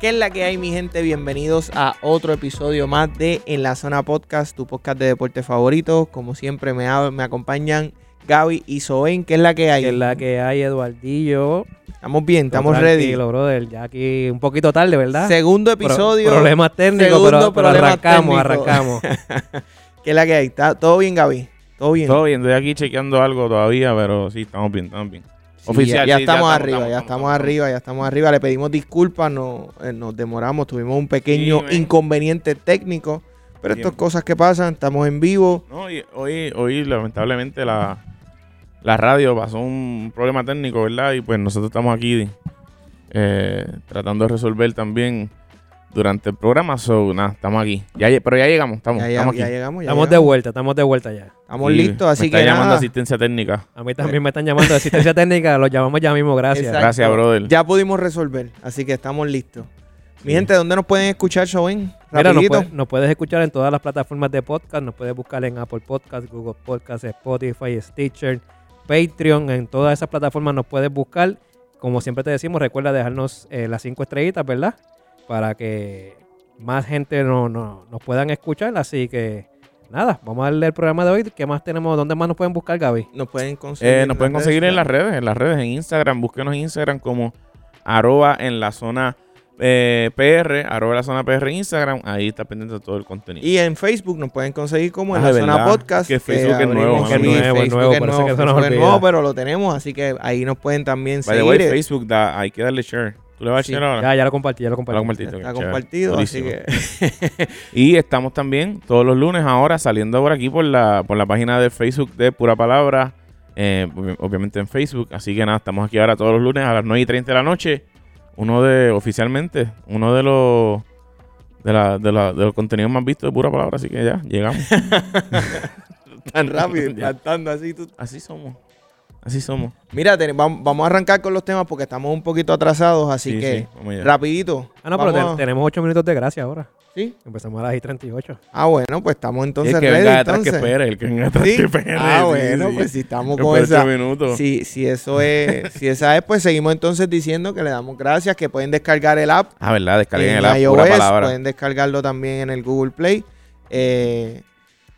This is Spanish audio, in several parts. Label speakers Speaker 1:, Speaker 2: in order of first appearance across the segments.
Speaker 1: ¿Qué es la que hay, mi gente? Bienvenidos a otro episodio más de En la Zona Podcast, tu podcast de deporte favorito. Como siempre, me, ha- me acompañan Gaby y Soen. ¿Qué es la que hay?
Speaker 2: Que es la que hay, Eduardillo.
Speaker 1: Estamos bien, estamos ready.
Speaker 2: Tranquilo, brother. Ya aquí un poquito tarde, ¿verdad?
Speaker 1: Segundo
Speaker 2: Pro-
Speaker 1: episodio.
Speaker 2: problemas técnicos,
Speaker 1: Segundo
Speaker 2: pero, pero
Speaker 1: problema
Speaker 2: arrancamos,
Speaker 1: técnico.
Speaker 2: arrancamos.
Speaker 1: ¿Qué es la que hay? ¿Está todo bien, Gaby? ¿Todo bien?
Speaker 3: Todo bien, estoy aquí chequeando algo todavía, pero sí, estamos bien, estamos bien.
Speaker 1: Sí,
Speaker 3: Oficial,
Speaker 1: Ya, ya
Speaker 3: sí,
Speaker 1: estamos
Speaker 3: ya estamos,
Speaker 1: arriba,
Speaker 3: estamos,
Speaker 1: ya
Speaker 3: estamos,
Speaker 1: estamos
Speaker 3: estamos.
Speaker 1: arriba, ya estamos arriba. Le pedimos disculpas, no, eh, nos demoramos, tuvimos un pequeño
Speaker 3: Sí, man.
Speaker 1: inconveniente técnico. Pero estas
Speaker 3: Tiempo.
Speaker 1: cosas que pasan, estamos en vivo.
Speaker 3: No, y hoy, hoy lamentablemente la, la radio pasó un problema técnico, ¿verdad? Y pues nosotros estamos aquí eh, tratando de resolver también durante el programa. So, nada, estamos aquí. Ya, lle- pero ya llegamos, estamos,
Speaker 1: Ya, ya-
Speaker 3: estamos aquí.
Speaker 1: ya llegamos, ya
Speaker 2: Estamos de
Speaker 1: llegamos.
Speaker 2: vuelta, estamos de vuelta ya.
Speaker 1: Estamos
Speaker 3: Sí,
Speaker 1: listos,
Speaker 3: me
Speaker 1: así
Speaker 3: está
Speaker 1: que
Speaker 3: llamando
Speaker 1: nada.
Speaker 3: asistencia técnica.
Speaker 2: A mí también me están llamando de asistencia técnica, los llamamos ya mismo, gracias.
Speaker 1: Exacto.
Speaker 3: Gracias, brother.
Speaker 1: Ya pudimos resolver, así que estamos listos. Mi
Speaker 3: Sí.
Speaker 1: gente, ¿dónde nos pueden escuchar, Showen?
Speaker 2: Mira, nos,
Speaker 1: Rapidito.
Speaker 2: puede- nos puedes escuchar en todas las plataformas de podcast, nos puedes buscar en Apple Podcast, Google Podcast, Spotify, Stitcher, Patreon, en todas esas plataformas nos puedes buscar. Como siempre te decimos, recuerda dejarnos eh, las cinco estrellitas, ¿verdad? Para que más gente no, no- nos puedan escuchar. Así que nada, vamos a darle el programa de hoy. ¿Qué más tenemos? ¿Dónde más nos pueden buscar, Gaby?
Speaker 1: Nos pueden conseguir.
Speaker 3: Eh,
Speaker 1: en
Speaker 3: nos pueden
Speaker 1: redes
Speaker 3: conseguir en las
Speaker 1: sociales.
Speaker 3: redes, en las redes, en Instagram. Búsquenos en Instagram como arroba en la zona eh, PR, arroba en la zona PR en Instagram. Ahí está pendiente de todo el contenido.
Speaker 1: Y en Facebook nos pueden conseguir como en
Speaker 3: Ah,
Speaker 1: la
Speaker 3: de
Speaker 1: zona
Speaker 3: verdad,
Speaker 1: podcast.
Speaker 3: que Facebook es nuevo,
Speaker 1: abrimos-
Speaker 3: mano,
Speaker 1: sí,
Speaker 3: nuevo,
Speaker 1: Facebook
Speaker 2: es nuevo,
Speaker 1: es
Speaker 2: parece que eso nos
Speaker 1: Facebook es
Speaker 2: olvida.
Speaker 1: nuevo, pero lo tenemos, así que ahí nos pueden también
Speaker 3: By
Speaker 1: seguir.
Speaker 3: the way,
Speaker 1: eh,
Speaker 3: Facebook, da- hay que darle share. ¿Tú le vas
Speaker 1: Sí, pues,
Speaker 3: a share ahora?
Speaker 2: Ya, ya lo compartí, ya lo
Speaker 3: Dale un
Speaker 2: compartí.
Speaker 3: martito,
Speaker 1: Está
Speaker 3: que chévere.
Speaker 1: compartido, así
Speaker 3: Durísimo.
Speaker 1: que
Speaker 3: Y estamos también todos los lunes ahora saliendo por aquí por la, por la página de Facebook de Pura Palabra. eh, obvi- obviamente en Facebook. Así que nada, estamos aquí ahora todos los lunes a las 9 y 30 de la noche. Uno de, oficialmente, uno de los de, la, de, la- de los contenidos más vistos de Pura Palabra. Así que ya, llegamos.
Speaker 1: tan rápido,
Speaker 3: Ya.
Speaker 1: impactando así. tú-
Speaker 3: Así somos. Así somos.
Speaker 1: Mira, ten- vam- vamos a arrancar con los temas porque estamos un poquito atrasados, así
Speaker 3: Sí,
Speaker 1: que
Speaker 3: sí, vamos allá.
Speaker 1: rapidito.
Speaker 2: Ah, no, pero
Speaker 1: vamos
Speaker 2: te-
Speaker 1: a-
Speaker 2: tenemos ocho minutos de gracia ahora.
Speaker 1: ¿Sí?
Speaker 2: Empezamos a las 38.
Speaker 1: Ah, bueno, pues estamos
Speaker 3: Y
Speaker 1: entonces
Speaker 3: el que
Speaker 1: ready,
Speaker 3: venga detrás que
Speaker 1: entonces.
Speaker 3: espere, el que venga detrás
Speaker 1: ¿Sí?
Speaker 3: que espere.
Speaker 1: Ah,
Speaker 3: sí,
Speaker 1: bueno,
Speaker 3: sí.
Speaker 1: pues si estamos
Speaker 3: Después
Speaker 1: con
Speaker 3: de este
Speaker 1: esa.
Speaker 3: minuto.
Speaker 1: Si, si eso es, si esa es, pues seguimos entonces diciendo que le damos gracias, que pueden descargar el app
Speaker 3: Ah, verdad, descarguen
Speaker 1: en
Speaker 3: el app, pura
Speaker 1: iOS, pues,
Speaker 3: palabra.
Speaker 1: pueden descargarlo también en el Google Play. eh,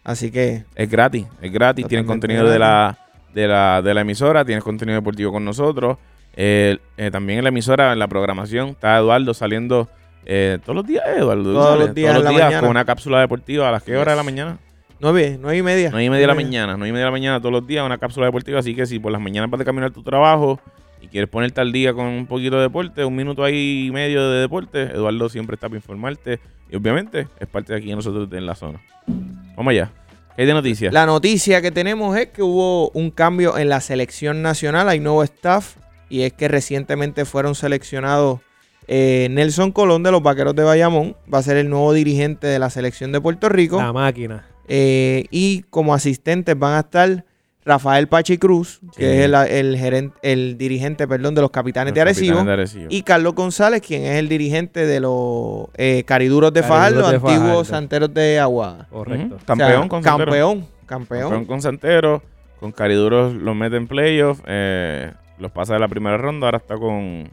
Speaker 1: así que
Speaker 3: Es gratis, es gratis. Tienes
Speaker 1: Totalmente
Speaker 3: contenido de la, de, la, de la emisora, tienes contenido deportivo con nosotros. Eh, eh, también en la emisora, en la programación, está Eduardo saliendo eh, todos los días, eh, Eduardo.
Speaker 1: Todos
Speaker 3: sale,
Speaker 1: los días en la mañana.
Speaker 3: con una cápsula deportiva. ¿A las qué hora de la
Speaker 1: Yes.
Speaker 3: mañana?
Speaker 1: nueve, nueve y media.
Speaker 3: No y media de la mañana, no y media de la mañana, todos los días una cápsula deportiva. Así que si por las mañanas vas a caminar tu trabajo y quieres ponerte al día con un poquito de deporte, un minuto ahí y medio de deporte, Eduardo siempre está para informarte. Y obviamente es parte de aquí de nosotros en la zona. Vamos allá. ¿Qué hay de noticias?
Speaker 1: La noticia que tenemos es que hubo un cambio en la selección nacional, hay nuevo staff y es que recientemente fueron seleccionados eh, Nelson Colón de los Vaqueros de Bayamón, va a ser el nuevo dirigente de la selección de Puerto Rico.
Speaker 2: La máquina.
Speaker 1: Eh, y como asistentes van a estar Rafael Pachi Cruz, que
Speaker 3: Sí.
Speaker 1: es el, el gerent- el dirigente perdón, de los capitanes de
Speaker 3: Los capitanes
Speaker 1: Arecibo,
Speaker 3: de Arecibo.
Speaker 1: y Carlos González, quien es el dirigente de los eh, Cariduros de
Speaker 2: Cariduros
Speaker 1: Fajardo,
Speaker 2: de
Speaker 1: antiguos
Speaker 2: Fajardo.
Speaker 1: santeros de Aguada.
Speaker 2: Correcto.
Speaker 3: Ujú. Campeón
Speaker 1: O sea,
Speaker 3: con Santero.
Speaker 1: campeón,
Speaker 3: Campeón.
Speaker 1: campeón.
Speaker 3: con Santero. Con Cariduros los mete en playoff. eh, los pasa de la primera ronda. Ahora está con,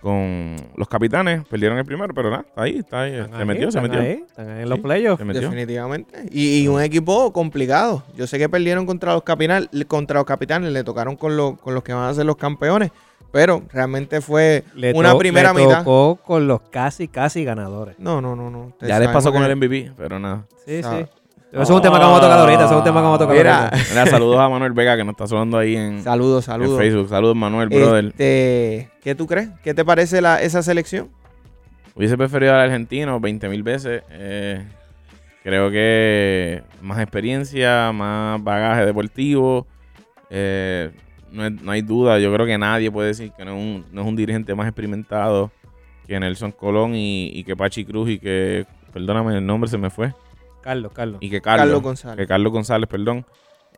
Speaker 3: con los capitanes. Perdieron el primero, pero nada. Está ahí, está ahí.
Speaker 2: Están
Speaker 3: Se
Speaker 2: ahí,
Speaker 3: metió, se
Speaker 2: están
Speaker 3: metió.
Speaker 2: ahí, están ahí en los
Speaker 3: Sí,
Speaker 2: playoffs.
Speaker 3: Se metió.
Speaker 1: Definitivamente. Y, y un equipo complicado. Yo sé que perdieron contra los capitanes, contra los capitanes, le tocaron con, los- con los que van a ser los campeones, pero realmente fue
Speaker 2: Le
Speaker 1: una
Speaker 2: to-
Speaker 1: primera
Speaker 2: le
Speaker 1: mitad.
Speaker 2: tocó con los casi, casi ganadores.
Speaker 1: No, no, no, no. Ustedes
Speaker 3: Ya les pasó
Speaker 1: sabemos
Speaker 3: con
Speaker 1: que-
Speaker 3: el MVP, pero nada.
Speaker 2: Sí,
Speaker 1: Ah.
Speaker 2: sí. Eso es un tema que vamos a tocar ahorita. Eso es un tema que vamos a tocar
Speaker 1: Mira.
Speaker 2: ahorita.
Speaker 3: Mira, saludos a Manuel Vega que nos está sonando ahí en,
Speaker 1: Saludos,
Speaker 3: Mm. en
Speaker 1: saludos.
Speaker 3: Facebook. Saludos, Manuel, brother.
Speaker 1: Este, ¿Qué tú crees? ¿Qué te parece la, esa selección?
Speaker 3: Hubiese preferido al argentino 20 mil veces. eh, creo que más experiencia, más bagaje deportivo. eh, no, es- no hay duda. Yo creo que nadie puede decir que no es un, no es un dirigente más experimentado que Nelson Colón y, y que Pachi Cruz y que, perdóname, el nombre se me fue.
Speaker 2: Carlos, Carlos.
Speaker 3: Y que
Speaker 1: Carlos,
Speaker 3: Carlos,
Speaker 1: González.
Speaker 3: que Carlos González, perdón.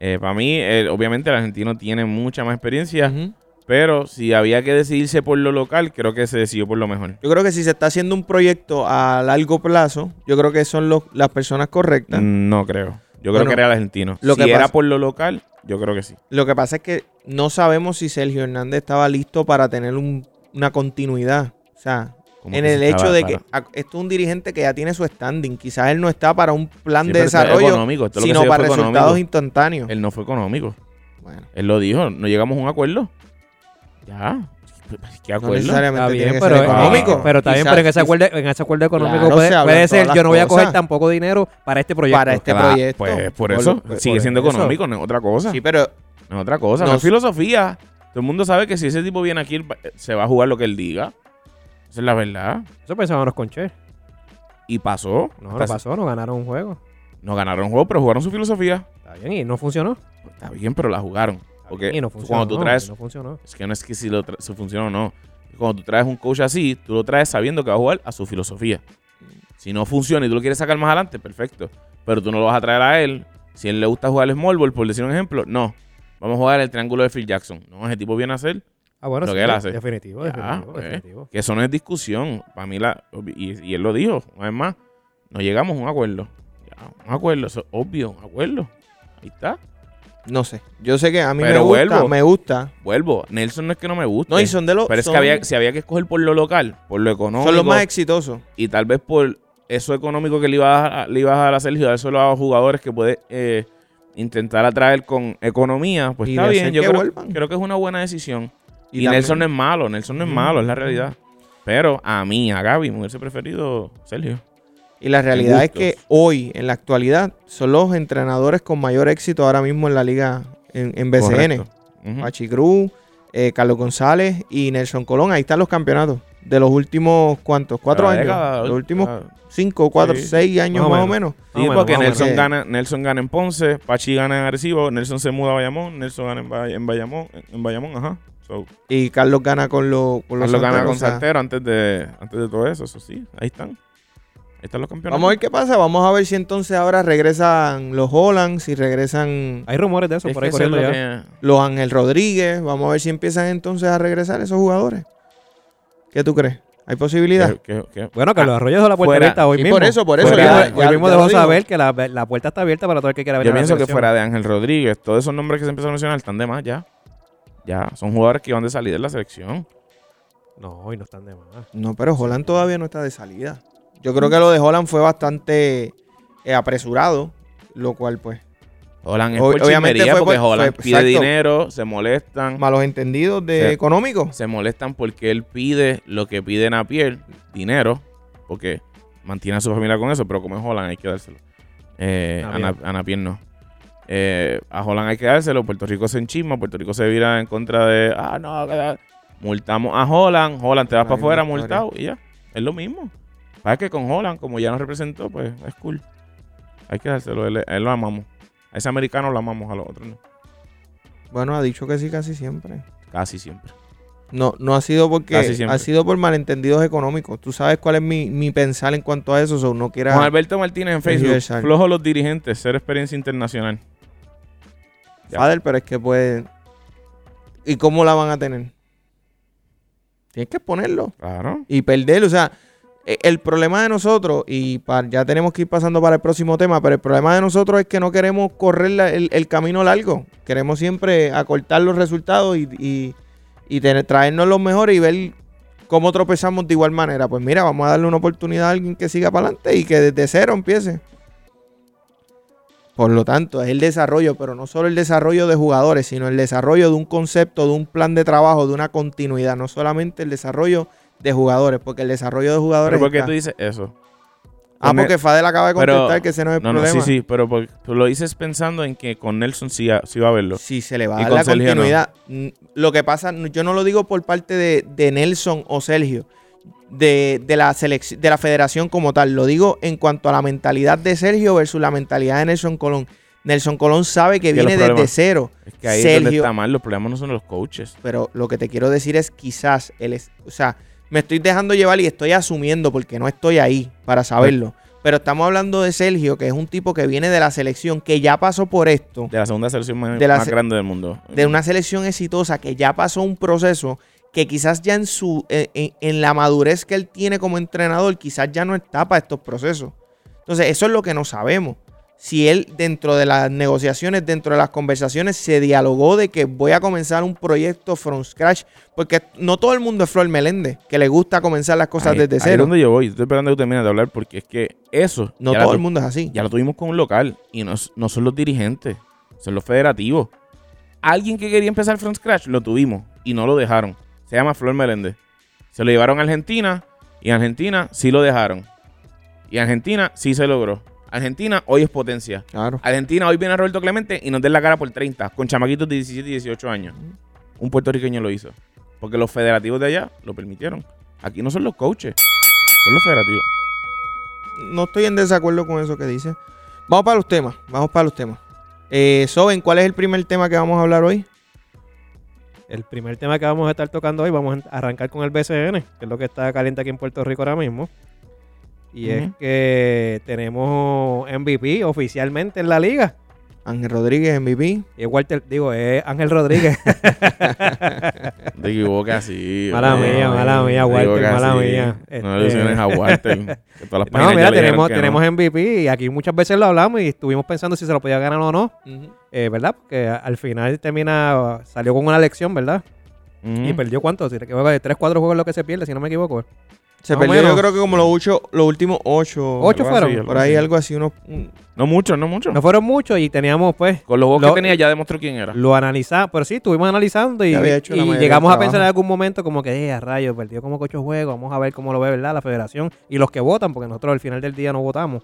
Speaker 3: Eh, para mí, eh, obviamente el argentino tiene mucha más experiencia,
Speaker 1: Ujú.
Speaker 3: pero si había que decidirse por lo local, creo que se decidió por lo mejor.
Speaker 1: Yo creo que si se está haciendo un proyecto a largo plazo, yo creo que son los- las personas correctas.
Speaker 3: No creo. Yo creo
Speaker 1: Ah. Bueno,
Speaker 3: que era el argentino.
Speaker 1: lo
Speaker 3: si
Speaker 1: que
Speaker 3: era
Speaker 1: pasa-
Speaker 3: por lo local, yo creo que sí.
Speaker 1: Lo que pasa es que no sabemos si Sergio Hernández estaba listo para tener un- una continuidad. O sea,
Speaker 3: como
Speaker 1: en
Speaker 3: que
Speaker 1: el
Speaker 3: se
Speaker 1: hecho
Speaker 3: estaba-
Speaker 1: de
Speaker 3: para-
Speaker 1: que a- esto es un dirigente que ya tiene su standing. Quizás él no está para un plan
Speaker 3: Sí,
Speaker 1: de
Speaker 3: pero esto es
Speaker 1: desarrollo,
Speaker 3: económico, esto es lo que
Speaker 1: sino
Speaker 3: se dio
Speaker 1: para
Speaker 3: fue
Speaker 1: resultados
Speaker 3: económico.
Speaker 1: instantáneos.
Speaker 3: Él no fue económico.
Speaker 1: Bueno,
Speaker 3: Él lo dijo, no llegamos a un acuerdo. Ya. ¿Qué
Speaker 1: no
Speaker 3: acuerdo?
Speaker 1: necesariamente
Speaker 2: Está
Speaker 1: tiene
Speaker 2: bien,
Speaker 1: que
Speaker 2: pero,
Speaker 1: ser
Speaker 3: eh,
Speaker 1: económico.
Speaker 2: pero está bien,
Speaker 1: Quizás-
Speaker 2: pero en ese acuerdo, en ese acuerdo económico
Speaker 1: Claro,
Speaker 2: puede,
Speaker 1: se hablan
Speaker 2: puede ser,
Speaker 1: todas
Speaker 2: yo no voy a
Speaker 1: las
Speaker 2: coger
Speaker 1: cosas.
Speaker 2: tampoco dinero para este proyecto.
Speaker 1: Para este
Speaker 3: Claro,
Speaker 1: proyecto.
Speaker 3: Pues por
Speaker 2: Por
Speaker 3: eso
Speaker 2: lo- por-
Speaker 3: sigue
Speaker 2: por
Speaker 3: siendo
Speaker 2: eso.
Speaker 3: económico, no es otra cosa.
Speaker 1: Sí, pero
Speaker 3: No es otra cosa, no,
Speaker 1: No
Speaker 3: es
Speaker 1: sé.
Speaker 3: filosofía. Todo el mundo sabe que si ese tipo viene aquí, él va- se va a jugar lo que él diga. Esa es la verdad.
Speaker 2: Eso pensaban los conches.
Speaker 3: Y pasó.
Speaker 2: No, no
Speaker 3: Hasta-
Speaker 2: pasó, no ganaron un juego.
Speaker 3: No ganaron juego, pero jugaron su filosofía.
Speaker 2: Está bien, y no funcionó.
Speaker 3: Pues está bien, pero la jugaron. Porque
Speaker 2: y no funcionó.
Speaker 3: cuando tú traes.
Speaker 2: y No funcionó.
Speaker 3: Es que no es que si, lo tra- si funciona o no. Cuando tú traes un coach así, tú lo traes sabiendo que va a jugar a su filosofía. Si no funciona y tú lo quieres sacar más adelante, perfecto. Pero tú no lo vas a traer a él. Si a él le gusta jugar el small ball, por decir un ejemplo, no. Vamos a jugar el triángulo de Phil Jackson. No, ese tipo viene a hacer
Speaker 2: Ah, bueno,
Speaker 3: Lo
Speaker 2: sí,
Speaker 3: que él hace.
Speaker 2: Definitivo,
Speaker 3: Ya,
Speaker 2: definitivo,
Speaker 3: pues.
Speaker 2: definitivo.
Speaker 3: Que eso no es discusión. Para mí, la, y, y él lo dijo, una vez más, no llegamos a un acuerdo. Ya, un acuerdo, eso es obvio, un acuerdo. Ahí está.
Speaker 1: no sé. Yo sé que a mí me
Speaker 3: Pero
Speaker 1: gusta,
Speaker 3: vuelvo.
Speaker 1: me gusta.
Speaker 3: Vuelvo. Nelson no es que no me guste.
Speaker 1: No, y son de los
Speaker 3: pero es
Speaker 1: son,
Speaker 3: que había, si había que escoger por lo local, por lo económico.
Speaker 1: son los más exitosos.
Speaker 3: y tal vez por eso económico que le ibas a, le ibas a dar a Sergio, dárselo a jugadores que puede eh, intentar atraer con economía, pues
Speaker 1: Y
Speaker 3: está
Speaker 1: de
Speaker 3: bien.
Speaker 1: hacer
Speaker 3: Yo
Speaker 1: que
Speaker 3: creo,
Speaker 1: vuelvan.
Speaker 3: creo que es una buena decisión. Y,
Speaker 1: también-
Speaker 3: Nelson no es malo, Nelson no es
Speaker 1: Mm.
Speaker 3: malo, es la realidad. Pero a mí, a Gaby, me hubiese preferido Sergio.
Speaker 1: Y la realidad es
Speaker 3: gustos.
Speaker 1: que hoy, en la actualidad, son los entrenadores con mayor éxito ahora mismo en la liga, en, en BCN.
Speaker 3: Correcto. Ujú.
Speaker 1: Pachi Cruz, eh, Carlos González y Nelson Colón. Ahí están los campeonatos de los últimos, ¿cuántos? ¿Cuatro
Speaker 3: La
Speaker 1: años?
Speaker 3: década,
Speaker 1: los últimos Ah,
Speaker 3: la-
Speaker 1: cinco, cuatro,
Speaker 3: Sí.
Speaker 1: seis años
Speaker 2: Más o
Speaker 1: más o menos.
Speaker 3: Sí,
Speaker 2: Más o
Speaker 3: porque
Speaker 2: menos, más o
Speaker 3: Nelson,
Speaker 1: menos.
Speaker 3: gana, Nelson gana en Ponce, Pachi gana en Arecibo, Nelson se muda a Bayamón, Nelson gana en, Bay- en Bayamón, en, en Bayamón, ajá. So,
Speaker 1: Y Carlos gana con, lo- con los
Speaker 3: Carlos gana
Speaker 1: Santeros,
Speaker 3: con
Speaker 1: o sea,
Speaker 3: Saltero antes de, antes de todo eso, eso sí, ahí están. Ahí están los campeones.
Speaker 1: Vamos a ver qué pasa. Vamos a ver si entonces ahora regresan los Holland, si regresan
Speaker 2: Hay rumores de eso por ahí
Speaker 3: eso es
Speaker 2: corriendo
Speaker 3: lo
Speaker 2: ya.
Speaker 3: que-
Speaker 1: los Ángel Rodríguez. Vamos a ver si empiezan entonces a regresar esos jugadores. ¿Qué tú crees? ¿Hay posibilidad?
Speaker 3: que- que- que-
Speaker 2: Bueno, que los arroyos de la puerta
Speaker 3: fuera.
Speaker 2: abierta hoy
Speaker 1: Y
Speaker 2: mismo.
Speaker 1: por eso, por eso,
Speaker 2: Hoy
Speaker 3: ya-
Speaker 2: mismo-
Speaker 1: ya-
Speaker 2: hoy mismo
Speaker 1: ya
Speaker 2: dejó
Speaker 1: lo digo.
Speaker 2: saber que la, la puerta está abierta para todo el que quiera venir.
Speaker 3: Yo
Speaker 2: a la
Speaker 3: pienso que
Speaker 2: selección.
Speaker 3: fuera de Ángel Rodríguez, todos esos nombres que se empezaron a mencionar están de más ya. Ya, son jugadores que van de salir de la selección.
Speaker 2: No, hoy no están de más.
Speaker 1: No, pero Holland todavía no está de salida. Yo creo que lo de Holland fue bastante eh, apresurado, lo cual pues
Speaker 3: Holland es
Speaker 1: Ob-
Speaker 3: por
Speaker 1: obviamente
Speaker 3: chismería
Speaker 1: fue
Speaker 3: porque
Speaker 1: por-
Speaker 3: Holland
Speaker 1: fue-
Speaker 3: pide
Speaker 1: exacto.
Speaker 3: dinero, se molestan.
Speaker 1: malos entendidos de
Speaker 3: Sí.
Speaker 1: económicos.
Speaker 3: se molestan porque él pide lo que pide Napier, dinero, porque mantiene a su familia con eso, pero como es Holland hay que dárselo. Eh, a,
Speaker 2: Napier.
Speaker 3: Nap- a Napier no. Eh, a Holland hay que dárselo, Puerto Rico se enchisma, Puerto Rico se vira en contra de, ah, no, que da-". multamos a Holland, Holland te vas
Speaker 1: La
Speaker 3: para
Speaker 1: misma
Speaker 3: afuera
Speaker 1: historia.
Speaker 3: multado y ya, es lo mismo. Para que con Holland, como ya nos representó, pues es cool. Hay que dárselo, él, él lo amamos. A ese americano lo amamos, a los otros no.
Speaker 1: Bueno, ha dicho que sí casi siempre.
Speaker 3: Casi siempre.
Speaker 1: No, no ha sido porque
Speaker 3: Casi siempre.
Speaker 1: ha sido por malentendidos económicos. Tú sabes cuál es mi, mi pensar en cuanto a eso, so, no quiera
Speaker 3: Juan Alberto Martínez en Facebook.
Speaker 1: Universal.
Speaker 3: Flojo los dirigentes, ser experiencia internacional. Ya.
Speaker 1: Fader, pero es que pues ¿y cómo la van a tener? Tienes que ponerlo
Speaker 3: Claro.
Speaker 1: y perderlo, o sea, e- el problema de nosotros, y pa- ya tenemos que ir pasando para el próximo tema, pero el problema de nosotros es que no queremos correr la- el, el camino largo. Queremos siempre acortar los resultados y, y- y tener- traernos los mejores y ver cómo tropezamos de igual manera. Pues mira, vamos a darle una oportunidad a alguien que siga para adelante y que desde cero empiece. Por lo tanto, es el desarrollo, pero no solo el desarrollo de jugadores, sino el desarrollo de un concepto, de un plan de trabajo, de una continuidad, no solamente el desarrollo de jugadores, porque el desarrollo de
Speaker 3: Pero
Speaker 1: jugadores.
Speaker 3: ¿por qué
Speaker 1: está-
Speaker 3: tú dices eso?
Speaker 1: Ah, porque Fadel acaba de
Speaker 3: Pero-
Speaker 1: contestar que ese no es el
Speaker 3: No, no,
Speaker 1: problema.
Speaker 3: sí, sí, pero por- tú lo dices pensando en que con Nelson sí, ha- sí va a verlo.
Speaker 1: Si se le va a
Speaker 3: Y
Speaker 1: dar
Speaker 3: con
Speaker 1: la
Speaker 3: Sergio no.
Speaker 1: continuidad. Mm, Lo que pasa, no- yo no lo digo por parte de, de Nelson o Sergio, de, de la selec- de la federación como tal. Lo digo en cuanto a la mentalidad de Sergio versus la mentalidad de Nelson Colón. Nelson Colón sabe que,
Speaker 3: Es que los
Speaker 1: viene desde
Speaker 3: problemas-
Speaker 1: cero.
Speaker 3: Es que ahí es donde
Speaker 1: Sergio-
Speaker 3: está mal, los problemas no son los coaches.
Speaker 1: Pero lo que te quiero decir es quizás él es, o sea, me estoy dejando llevar y estoy asumiendo porque no estoy ahí para saberlo. Pero estamos hablando de Sergio, que es un tipo que viene de la selección, que ya pasó por esto.
Speaker 3: De la segunda selección más,
Speaker 1: De la
Speaker 3: más
Speaker 1: se-
Speaker 3: grande del mundo.
Speaker 1: de una selección exitosa que ya pasó un proceso que quizás ya en su en, en- en la madurez que él tiene como entrenador, quizás ya no está para estos procesos. Entonces, eso es lo que no sabemos. si él dentro de las negociaciones, dentro de las conversaciones, se dialogó de que voy a comenzar un proyecto from scratch, porque no todo el mundo es Flor Meléndez, que le gusta comenzar las cosas
Speaker 3: Ahí-
Speaker 1: desde
Speaker 3: Ahí es
Speaker 1: cero.
Speaker 3: donde yo voy. Estoy esperando que tú termines de hablar porque es que eso.
Speaker 1: No
Speaker 3: ya la
Speaker 1: todo
Speaker 3: tu-
Speaker 1: el mundo es así.
Speaker 3: Ya lo tuvimos con un local y no, es- no son los dirigentes, son los federativos. Alguien que quería empezar from scratch lo tuvimos y no lo dejaron. Se llama Flor Meléndez. Se lo llevaron a Argentina y en Argentina sí lo dejaron. Y en Argentina sí se logró. Argentina hoy es potencia.
Speaker 1: Claro.
Speaker 3: Argentina hoy viene Roberto Clemente y nos den la cara por 30, con chamaquitos de 17 y 18 años. Un puertorriqueño lo hizo. Porque los federativos de allá lo permitieron. Aquí no son los coaches, son los federativos.
Speaker 1: No estoy en desacuerdo con eso que dice. Vamos para los temas, vamos para los temas. Eh, Soben, ¿cuál es el primer tema que vamos a hablar hoy?
Speaker 2: El primer tema que vamos a estar tocando hoy, vamos a arrancar con el BCN, que es lo que está caliente aquí en Puerto Rico ahora mismo. Y es
Speaker 3: Ujú.
Speaker 2: que tenemos MVP oficialmente en la liga.
Speaker 1: Ángel Rodríguez, MVP.
Speaker 2: Y es Walter, digo, es Ángel Rodríguez.
Speaker 3: No Te equivocas así.
Speaker 2: Mala
Speaker 3: hombre,
Speaker 2: mía,
Speaker 3: no,
Speaker 2: mala
Speaker 3: no,
Speaker 2: mía,
Speaker 3: te
Speaker 2: Walter,
Speaker 3: equivocas
Speaker 2: mala
Speaker 3: así.
Speaker 2: mía.
Speaker 3: No
Speaker 2: Este-
Speaker 3: ilusiones a Walter. que todas las
Speaker 2: no,
Speaker 3: páginas ya
Speaker 2: mira,
Speaker 3: le dijeron
Speaker 2: tenemos,
Speaker 3: que no.
Speaker 2: tenemos MVP y aquí muchas veces lo hablamos y estuvimos pensando si se lo podía ganar o no, eh, ¿verdad? Porque a- al final termina, salió con una lección, ¿verdad?
Speaker 3: Ujú.
Speaker 2: Y perdió cuánto, si te equivocas, de 3, 4 juegos lo que se pierde, si no me equivoco.
Speaker 1: Se
Speaker 2: Más o
Speaker 1: perdió, yo
Speaker 2: menos.
Speaker 1: creo que como los, ocho, los últimos ocho.
Speaker 2: Ocho
Speaker 3: algo
Speaker 2: fueron,
Speaker 3: así,
Speaker 1: Por ahí algo así, unos. un-
Speaker 3: No mucho, no mucho.
Speaker 2: No fueron muchos y teníamos pues
Speaker 3: Con los juegos
Speaker 2: Lo-
Speaker 3: que tenía ya demostró quién era.
Speaker 2: Lo analizamos, pero sí, estuvimos analizando y,
Speaker 1: Ya había hecho la
Speaker 2: y
Speaker 1: mayoría
Speaker 2: llegamos
Speaker 1: del
Speaker 2: a pensar en
Speaker 1: trabajo.
Speaker 2: algún momento como que, eh, a rayos, perdió como cocho juegos, vamos a ver cómo lo ve, ¿verdad? La federación y los que votan, porque nosotros al final del día no votamos.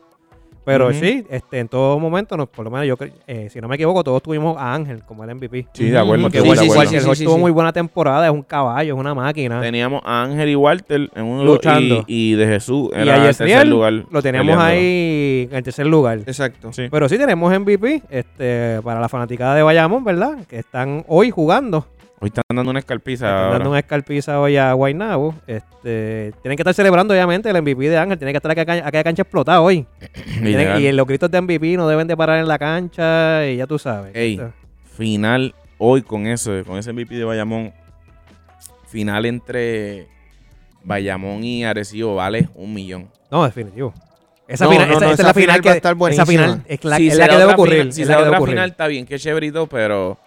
Speaker 2: Pero
Speaker 3: Ujú.
Speaker 2: sí, este, en todo momento, no- por lo menos yo, cre- eh, si no me equivoco, todos tuvimos a Ángel como el MVP.
Speaker 3: Sí, de acuerdo.
Speaker 1: Ujú,
Speaker 2: Porque
Speaker 3: estoy de
Speaker 2: Walter
Speaker 1: sí,
Speaker 3: acuerdo.
Speaker 2: Walter
Speaker 1: sí, sí,
Speaker 2: Hort
Speaker 1: sí,
Speaker 2: tuvo
Speaker 1: sí.
Speaker 2: muy buena temporada, es un caballo, es una máquina.
Speaker 3: Teníamos a Ángel y Walter en un
Speaker 2: Luchando.
Speaker 3: Y, y de Jesús
Speaker 2: Y
Speaker 3: era
Speaker 2: a
Speaker 3: el tercer
Speaker 2: Yesriel
Speaker 3: lugar.
Speaker 2: lo teníamos
Speaker 3: peleándolo.
Speaker 2: ahí en tercer lugar.
Speaker 1: Exacto.
Speaker 3: Sí.
Speaker 2: Pero sí tenemos MVP este, para la fanaticada de Bayamón, ¿verdad? Que están hoy jugando.
Speaker 3: Hoy están dando una escalpiza.
Speaker 2: Están
Speaker 3: ahora.
Speaker 2: dando una escalpiza hoy a Guaynabo. Este, tienen que estar celebrando, obviamente, el MVP de Ángel. Tiene que estar aquella, can- aquella cancha explotada hoy. Tienen-
Speaker 3: Literal.
Speaker 2: y los gritos de MVP no deben de parar en la cancha. Y ya tú sabes. Este,
Speaker 3: Ey.
Speaker 2: Esto-
Speaker 3: final hoy con ese, con ese MVP de Bayamón. Final entre Bayamón y Arecibo vale un millón.
Speaker 2: No, definitivo. Esa,
Speaker 1: No,
Speaker 2: final,
Speaker 1: no, no,
Speaker 2: esa, esa
Speaker 1: esa
Speaker 2: es la final
Speaker 1: final
Speaker 2: que
Speaker 1: va a estar
Speaker 2: Esa
Speaker 1: buenísima.
Speaker 2: final es la,
Speaker 3: Si
Speaker 2: es la
Speaker 3: será
Speaker 2: que debe
Speaker 3: otra
Speaker 2: ocurrir.
Speaker 3: final- si
Speaker 2: es la
Speaker 3: será
Speaker 2: que debe
Speaker 3: otra
Speaker 2: ocurrir.
Speaker 3: final, está bien, qué chévere y todo, pero,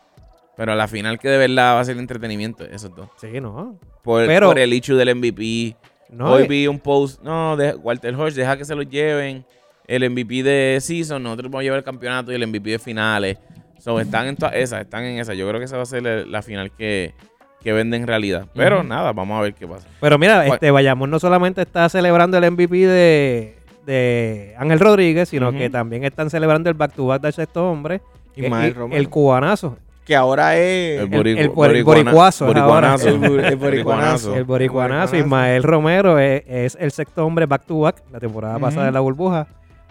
Speaker 3: pero la final que de verdad va a ser entretenimiento, esos dos.
Speaker 2: Sí, no.
Speaker 3: Por,
Speaker 2: Pero-
Speaker 3: por el issue del MVP.
Speaker 2: no
Speaker 3: hoy
Speaker 2: y-
Speaker 3: vi un post, no, de, Walter Hodge, deja que se lo lleven. El MVP de season, nosotros vamos a llevar el campeonato y el MVP de finales. So, están en todas esas, están en esas. Yo creo que esa va a ser la, la final que, que vende en realidad. Pero
Speaker 1: Ujú.
Speaker 3: nada, vamos a ver qué pasa.
Speaker 2: Pero mira,
Speaker 3: Bueno.
Speaker 2: este Bayamón no solamente está celebrando el MVP de, de Ángel Rodríguez, sino
Speaker 3: Ujú.
Speaker 2: que también están celebrando el back-to-back del sexto hombre.
Speaker 1: Y
Speaker 2: que-
Speaker 1: Ismael
Speaker 2: y-
Speaker 1: Romero.
Speaker 2: el cubanazo.
Speaker 1: Que ahora es.
Speaker 3: El,
Speaker 2: El-
Speaker 3: boricua-
Speaker 2: el bori-
Speaker 3: boricuana-
Speaker 2: boricuazo es
Speaker 3: boricuanazo.
Speaker 1: ahora. El bu- el boricuanazo.
Speaker 2: El boricuanazo,
Speaker 1: Boricuanazo.
Speaker 2: Ismael Romero es, es el sexto hombre back to back. La temporada
Speaker 3: Ujú.
Speaker 2: pasada de la burbuja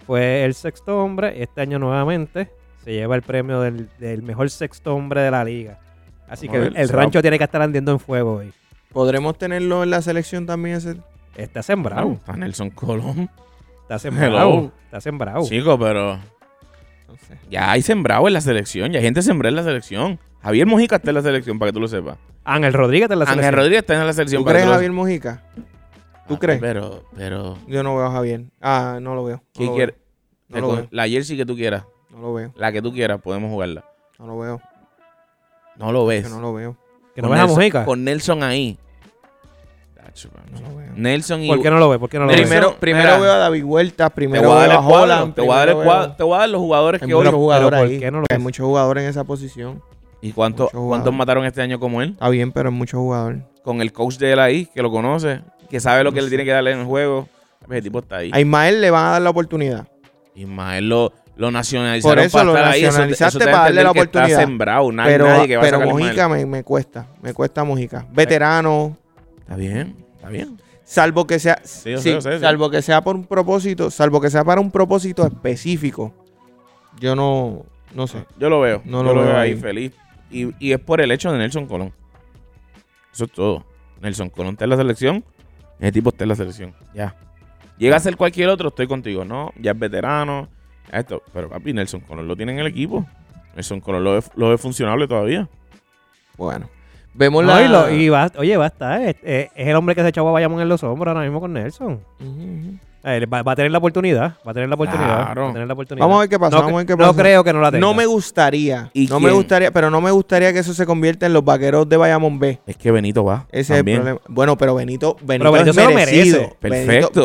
Speaker 2: fue el sexto hombre. Este año nuevamente se lleva el premio del, del mejor sexto hombre de la liga. Así
Speaker 3: Vamos a
Speaker 2: que
Speaker 3: ver,
Speaker 2: el
Speaker 3: será-
Speaker 2: rancho tiene que estar andiendo en fuego hoy.
Speaker 1: Podremos tenerlo en la selección también ese.
Speaker 2: Está sembrado.
Speaker 3: Está Nelson Colón.
Speaker 2: Está sembrado.
Speaker 3: Hello.
Speaker 2: Está sembrado.
Speaker 3: Chico, pero
Speaker 1: No sé.
Speaker 3: ya hay sembrado en la selección. Ya hay gente sembrada en la selección. Javier Mojica está en la selección, para que tú lo sepas.
Speaker 2: Ángel Rodríguez está en la
Speaker 3: Ángel
Speaker 2: selección.
Speaker 3: Rodríguez está en la selección.
Speaker 1: ¿Tú
Speaker 3: para
Speaker 1: crees
Speaker 3: que tú lo
Speaker 1: Javier Mojica?
Speaker 3: sepas.
Speaker 1: ¿Tú crees?
Speaker 3: Pero, pero...
Speaker 1: Yo no veo a Javier. Ah, no lo veo. No
Speaker 3: ¿Quién
Speaker 1: lo
Speaker 3: quiere?
Speaker 1: No lo veo.
Speaker 3: La jersey que tú quieras.
Speaker 1: veo, No lo veo.
Speaker 3: La que tú quieras, podemos jugarla.
Speaker 1: No lo veo.
Speaker 3: No lo
Speaker 1: que
Speaker 3: ves.
Speaker 1: no lo veo.
Speaker 2: Que no
Speaker 3: Con
Speaker 2: ves a
Speaker 3: Nelson-
Speaker 2: Mojica.
Speaker 3: Con Nelson ahí. Tacho, mano.
Speaker 1: No lo veo.
Speaker 3: Nelson y...
Speaker 2: ¿Por qué no lo ve? ¿Por qué no lo
Speaker 3: Nelson-
Speaker 2: ve?
Speaker 1: Primero,
Speaker 3: Mira,
Speaker 1: primero
Speaker 3: mira.
Speaker 1: veo a David Huerta,
Speaker 3: Te
Speaker 1: primero
Speaker 3: voy a dar
Speaker 1: veo
Speaker 3: el
Speaker 1: a
Speaker 3: cuadro.
Speaker 1: Holland.
Speaker 3: Te voy a dar el
Speaker 1: primero veo-
Speaker 3: cuadro. Te voy a dar los jugadores
Speaker 1: Hay
Speaker 3: que hoy...
Speaker 1: muchos jugadores
Speaker 2: ¿por
Speaker 1: ahí. Pues,
Speaker 2: qué no lo
Speaker 1: Hay
Speaker 2: ves?
Speaker 1: muchos jugadores en esa posición.
Speaker 3: ¿Y cuánto-
Speaker 1: Mucho jugador.
Speaker 3: cuántos mataron este año como él?
Speaker 1: Está bien, pero hay muchos jugadores.
Speaker 3: con el coach de él ahí, que lo conoce, que sabe lo que
Speaker 1: No
Speaker 3: le
Speaker 1: sé.
Speaker 3: tiene que darle en el juego. Ese tipo está ahí.
Speaker 1: A Ismael le van a dar la oportunidad.
Speaker 3: Ismael lo, lo nacionalizaron
Speaker 1: Por eso
Speaker 3: para
Speaker 1: lo
Speaker 3: estar ahí. Eso te-
Speaker 1: nacionalizaste
Speaker 3: eso te da
Speaker 1: para
Speaker 3: a
Speaker 1: darle
Speaker 3: entender
Speaker 1: la
Speaker 3: que Está
Speaker 1: oportunidad.
Speaker 3: sembrado, no hay
Speaker 1: Pero,
Speaker 3: nadie que va a
Speaker 1: pero
Speaker 3: sacar a Ismael.
Speaker 1: Mojica me, me cuesta. Me cuesta Mojica. Veterano.
Speaker 3: Está bien, está bien.
Speaker 1: Salvo que sea.
Speaker 3: Sí, yo
Speaker 1: sí,
Speaker 3: sé, yo sé, sí.
Speaker 1: salvo que sea por un propósito. Salvo que sea para un propósito específico. Yo no. No sé.
Speaker 3: Yo lo veo.
Speaker 1: No
Speaker 3: yo
Speaker 1: lo
Speaker 3: lo
Speaker 1: veo
Speaker 3: veo ahí
Speaker 1: ahí.
Speaker 3: feliz. Y, y es por el hecho de Nelson Colón. Eso es todo. Nelson Colón está en la selección. Ese tipo está en la selección. Ya. Llega a ser cualquier otro, estoy contigo. No, ya es veterano. Esto. Pero papi, Nelson Colón lo tiene en el equipo. Nelson Colón lo ve- lo ve funcionable todavía.
Speaker 1: Bueno. Vemos
Speaker 2: No,
Speaker 1: la.
Speaker 2: y lo- y va- oye, va a estar. Es, es- es el hombre que se echó a Bayamón en los hombros ahora mismo con Nelson.
Speaker 1: Ujú, ujú.
Speaker 2: Eh, va, va a tener la oportunidad. Va a tener la oportunidad.
Speaker 3: Claro.
Speaker 2: va a tener la oportunidad.
Speaker 1: Vamos a ver qué pasa.
Speaker 2: No,
Speaker 1: vamos a ver qué
Speaker 2: cre-
Speaker 1: pasa.
Speaker 2: no creo que no la tenga.
Speaker 1: No me gustaría.
Speaker 3: ¿Y
Speaker 1: no me
Speaker 3: quién?
Speaker 1: gustaría, pero no me gustaría que eso se convierta en los vaqueros de Bayamón B.
Speaker 3: Es que Benito va.
Speaker 1: Ese
Speaker 3: también.
Speaker 1: es el problema. Bueno, pero Benito, Benito,
Speaker 2: Benito
Speaker 1: es
Speaker 2: se lo
Speaker 1: merecido.
Speaker 2: merece.
Speaker 3: Perfecto.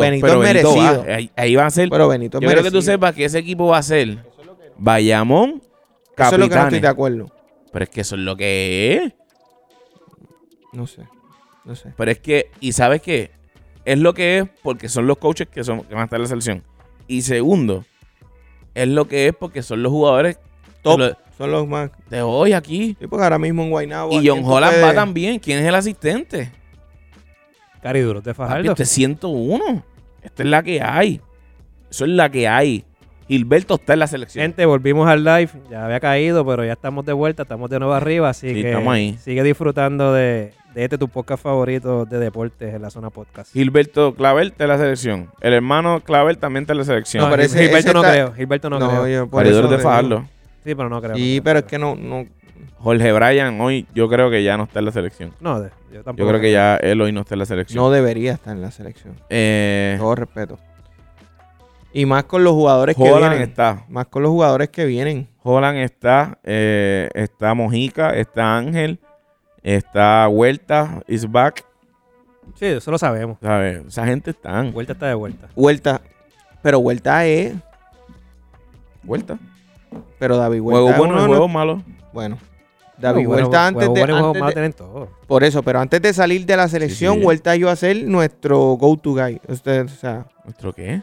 Speaker 1: Benito, Benito
Speaker 3: pero
Speaker 1: es
Speaker 3: Benito va.
Speaker 1: merecido.
Speaker 3: Ahí, ahí va a ser.
Speaker 1: Pero Benito
Speaker 3: yo
Speaker 1: es
Speaker 3: quiero que tú
Speaker 1: merecido.
Speaker 3: sepas que ese equipo va a ser
Speaker 1: Eso es
Speaker 3: Bayamón,
Speaker 1: lo que no estoy
Speaker 3: Capitanes.
Speaker 1: de acuerdo.
Speaker 3: pero es que eso es lo que es.
Speaker 1: No sé. No sé.
Speaker 3: Pero es que, y sabes qué, es lo que es porque son los coaches que, son, que van a estar en la selección. Y segundo, es lo que es porque son los jugadores
Speaker 1: Top.
Speaker 3: lo-
Speaker 1: Son los más.
Speaker 3: de hoy aquí.
Speaker 1: Sí, porque ahora mismo en Guaynabo. ¿a
Speaker 3: Y
Speaker 1: quién
Speaker 3: John
Speaker 1: tú
Speaker 3: Holland
Speaker 1: puedes-
Speaker 3: va también. ¿Quién es el asistente?
Speaker 2: Cari duro, de
Speaker 3: Papi,
Speaker 2: Fajardo.
Speaker 3: este es 101. Esta es la que hay. Eso es la que hay. Gilberto está en la selección.
Speaker 2: Gente, volvimos al live. Ya había caído, pero ya estamos de vuelta. Estamos de nuevo arriba. Así
Speaker 3: Sí,
Speaker 2: que
Speaker 3: estamos ahí.
Speaker 2: sigue disfrutando de, de este tu podcast favorito de deportes en la zona podcast.
Speaker 3: Gilberto Clavel está en la selección. El hermano Clavel también está en la selección.
Speaker 2: No,
Speaker 1: pero
Speaker 2: Gil-
Speaker 1: ese-
Speaker 2: Gilberto
Speaker 1: ese
Speaker 2: no
Speaker 1: está-
Speaker 2: creo. Gilberto no,
Speaker 1: No,
Speaker 2: creo.
Speaker 1: yo por
Speaker 3: Paridores
Speaker 1: eso
Speaker 3: de
Speaker 1: te digo.
Speaker 3: Fajardo.
Speaker 2: Sí, pero no creo.
Speaker 1: Sí,
Speaker 2: no creo.
Speaker 1: pero es que no. no...
Speaker 3: Jorge Bryan hoy yo creo que ya no está en la selección.
Speaker 2: No, de- yo tampoco.
Speaker 3: Yo creo que ya él hoy no está en la selección.
Speaker 1: No debería estar en la selección.
Speaker 3: Eh,
Speaker 1: Con todo respeto. Y más con los jugadores que
Speaker 3: Holland
Speaker 1: vienen.
Speaker 3: está.
Speaker 1: Más con los jugadores que vienen.
Speaker 3: Holland está. eh, está Mojica. Está Ángel. Está Huerta. Is back.
Speaker 2: Sí, eso lo sabemos.
Speaker 3: ¿Sabes? Esa gente está.
Speaker 2: Vuelta está de vuelta.
Speaker 1: Vuelta. Pero vuelta es.
Speaker 3: Huerta.
Speaker 1: Pero David Vuelta.
Speaker 3: Juego
Speaker 1: es
Speaker 3: bueno
Speaker 1: uno
Speaker 3: y
Speaker 1: de los-
Speaker 3: juego malo.
Speaker 1: Bueno. David
Speaker 2: Juego
Speaker 1: Vuelta
Speaker 2: bueno,
Speaker 1: antes,
Speaker 2: juego
Speaker 1: de,
Speaker 2: bueno y juego
Speaker 1: antes
Speaker 2: malo
Speaker 1: de-
Speaker 2: tienen todo.
Speaker 1: Por eso, pero antes de salir de la selección,
Speaker 3: sí.
Speaker 1: Vuelta iba a ser nuestro go-to guy. Usted, o sea,
Speaker 3: ¿Nuestro qué?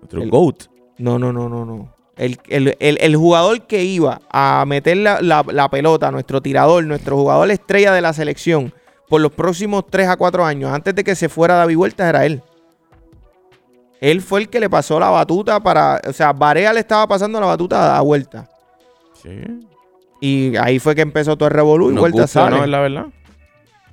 Speaker 3: Nuestro
Speaker 1: El-
Speaker 3: GOAT.
Speaker 1: no, no, no, no, no. El, el- el- el jugador que iba a meter la, la- la pelota, nuestro tirador, nuestro jugador estrella de la selección, por los próximos 3 a 4 años, antes de que se fuera David Vuelta, era él. Él fue el que le pasó la batuta para. O sea, Barea le estaba pasando la batuta a Vuelta.
Speaker 3: Sí.
Speaker 1: Y ahí fue que empezó todo el revolú y
Speaker 3: Nos
Speaker 1: Vuelta
Speaker 3: gusta,
Speaker 1: sale.
Speaker 3: ¿no? Es la verdad.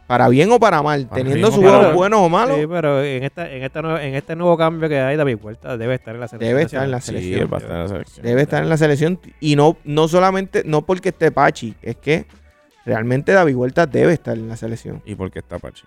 Speaker 1: Para bien o para mal,
Speaker 3: Para
Speaker 1: teniendo
Speaker 3: bien o
Speaker 1: sus
Speaker 3: para
Speaker 1: juegos
Speaker 2: mal.
Speaker 1: buenos o malos,
Speaker 2: Sí, pero en, esta, en, esta nueva- en este nuevo cambio que hay, David Huerta debe estar en la selección.
Speaker 1: debe estar en la
Speaker 2: nacional.
Speaker 3: Sí,
Speaker 1: selección.
Speaker 3: él va a estar en la selección.
Speaker 1: Debe estar en la selección. Y no, no solamente, no porque esté Pachi, es que realmente David Huerta debe estar en la selección.
Speaker 3: ¿Y por qué está Pachi?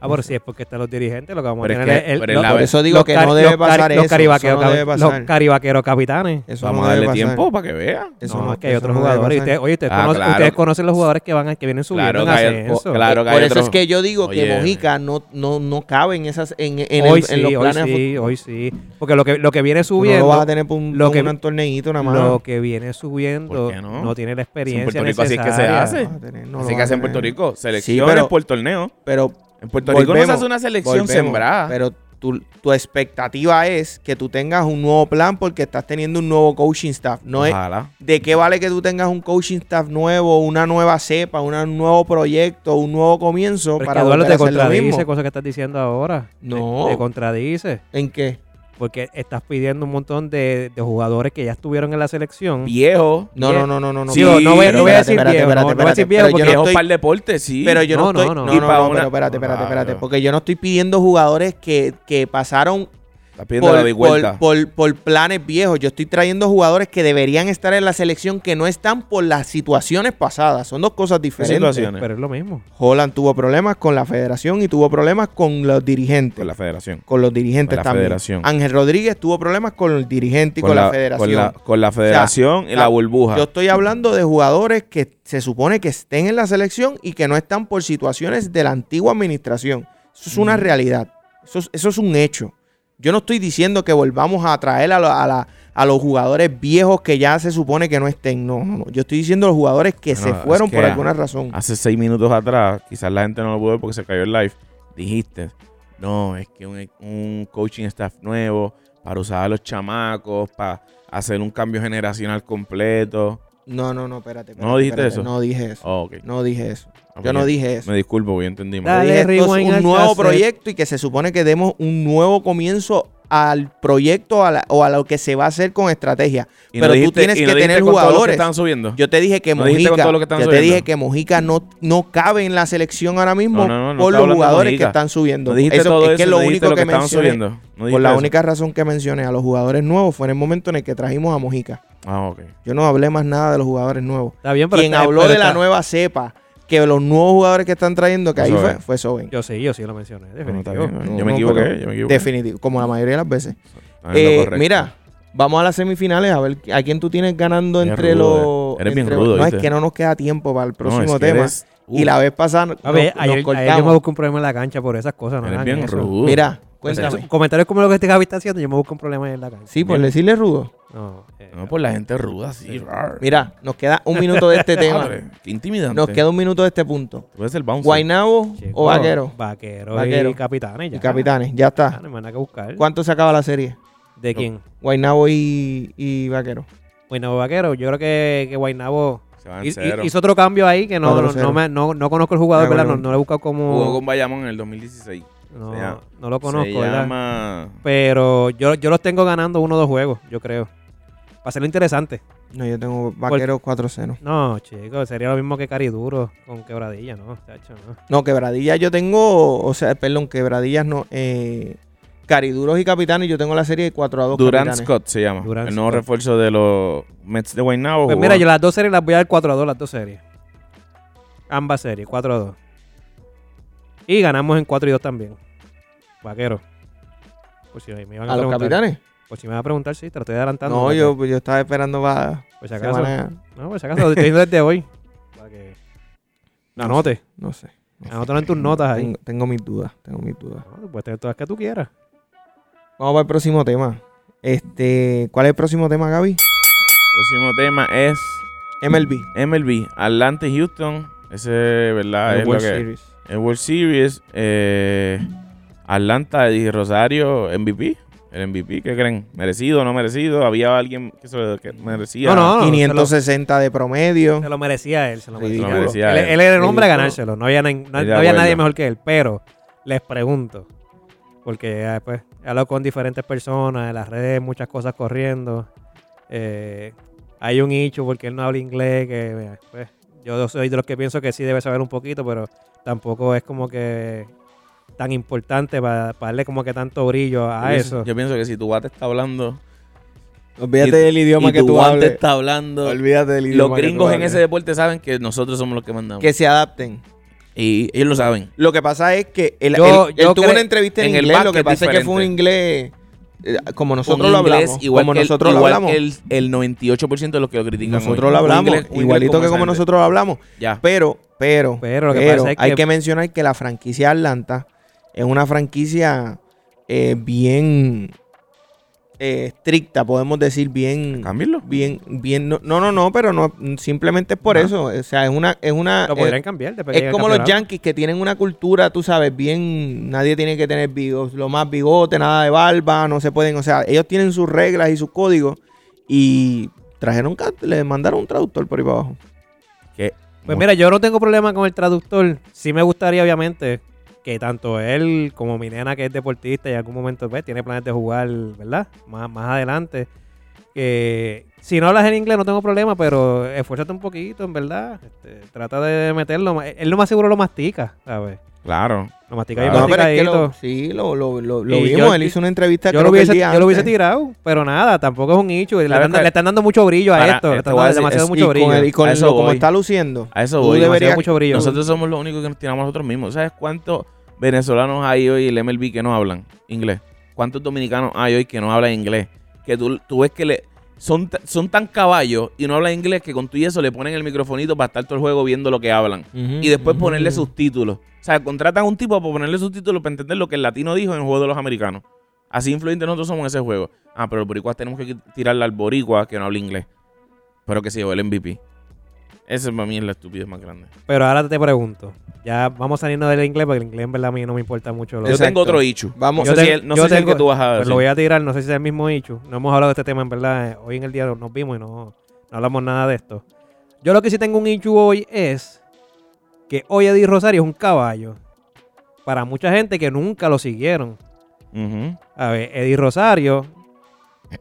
Speaker 2: Ah, pero sí, es porque están los dirigentes, lo que vamos
Speaker 3: Pero
Speaker 2: a
Speaker 3: es
Speaker 2: tener
Speaker 3: que-
Speaker 2: es
Speaker 3: pero
Speaker 2: los-
Speaker 3: la-
Speaker 1: Por
Speaker 3: ver,
Speaker 1: eso digo
Speaker 2: los
Speaker 1: que
Speaker 2: cari-
Speaker 1: no debe
Speaker 2: los cari-
Speaker 1: pasar
Speaker 2: los
Speaker 1: eso.
Speaker 2: carivaqueros
Speaker 1: eso no debe
Speaker 2: capi-
Speaker 1: pasar.
Speaker 2: Los carivaqueros capitanes.
Speaker 1: Eso
Speaker 3: Vamos
Speaker 1: no
Speaker 3: a
Speaker 1: debe
Speaker 3: darle
Speaker 1: pasar.
Speaker 3: tiempo para que vea.
Speaker 1: Eso
Speaker 2: no,
Speaker 1: no-
Speaker 2: es que hay
Speaker 1: eso
Speaker 2: otros
Speaker 1: no debe
Speaker 2: jugadores.
Speaker 1: pasar.
Speaker 2: Ustedes, oye, ustedes,
Speaker 3: Ah,
Speaker 2: conocen,
Speaker 3: claro.
Speaker 2: ustedes conocen los jugadores que van que vienen subiendo
Speaker 3: Claro
Speaker 2: en
Speaker 3: que hay-
Speaker 2: ascenso.
Speaker 3: o- claro que hay
Speaker 1: Por eso
Speaker 3: otro-
Speaker 1: es que yo digo que
Speaker 3: Oye.
Speaker 1: Mojica no, no, no cabe en esas en, en, el-
Speaker 2: hoy
Speaker 1: en
Speaker 2: sí,
Speaker 1: los
Speaker 2: hoy
Speaker 1: planes.
Speaker 2: sí, hoy sí. Porque lo que, lo que viene
Speaker 1: Tú no
Speaker 2: subiendo,
Speaker 1: lo vas a tener por un,
Speaker 2: lo
Speaker 1: por
Speaker 2: que-
Speaker 1: un torneito nada más.
Speaker 2: lo que viene subiendo
Speaker 3: ¿Por qué no?
Speaker 2: no tiene la
Speaker 3: en
Speaker 2: experiencia
Speaker 3: Puerto Rico así es que se
Speaker 2: necesaria.
Speaker 3: hace.
Speaker 1: No lo vas a tener, no
Speaker 3: así
Speaker 1: lo
Speaker 3: que
Speaker 1: vas a
Speaker 3: hace en Puerto
Speaker 1: tener.
Speaker 3: Rico. Selecciones
Speaker 1: pero-
Speaker 3: por torneo.
Speaker 1: Pero
Speaker 3: En Puerto Rico no se
Speaker 1: Volvemos,
Speaker 3: hace una selección
Speaker 1: volvemos,
Speaker 3: sembrada.
Speaker 1: Pero tu, tu expectativa es que tú tengas un nuevo plan porque estás teniendo un nuevo coaching staff. No es,
Speaker 3: Ojalá.
Speaker 1: ¿De qué vale que tú tengas un coaching staff nuevo, una nueva cepa, una- un nuevo proyecto, un nuevo comienzo
Speaker 2: Pero es que
Speaker 1: Pues para
Speaker 2: Eduardo
Speaker 1: volver a
Speaker 2: te
Speaker 1: hacer lo
Speaker 2: contradice,
Speaker 1: mismo?
Speaker 2: cosas que estás diciendo ahora.
Speaker 1: No.
Speaker 2: Te, te contradice.
Speaker 1: ¿En qué?
Speaker 2: Porque estás pidiendo un montón de, de jugadores que ya estuvieron en la selección.
Speaker 3: Viejo.
Speaker 1: No,
Speaker 2: Bien.
Speaker 1: no, no, no, no. no.
Speaker 3: Sí, Digo, no voy-
Speaker 1: Pero
Speaker 3: no voy
Speaker 1: espérate,
Speaker 3: a
Speaker 2: decir
Speaker 1: espérate,
Speaker 2: viejo,
Speaker 1: espérate,
Speaker 2: no, no voy a decir
Speaker 1: espérate, pero yo
Speaker 2: viejo porque-
Speaker 1: no
Speaker 3: Viejo
Speaker 1: estoy-
Speaker 3: para el deporte, sí.
Speaker 1: Pero yo no,
Speaker 2: No, no,
Speaker 1: estoy. No,
Speaker 2: no.
Speaker 1: no,
Speaker 3: Y
Speaker 1: no,
Speaker 3: para
Speaker 1: pero
Speaker 3: una-
Speaker 1: espérate, espérate, espérate.
Speaker 3: Claro.
Speaker 1: Porque yo no estoy pidiendo jugadores que, que pasaron
Speaker 3: Está pidiendo la
Speaker 1: por,
Speaker 3: de vuelta.
Speaker 1: por- por- por planes viejos. Yo estoy trayendo jugadores que deberían estar en la selección que no están por las situaciones pasadas. Son dos cosas diferentes.
Speaker 3: situaciones?
Speaker 2: Pero es lo mismo.
Speaker 1: Holland tuvo problemas con la federación y tuvo problemas con los dirigentes.
Speaker 3: Con la federación.
Speaker 1: Con los dirigentes
Speaker 3: con la
Speaker 1: también.
Speaker 3: federación.
Speaker 1: Ángel Rodríguez tuvo problemas con el dirigente y con, la, federación.
Speaker 3: Con la, con la federación y
Speaker 1: sea,
Speaker 3: la burbuja.
Speaker 1: Yo estoy hablando de jugadores que se supone que estén en la selección y que no están por situaciones de la antigua administración. Eso es una
Speaker 3: Mm.
Speaker 1: realidad. Eso es, eso es un hecho. Yo no estoy diciendo que volvamos a traer a, lo- a la- a los jugadores viejos que ya se supone que no estén. No, no, no. Yo estoy diciendo los jugadores que
Speaker 3: No,
Speaker 1: se
Speaker 3: no, es
Speaker 1: fueron
Speaker 3: que
Speaker 1: por
Speaker 3: a-
Speaker 1: alguna razón.
Speaker 3: Hace seis minutos atrás, quizás la gente no lo pudo ver porque se cayó el live. Dijiste, no, es que un, un coaching staff nuevo para usar a los chamacos, para hacer un cambio generacional completo.
Speaker 1: No, no, no, espérate. espérate,
Speaker 3: ¿No dijiste
Speaker 1: espérate.
Speaker 3: eso?
Speaker 1: No dije eso.
Speaker 3: Oh, ok.
Speaker 1: No dije eso.
Speaker 3: Ah,
Speaker 1: Yo
Speaker 3: pues
Speaker 1: no
Speaker 3: ya-
Speaker 1: dije eso.
Speaker 3: Me disculpo, porque yo entendí mal.
Speaker 2: Dale,
Speaker 1: Dije, esto es
Speaker 2: rewind
Speaker 1: un
Speaker 2: al
Speaker 1: nuevo
Speaker 2: cassette.
Speaker 1: proyecto y que se supone que demos un nuevo comienzo al proyecto a la- o a lo que se va a hacer con estrategia.
Speaker 3: Y
Speaker 1: Pero
Speaker 3: no
Speaker 1: tú
Speaker 3: dijiste-
Speaker 1: tienes
Speaker 3: y no
Speaker 1: que
Speaker 3: dijiste
Speaker 1: tener
Speaker 3: con todos los que
Speaker 1: jugadores.
Speaker 3: estaban subiendo.
Speaker 1: Yo te dije que
Speaker 3: No
Speaker 1: Mojica,
Speaker 3: dijiste con todo lo que
Speaker 1: yo
Speaker 3: están
Speaker 1: te
Speaker 3: subiendo.
Speaker 1: dije que Mojica no, no cabe en la selección ahora mismo
Speaker 3: No, no, no, no
Speaker 1: por
Speaker 3: estaba
Speaker 1: los
Speaker 3: hablando de
Speaker 1: jugadores que
Speaker 3: Mojica.
Speaker 1: están subiendo.
Speaker 3: no dijiste
Speaker 1: Eso
Speaker 3: todo
Speaker 1: es que
Speaker 3: eso,
Speaker 1: es
Speaker 3: no
Speaker 1: lo
Speaker 3: dijiste
Speaker 1: único
Speaker 3: lo
Speaker 1: que
Speaker 3: que estaban
Speaker 1: mencioné.
Speaker 3: subiendo. No
Speaker 1: por
Speaker 3: dijiste
Speaker 1: la
Speaker 3: eso.
Speaker 1: única razón que mencioné a los jugadores nuevos fue en el momento en el que trajimos a Mojica.
Speaker 3: Ah, ok.
Speaker 1: Yo no hablé más nada de los jugadores nuevos.
Speaker 2: Está bien, pero
Speaker 1: Quien
Speaker 2: está-
Speaker 1: habló
Speaker 2: pero
Speaker 1: de la
Speaker 2: está-
Speaker 1: nueva cepa, que los nuevos jugadores que están trayendo, que
Speaker 3: Fue
Speaker 1: ahí fue,
Speaker 3: Soben.
Speaker 1: fue Soben.
Speaker 2: Yo sí, yo sí lo mencioné.
Speaker 3: Bueno, está
Speaker 2: definitivo.
Speaker 3: bien,
Speaker 1: No,
Speaker 3: yo me
Speaker 1: no, pero
Speaker 3: equivoqué, yo me equivoqué.
Speaker 1: Definitivo, como la mayoría de las veces.
Speaker 3: Estás en lo
Speaker 1: Eh,
Speaker 3: correcto.
Speaker 1: mira, vamos a las semifinales a ver a quién tú tienes ganando
Speaker 3: Eres
Speaker 1: entre
Speaker 3: rudo,
Speaker 1: los.
Speaker 3: eh. Eres bien
Speaker 1: entre-
Speaker 3: rudo,
Speaker 1: No, es
Speaker 3: ¿viste?
Speaker 1: que no nos queda tiempo para el
Speaker 3: No, es
Speaker 1: próximo
Speaker 3: que
Speaker 1: tema.
Speaker 3: eres-
Speaker 1: Y la vez pasada nos,
Speaker 2: A ver,
Speaker 1: nos
Speaker 2: ayer, ayer yo me
Speaker 1: cortamos.
Speaker 2: busco un problema en la cancha por esas cosas. No
Speaker 3: Eres
Speaker 2: hagan
Speaker 3: bien
Speaker 2: eso.
Speaker 3: rudo.
Speaker 1: Mira,
Speaker 2: Pues,
Speaker 1: cuéntame.
Speaker 2: eso, comentarios como lo que este Gaby está haciendo, yo me busco un problema en la cancha.
Speaker 1: Sí, por
Speaker 3: Bien.
Speaker 1: decirle rudo.
Speaker 2: No, eh,
Speaker 3: No, por la gente ruda, sí. rar.
Speaker 1: Mira, nos queda un minuto de este tema.
Speaker 3: Madre, Qué intimidante.
Speaker 1: Nos queda un minuto de este punto.
Speaker 3: Tú eres el bouncer.
Speaker 1: ¿Guainabo
Speaker 2: chico,
Speaker 1: o vaquero?
Speaker 2: Vaquero,
Speaker 1: Vaquero.
Speaker 2: y capitanes. Ya.
Speaker 1: Y capitanes, ya
Speaker 2: Ya,
Speaker 1: está.
Speaker 2: no hay más nada que buscar.
Speaker 1: ¿Cuánto se acaba la serie?
Speaker 2: ¿De quién?
Speaker 1: Guainabo y, y vaquero.
Speaker 2: Guaynabo Vaquero. Yo creo que, que Guaynabo
Speaker 3: Se van
Speaker 2: hi-
Speaker 3: cero.
Speaker 2: hi- hizo otro cambio ahí que no, no,
Speaker 1: 4-0.
Speaker 2: no, me- no- no conozco el jugador,
Speaker 1: Ah,
Speaker 2: ¿verdad? No,
Speaker 1: bueno.
Speaker 2: no lo he buscado como.
Speaker 3: Jugó con Bayamón en el 2016.
Speaker 2: no,
Speaker 3: se llama-
Speaker 2: no lo conozco,
Speaker 3: Se
Speaker 2: ¿verdad?
Speaker 3: llama...
Speaker 2: Pero yo, yo los tengo ganando uno o dos juegos, yo creo. Para serlo interesante.
Speaker 1: No, yo tengo vaquero 4-0.
Speaker 2: No, chicos, sería lo mismo que Cariduro con quebradilla, ¿no? Chacho, no.
Speaker 1: No, quebradillas yo tengo, o sea, perdón, quebradillas no. Eh, Cariduros y Capitanes, yo tengo la serie de 4 a 2.
Speaker 3: Durant
Speaker 1: Capitanes.
Speaker 3: Scott se llama.
Speaker 2: Durant
Speaker 3: el nuevo
Speaker 2: Scott.
Speaker 3: refuerzo de los Mets de Guaynabo.
Speaker 2: Pues
Speaker 3: jugó-
Speaker 2: mira, yo las dos series las voy a dar 4 a 2, las dos series. Ambas series, 4 a 2. Y ganamos en 4 y 2 también. Vaquero. Por si me iban a,
Speaker 1: ¿A los
Speaker 2: preguntar.
Speaker 1: Capitanes?
Speaker 2: Por si me van a preguntar, sí, te lo estoy adelantando.
Speaker 1: No,
Speaker 2: vaquero.
Speaker 1: yo, yo estaba esperando para.
Speaker 2: Por si acaso. No, por si acaso, lo estoy diciendo desde hoy. Para que. Anote.
Speaker 1: No sé. no sé.
Speaker 2: Anótalo en tus notas ahí.
Speaker 1: Tengo, tengo mis dudas, tengo mis dudas.
Speaker 2: No, Puedes tener todas las que tú quieras.
Speaker 1: Vamos para el próximo tema. Este, ¿Cuál es el próximo tema, Gaby?
Speaker 3: Próximo tema es
Speaker 1: MLB.
Speaker 3: MLB. Atlanta y Houston. Ese,
Speaker 1: El
Speaker 3: ¿verdad? Ah, es
Speaker 1: World
Speaker 3: lo que...
Speaker 1: Series.
Speaker 3: El World Series. eh, Atlanta y Rosario MVP. El MVP, ¿qué creen? ¿Merecido o no merecido? ¿Había alguien que se lo que merecía?
Speaker 2: No, no, no.
Speaker 1: 560 de promedio.
Speaker 2: Se lo merecía él, se lo merecía.
Speaker 3: Se lo
Speaker 1: Ridículo.
Speaker 3: merecía
Speaker 2: Él, él
Speaker 3: él.
Speaker 2: era el hombre a
Speaker 1: Ridículo.
Speaker 2: ganárselo. No había, nin- no-
Speaker 3: Estoy de
Speaker 2: no había
Speaker 3: acuerdo.
Speaker 2: nadie mejor que él. Pero les pregunto, porque ah, pues, he hablado con diferentes personas, en las redes, muchas cosas corriendo. Eh, hay un hecho porque él no habla inglés, que mira, pues, yo soy de los que pienso que sí debe saber un poquito, pero tampoco es como que tan importante para, darle como que tanto brillo
Speaker 1: ah,
Speaker 3: Yo
Speaker 2: a
Speaker 3: pienso-
Speaker 2: eso.
Speaker 3: Yo pienso que si tu guate está hablando.
Speaker 1: Olvídate
Speaker 3: Y-
Speaker 1: del idioma
Speaker 3: y
Speaker 1: que
Speaker 3: tu
Speaker 1: tú
Speaker 3: guante
Speaker 1: hables.
Speaker 3: está hablando.
Speaker 1: Olvídate del idioma.
Speaker 3: Los
Speaker 1: que tú
Speaker 3: gringos en
Speaker 1: hables.
Speaker 3: ese deporte saben que nosotros somos los que mandamos.
Speaker 1: Que se adapten.
Speaker 3: Y ellos lo saben.
Speaker 1: Lo que pasa es que él,
Speaker 2: Yo-
Speaker 1: él- él
Speaker 2: yo
Speaker 1: tuvo
Speaker 2: cre-
Speaker 1: una entrevista en,
Speaker 3: en el
Speaker 1: inglés. Lo
Speaker 3: básquet
Speaker 1: que pasa es que
Speaker 3: diferente.
Speaker 1: fue un inglés. eh, Como nosotros
Speaker 3: Un
Speaker 1: lo
Speaker 3: inglés
Speaker 1: hablamos.
Speaker 3: igual
Speaker 1: como
Speaker 3: que el-
Speaker 1: nosotros lo
Speaker 3: igual
Speaker 1: hablamos.
Speaker 3: que el, el 98% de los que lo critican. hoy.
Speaker 1: nosotros
Speaker 3: Un
Speaker 1: lo hablamos.
Speaker 3: inglés- un inglés
Speaker 1: igualito que
Speaker 3: esa
Speaker 1: como
Speaker 3: gente.
Speaker 1: nosotros lo hablamos.
Speaker 3: Ya.
Speaker 1: Pero, pero,
Speaker 2: Pero lo que pasa es
Speaker 1: hay
Speaker 2: que-
Speaker 1: que... mencionar que la franquicia Atlanta es una franquicia eh, bien eh, estricta, podemos decir, bien.
Speaker 3: Cámbialo.
Speaker 1: Bien, bien. No, no, no, no, pero no, simplemente es por
Speaker 2: Ajá.
Speaker 1: eso. O sea, es una. Es, una,
Speaker 2: Lo
Speaker 1: eh,
Speaker 2: podrían cambiar después que
Speaker 1: es
Speaker 2: llegue el
Speaker 1: como los
Speaker 2: campeonato.
Speaker 1: Yankees que tienen una cultura, tú sabes, bien. Nadie tiene que tener bigo- lo más bigote, nada de barba, no se pueden. O sea, ellos tienen sus reglas y sus códigos. Y trajeron, ca- le mandaron un traductor por ahí para abajo.
Speaker 3: Que-
Speaker 2: Pues mira, yo no tengo problema con el traductor. Sí me gustaría, obviamente, que tanto él como mi nena, que es deportista y en algún momento pues, tiene planes de jugar, ¿verdad? Más, más adelante. Que si no hablas en inglés no tengo problema, pero esfuérzate un poquito, en verdad. Este, trata de meterlo. más- Él lo más seguro lo mastica, ¿sabes?
Speaker 3: Claro.
Speaker 2: Lo mastica bien
Speaker 3: Claro.
Speaker 1: No, Ah, pero es que lo,
Speaker 2: masticadito.
Speaker 1: sí, lo, lo, lo, lo
Speaker 2: Y
Speaker 1: vimos.
Speaker 2: yo-
Speaker 1: él hizo una entrevista
Speaker 2: Yo
Speaker 1: creo
Speaker 2: lo,
Speaker 1: que el
Speaker 2: hubiese,
Speaker 1: día
Speaker 2: yo lo hubiese
Speaker 1: antes.
Speaker 2: tirado, pero nada, tampoco es un nicho. Le
Speaker 3: ¿Sabes
Speaker 2: están,
Speaker 3: cuál?
Speaker 2: le están dando mucho brillo a
Speaker 3: Para,
Speaker 2: esto.
Speaker 3: eh,
Speaker 2: Le
Speaker 3: te
Speaker 2: están
Speaker 3: voy a
Speaker 2: dando
Speaker 3: decir,
Speaker 2: demasiado
Speaker 3: es-
Speaker 1: Y
Speaker 2: mucho
Speaker 1: con, el- y
Speaker 2: brillo.
Speaker 1: con
Speaker 3: A eso
Speaker 1: lo- como
Speaker 3: voy.
Speaker 1: está luciendo.
Speaker 3: A eso
Speaker 1: Tú
Speaker 3: voy.
Speaker 1: deberías-
Speaker 2: Demasiado mucho brillo.
Speaker 3: Nosotros somos los únicos que nos tiramos a nosotros mismos. ¿Sabes cuántos venezolanos hay hoy en el MLB que no hablan inglés? ¿Cuántos dominicanos hay hoy que no hablan inglés? Que tú, tú ves que le son, ta- son tan caballos y no hablan inglés que con tu y eso le ponen el microfonito para estar todo el juego viendo lo que hablan. Y después ponerle subtítulos. O sea, contratan a un tipo para ponerle subtítulos para entender lo que el latino dijo en el juego de los americanos. Así influyentes nosotros somos en ese juego. Ah, pero los boricuas tenemos que tirarle al boricua que no habla inglés. Pero que se llevó el MVP. Ese para mí es la estupidez más grande.
Speaker 2: Pero ahora te pregunto, ya vamos saliendo del inglés, porque el inglés en verdad a mí no me importa mucho. Lo
Speaker 3: Yo
Speaker 1: Exacto.
Speaker 3: tengo otro ichu.
Speaker 1: Vamos.
Speaker 3: no
Speaker 2: Yo
Speaker 3: sé, si
Speaker 2: tengo-
Speaker 3: el, no
Speaker 2: yo
Speaker 3: sé si el
Speaker 2: tengo-
Speaker 3: que tú vas a
Speaker 2: Pues
Speaker 3: decir.
Speaker 2: lo voy a tirar, no sé si es el mismo hecho. No hemos hablado de este tema, en verdad. eh, Hoy en el día nos vimos y no, no hablamos nada de esto. Yo lo que sí tengo un hecho hoy es que hoy Eddie Rosario es un caballo para mucha gente que nunca lo siguieron.
Speaker 3: Ujú.
Speaker 2: A ver, Eddie Rosario,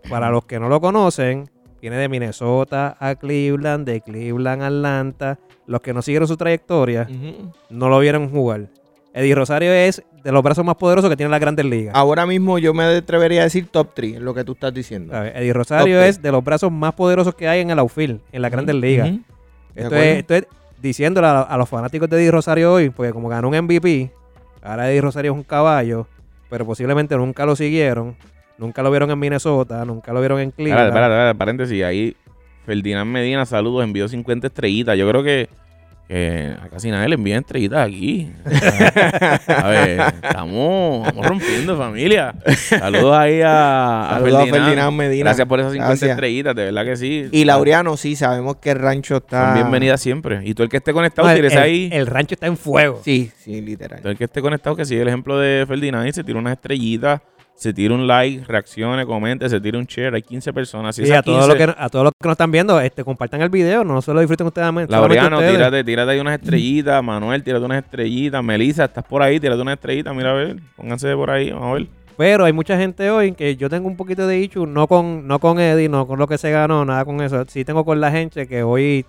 Speaker 2: para los que no lo conocen, viene de Minnesota a Cleveland, de Cleveland a Atlanta. Los que no siguieron su trayectoria
Speaker 1: Ujú.
Speaker 2: no lo vieron jugar. Eddie Rosario es de los brazos más poderosos que tiene las grandes ligas.
Speaker 1: Ahora mismo yo me atrevería a decir top 3, lo que tú estás diciendo.
Speaker 2: A ver, Eddie Rosario
Speaker 1: Ok.
Speaker 2: es de los brazos más poderosos que hay en el outfield, en las grandes ligas.
Speaker 1: Ujú. De
Speaker 2: esto, es,
Speaker 1: acuerdo.
Speaker 2: esto es diciéndole a, a los fanáticos de Di Rosario hoy, porque como ganó un MVP, ahora Di Rosario es un caballo, pero posiblemente nunca lo siguieron, nunca lo vieron en Minnesota, nunca lo vieron en
Speaker 3: Espérate,
Speaker 2: Cleveland.
Speaker 3: espérate, espérate, paréntesis. Ahí Ferdinand Medina, saludos, envió 50 estrellitas. Yo creo que, que a casi nadie le envían estrellitas aquí. a ver, estamos, estamos rompiendo familia. Saludos ahí a, a
Speaker 1: Saludos a Ferdinand Medina.
Speaker 3: Gracias por esas 50
Speaker 1: Gracias.
Speaker 3: estrellitas, de verdad que sí.
Speaker 1: Y Laureano, sí, sabemos que el rancho está.
Speaker 3: Ah. Son bienvenidas siempre. Y tú el que esté conectado,
Speaker 2: Ah. No,
Speaker 3: si
Speaker 2: el,
Speaker 3: eres
Speaker 2: el-
Speaker 3: ahí.
Speaker 2: el rancho está en fuego.
Speaker 1: Sí, sí, literal.
Speaker 3: Todo el que esté conectado, que sigue el ejemplo de Ferdinand y se tira unas estrellitas, se tira un like, reaccione, comente, se tira un share. Hay 15 personas. Si
Speaker 2: Sí,
Speaker 3: esas
Speaker 2: a todos los
Speaker 3: 15,
Speaker 2: que, a todos los que nos están viendo, este, compartan el video, no solo disfruten ustedes. solamente
Speaker 3: Este Laureano,
Speaker 2: ustedes.
Speaker 3: tírate, tírate ahí unas estrellitas. Manuel, tírate unas estrellitas. Melissa, estás por ahí, tírate unas estrellitas. Mira, a ver, pónganse por ahí, vamos a ver.
Speaker 2: Pero hay mucha gente hoy que yo tengo un poquito de ichu, no con, no con Eddie, no con lo que se ganó, nada con eso. Sí tengo con la gente que hoy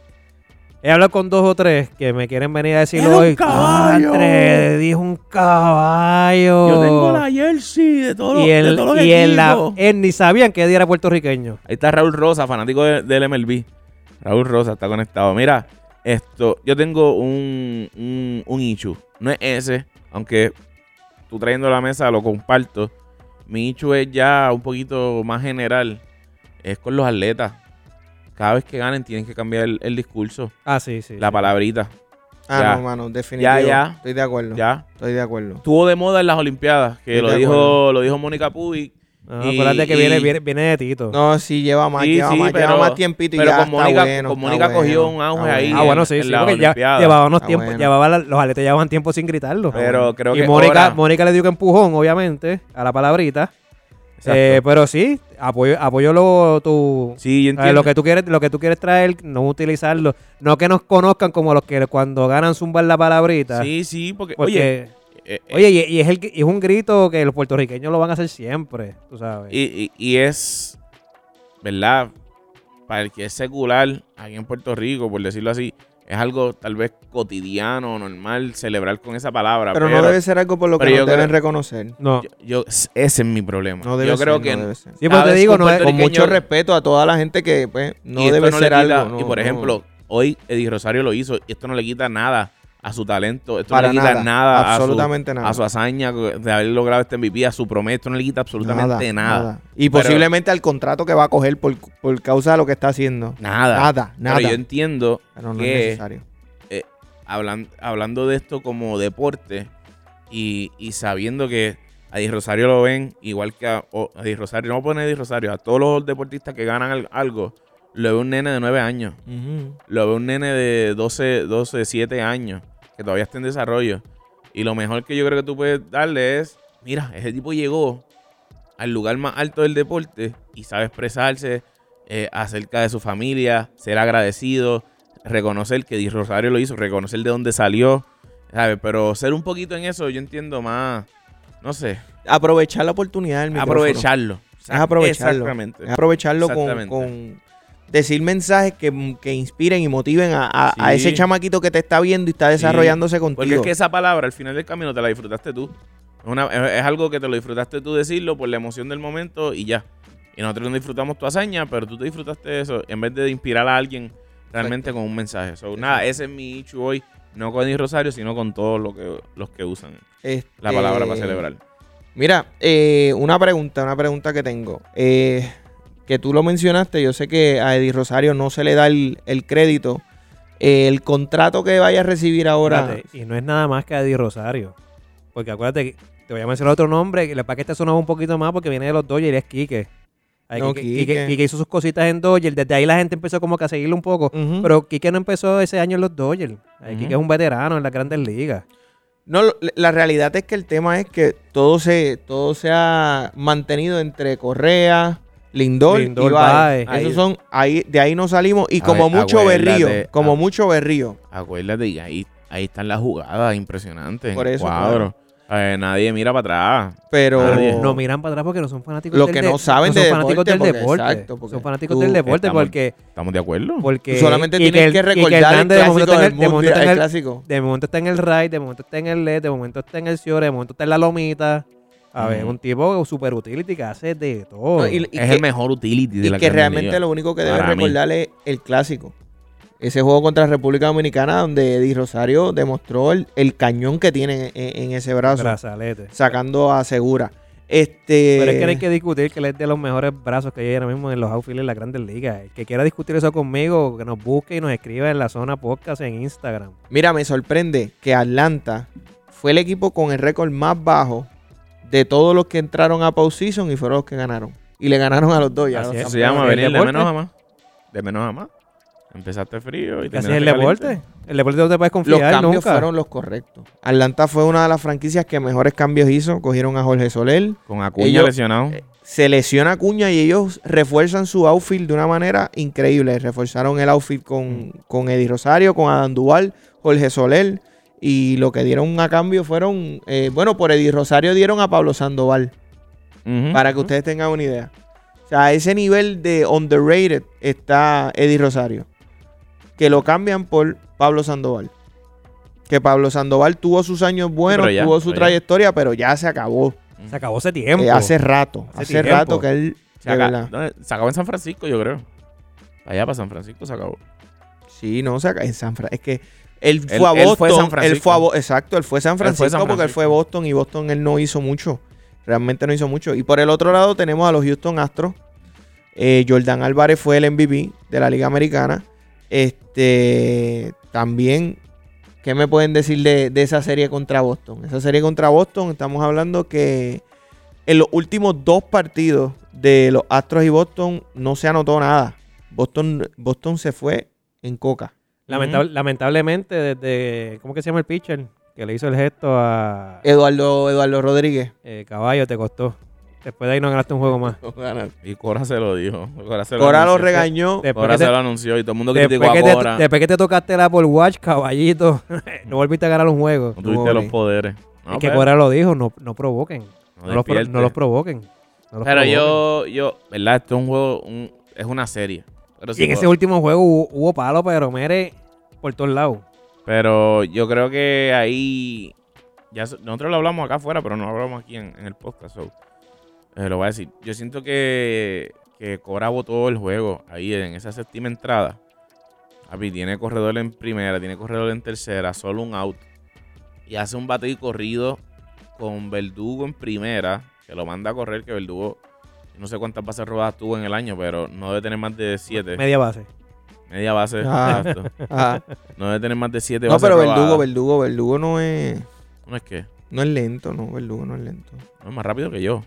Speaker 2: he hablado con dos o tres que me quieren venir a decir
Speaker 3: ¡Es un
Speaker 2: hoy.
Speaker 3: caballo!
Speaker 2: "Contra, Eddie es un caballo.
Speaker 3: Oh. jersey de todos
Speaker 2: y él, y él la- él ni sabían que Eddie era puertorriqueño.
Speaker 3: Ahí está Raúl Rosa, fanático de- del MLB. Raúl Rosa está conectado. Mira, esto, yo tengo un, un, un issue. No es ese, aunque tú trayendo a la mesa lo comparto. Mi issue es ya un poquito más general. Es con los atletas. Cada vez que ganen tienen que cambiar el, el discurso,
Speaker 2: Ah, sí, sí.
Speaker 3: la
Speaker 2: sí.
Speaker 1: Ah,
Speaker 3: Ya.
Speaker 1: no, mano, definitivo.
Speaker 3: Ya, ya.
Speaker 1: Estoy de acuerdo.
Speaker 3: Ya.
Speaker 1: Estoy de acuerdo.
Speaker 3: Estuvo de moda en las Olimpiadas, que
Speaker 1: Estoy
Speaker 3: lo
Speaker 1: de
Speaker 3: dijo,
Speaker 1: acuerdo. Ah,
Speaker 3: lo dijo Mónica Puig.
Speaker 2: No,
Speaker 3: Y-
Speaker 2: Ah, acuérdate que
Speaker 3: y-
Speaker 2: viene, viene, viene de Tito.
Speaker 1: No, sí, lleva más,
Speaker 3: Sí,
Speaker 1: lleva,
Speaker 3: sí,
Speaker 1: más lleva
Speaker 3: pero-
Speaker 1: más tiempito y
Speaker 3: pero
Speaker 1: ya
Speaker 3: con
Speaker 1: está
Speaker 3: Mónica-
Speaker 1: bueno.
Speaker 3: con
Speaker 1: está
Speaker 3: Mónica cogió
Speaker 1: bueno,
Speaker 3: un auge
Speaker 1: está
Speaker 3: ahí.
Speaker 2: Ah,
Speaker 1: bueno.
Speaker 2: bueno,
Speaker 3: en
Speaker 2: sí, sí,
Speaker 3: la
Speaker 2: porque ya
Speaker 3: Olimpiada.
Speaker 2: llevaba unos
Speaker 1: Ah,
Speaker 2: tiempos,
Speaker 1: bueno.
Speaker 2: llevaba la- los atletas llevaban tiempo sin gritarlo.
Speaker 3: Pero creo
Speaker 2: y
Speaker 3: que
Speaker 2: Mónica,
Speaker 3: ahora-
Speaker 2: Mónica le dio que empujón, obviamente, a la palabrita.
Speaker 3: Exacto.
Speaker 2: Eh, pero sí, apoyo, apoyo lo, tu,
Speaker 3: sí,
Speaker 2: eh,
Speaker 3: yo entiendo.
Speaker 2: lo que tú quieres, lo que tú quieres traer, no utilizarlo, no que nos conozcan como los que cuando ganan zumban la palabrita.
Speaker 3: Sí, sí, porque, oye,
Speaker 2: porque,
Speaker 3: eh, eh,
Speaker 2: oye, y, y es el, y es un grito que los puertorriqueños lo van a hacer siempre, tú sabes.
Speaker 3: Y, y- y es, ¿verdad? Para el que es secular, aquí en Puerto Rico, por decirlo así, es algo tal vez cotidiano, normal, celebrar con esa palabra.
Speaker 1: Pero no debe ser algo por lo que
Speaker 3: pero yo
Speaker 1: nos deben
Speaker 3: creo-
Speaker 1: reconocer.
Speaker 2: no.
Speaker 3: yo- yo- ese es mi problema.
Speaker 1: No debe
Speaker 3: yo
Speaker 1: ser,
Speaker 3: creo
Speaker 1: no
Speaker 3: que
Speaker 1: debe ser.
Speaker 2: Sí,
Speaker 3: cada
Speaker 2: pero te
Speaker 3: vez
Speaker 2: digo,
Speaker 3: que un
Speaker 2: no es-
Speaker 1: Con mucho
Speaker 3: puertorriqueño-
Speaker 1: respeto a toda la gente que pues, no
Speaker 3: y esto
Speaker 1: debe
Speaker 3: no le
Speaker 1: ser
Speaker 3: quita-
Speaker 1: algo. no,
Speaker 3: y por
Speaker 1: no.
Speaker 3: ejemplo, hoy Eddie Rosario lo hizo y esto no le quita nada a su talento, esto
Speaker 1: Para
Speaker 3: no le quita
Speaker 1: nada,
Speaker 3: nada, a su-
Speaker 1: absolutamente nada.
Speaker 3: a su hazaña de haber logrado este MVP, a su promesa, esto no le quita absolutamente nada.
Speaker 1: Y
Speaker 3: Pero-
Speaker 1: posiblemente al contrato que va a coger por, por causa de lo que está haciendo.
Speaker 3: Nada.
Speaker 1: Nada, nada.
Speaker 3: Pero yo
Speaker 1: Pero,
Speaker 3: entiendo
Speaker 1: no
Speaker 3: que
Speaker 1: es necesario.
Speaker 3: hablan- hablando de esto como deporte y, y sabiendo que a Di Rosario lo ven igual que a, o a Di Rosario, no pone a Di Rosario, a todos los deportistas que ganan al- algo, lo ve un nene de 9 años, lo ve un nene de 12, 12 7 años, que todavía está en desarrollo. Y lo mejor que yo creo que tú puedes darle es, mira, ese tipo llegó al lugar más alto del deporte y sabe expresarse eh, acerca de su familia, ser agradecido, reconocer que Di Rosario lo hizo, reconocer de dónde salió, ¿sabes? Pero ser un poquito en eso, yo entiendo más, no sé,
Speaker 1: Aprovechar la oportunidad del micrófono.
Speaker 3: aprovecharlo.
Speaker 1: Es aprovecharlo.
Speaker 3: Exactamente.
Speaker 1: Es aprovecharlo con,
Speaker 3: Exactamente.
Speaker 1: con decir mensajes que, que inspiren y motiven a, a- a
Speaker 3: Sí.
Speaker 1: ese chamaquito que te está viendo y está desarrollándose
Speaker 3: Porque
Speaker 1: contigo.
Speaker 3: es que esa palabra al final del camino te la disfrutaste tú. Es, una- es- es algo que te lo disfrutaste tú decirlo por la emoción del momento y ya. Y nosotros no disfrutamos tu hazaña, pero tú te disfrutaste de eso en vez de inspirar a alguien realmente con un mensaje. So, nada, ese es mi issue hoy, no con Di Rosario, sino con todos los que, los que usan
Speaker 1: Este,
Speaker 3: la palabra para celebrar.
Speaker 1: Mira, eh, una pregunta, una pregunta que tengo. Eh, que tú lo mencionaste, yo sé que a Eddie Rosario no se le da el, el crédito. Eh, el contrato que vaya a recibir ahora.
Speaker 2: Espérate, y no es nada más que Eddie Rosario. Porque acuérdate que te voy a mencionar otro nombre, que la para que este sonaba un poquito más porque viene de los Dodgers y es Quique. Ay,
Speaker 1: No,
Speaker 2: Quique,
Speaker 1: Quique.
Speaker 2: Quique- Quique hizo sus cositas en Dodgers, desde ahí la gente empezó como que a seguirlo un poco.
Speaker 1: Ujú.
Speaker 2: Pero Quique no empezó ese año en los Dodgers. Ay,
Speaker 3: Ujú.
Speaker 2: Quique es un veterano en las grandes ligas.
Speaker 1: No, lo- la realidad es que el tema es que todo se, todo se ha mantenido entre Correa, Lindor,
Speaker 2: Lindor,
Speaker 1: y Baez.
Speaker 2: Baez.
Speaker 1: Esos son, ahí, de ahí no salimos. Y
Speaker 3: A
Speaker 1: como
Speaker 3: ver,
Speaker 1: mucho
Speaker 3: acuérdate,
Speaker 1: berrío, como
Speaker 3: a-
Speaker 1: mucho berrío.
Speaker 3: Acuérdate, y ahí, ahí están las jugadas impresionantes.
Speaker 1: Por
Speaker 3: en
Speaker 1: eso,
Speaker 3: cuadro. Eh, nadie mira para atrás.
Speaker 1: Pero
Speaker 3: Nadie.
Speaker 2: Ah, No miran para atrás porque no son fanáticos
Speaker 1: Lo
Speaker 2: del
Speaker 1: que
Speaker 2: de-
Speaker 1: no saben
Speaker 2: son
Speaker 1: de
Speaker 2: fanáticos
Speaker 1: deporte,
Speaker 2: del
Speaker 1: porque-
Speaker 2: deporte.
Speaker 1: exacto, porque
Speaker 2: son fanáticos
Speaker 1: tú-
Speaker 2: del deporte
Speaker 3: estamos-
Speaker 2: porque,
Speaker 3: ¿Estamos de acuerdo?
Speaker 1: tú
Speaker 2: porque
Speaker 1: solamente
Speaker 2: Quique
Speaker 1: tienes
Speaker 2: el-
Speaker 1: que
Speaker 2: Quique
Speaker 1: recordar el
Speaker 2: Hernández de momento
Speaker 1: clásico
Speaker 2: está en
Speaker 1: del
Speaker 2: el- de momento está en
Speaker 1: mundial- el
Speaker 2: el-
Speaker 1: clásico.
Speaker 2: De momento está en el Rai, de momento está en el LED, de momento está en el Ciore, de momento está en la Lomita. A ver,
Speaker 3: Ujú.
Speaker 2: un tipo super utility que hace de todo.
Speaker 1: No, y- y
Speaker 3: es
Speaker 1: que-
Speaker 3: el mejor utility de
Speaker 1: Y
Speaker 3: la
Speaker 1: que
Speaker 3: grandes
Speaker 1: realmente
Speaker 3: ligas.
Speaker 1: lo único que debe
Speaker 3: Para mí.
Speaker 1: recordar es el clásico. Ese juego contra República Dominicana donde Eddie Rosario demostró el, el cañón que tiene en, en ese brazo,
Speaker 2: Brazalete.
Speaker 1: sacando a Segura. Este,
Speaker 2: Pero es que no hay que discutir que él es de los mejores brazos que hay ahora mismo en los outfields de la Grandes Ligas. El que quiera discutir eso conmigo, que nos busque y nos escriba en la zona podcast en Instagram.
Speaker 1: Mira, me sorprende que Atlanta fue el equipo con el récord más bajo de todos los que entraron a postseason y fueron los que ganaron. Y le ganaron a los dos. ya
Speaker 2: Así
Speaker 1: los
Speaker 2: es.
Speaker 3: Eso
Speaker 1: campeones.
Speaker 3: se llama
Speaker 2: ¿El
Speaker 3: venir de
Speaker 2: deporte?
Speaker 3: menos a más. De menos a más. Empezaste frío y
Speaker 2: Casi es el
Speaker 3: terminaste
Speaker 2: deporte.
Speaker 3: caliente.
Speaker 2: El deporte no te puedes
Speaker 1: Los
Speaker 2: confiar
Speaker 1: cambios
Speaker 2: nunca.
Speaker 1: fueron los correctos. Atlanta fue una de las franquicias que mejores cambios hizo. Cogieron a Jorge Soler.
Speaker 2: Eh,
Speaker 3: Con Acuña
Speaker 1: Ellos-
Speaker 3: lesionado.
Speaker 1: Se lesiona Cuña y ellos refuerzan su outfield de una manera increíble. Reforzaron el outfield
Speaker 2: Mm.
Speaker 1: con, con Eddie Rosario, con Adam Duval, Jorge Soler. Y lo que dieron a cambio fueron, eh, bueno, por Eddie Rosario dieron a Pablo Sandoval.
Speaker 3: Ujú.
Speaker 1: Para que ustedes tengan una idea. O sea, a ese nivel de underrated está Eddie Rosario. Que lo cambian por Pablo Sandoval. Que Pablo Sandoval tuvo sus años buenos,
Speaker 3: Pero ya,
Speaker 1: tuvo su
Speaker 3: pero ya.
Speaker 1: trayectoria, pero ya se acabó.
Speaker 2: Se acabó ese tiempo.
Speaker 1: Eh, hace rato.
Speaker 2: Hace
Speaker 1: Hace,
Speaker 2: tiempo.
Speaker 1: rato que él.
Speaker 3: Se,
Speaker 1: de
Speaker 3: aca-
Speaker 1: verdad.
Speaker 3: ¿Dónde? Se acabó en San Francisco, yo creo. Allá para San Francisco se acabó.
Speaker 1: Sí, no, se aca- en San Fran- Es que él fue
Speaker 3: Él-
Speaker 1: a
Speaker 3: él
Speaker 1: Boston.
Speaker 3: fue San Francisco.
Speaker 1: él fue a Bo- Exacto, él fue a San
Speaker 3: fue San
Speaker 1: Francisco porque él
Speaker 3: Francisco.
Speaker 1: fue a Boston y Boston él no hizo mucho. Realmente no hizo mucho. Y por el otro lado tenemos a los Houston Astros. Eh, Jordan Álvarez fue el MVP de la Liga Americana. Este también, ¿qué me pueden decir de, de esa serie contra Boston? Esa serie contra Boston, estamos hablando que en los últimos dos partidos de los Astros y Boston no se anotó nada. Boston, Boston se fue en coca.
Speaker 2: Lamentable- Lamentablemente, desde. ¿Cómo que se llama el pitcher? Que le hizo el gesto a.
Speaker 1: Eduardo, Eduardo Rodríguez.
Speaker 2: eh, caballo, te costó. Después de ahí no ganaste un juego más.
Speaker 3: Y Cora se lo dijo. Cora se lo,
Speaker 1: Cora lo
Speaker 3: anunció.
Speaker 1: regañó.
Speaker 2: Después
Speaker 3: Cora
Speaker 2: que
Speaker 3: se
Speaker 2: te-
Speaker 3: lo anunció y todo el mundo
Speaker 2: Después
Speaker 3: criticó
Speaker 2: que,
Speaker 3: a
Speaker 2: te,
Speaker 3: Cora.
Speaker 2: después que te tocaste el Apple Watch, caballito, no volviste a ganar un juego.
Speaker 3: No tuviste
Speaker 1: Pobre.
Speaker 3: los poderes. No,
Speaker 2: es que
Speaker 3: pero-
Speaker 2: Cora lo dijo, no, no provoquen.
Speaker 3: no
Speaker 2: No los, pro-
Speaker 3: despierte.
Speaker 2: no los provoquen. No los
Speaker 3: Pero
Speaker 2: provoquen.
Speaker 3: yo, yo, ¿verdad? Esto es un juego, un- es una serie. Pero, sí
Speaker 2: Y en ese
Speaker 3: puedo-
Speaker 2: último juego hubo, hubo palo, pero mere por todos lados.
Speaker 3: pero yo creo que ahí. Ya, so- nosotros lo hablamos acá afuera, pero no lo hablamos aquí en, en el podcast. so, eh, lo voy a decir. Yo siento que, que Cora botó el juego ahí en esa séptima entrada. Papi, tiene corredor en primera, tiene corredor en tercera, solo un out. Y hace un bate y corrido con Verdugo en primera, que lo manda a correr, que Verdugo, no sé cuántas bases robadas tuvo en el año, pero no debe tener más de siete.
Speaker 2: Media base.
Speaker 3: Media base.
Speaker 1: Ah.
Speaker 3: exacto.
Speaker 1: Ajá.
Speaker 3: No debe tener más de 7
Speaker 1: No, pero Verdugo, Verdugo, Verdugo no es,
Speaker 3: No es que.
Speaker 1: no es lento, no, Verdugo no es lento.
Speaker 3: No es más rápido que yo.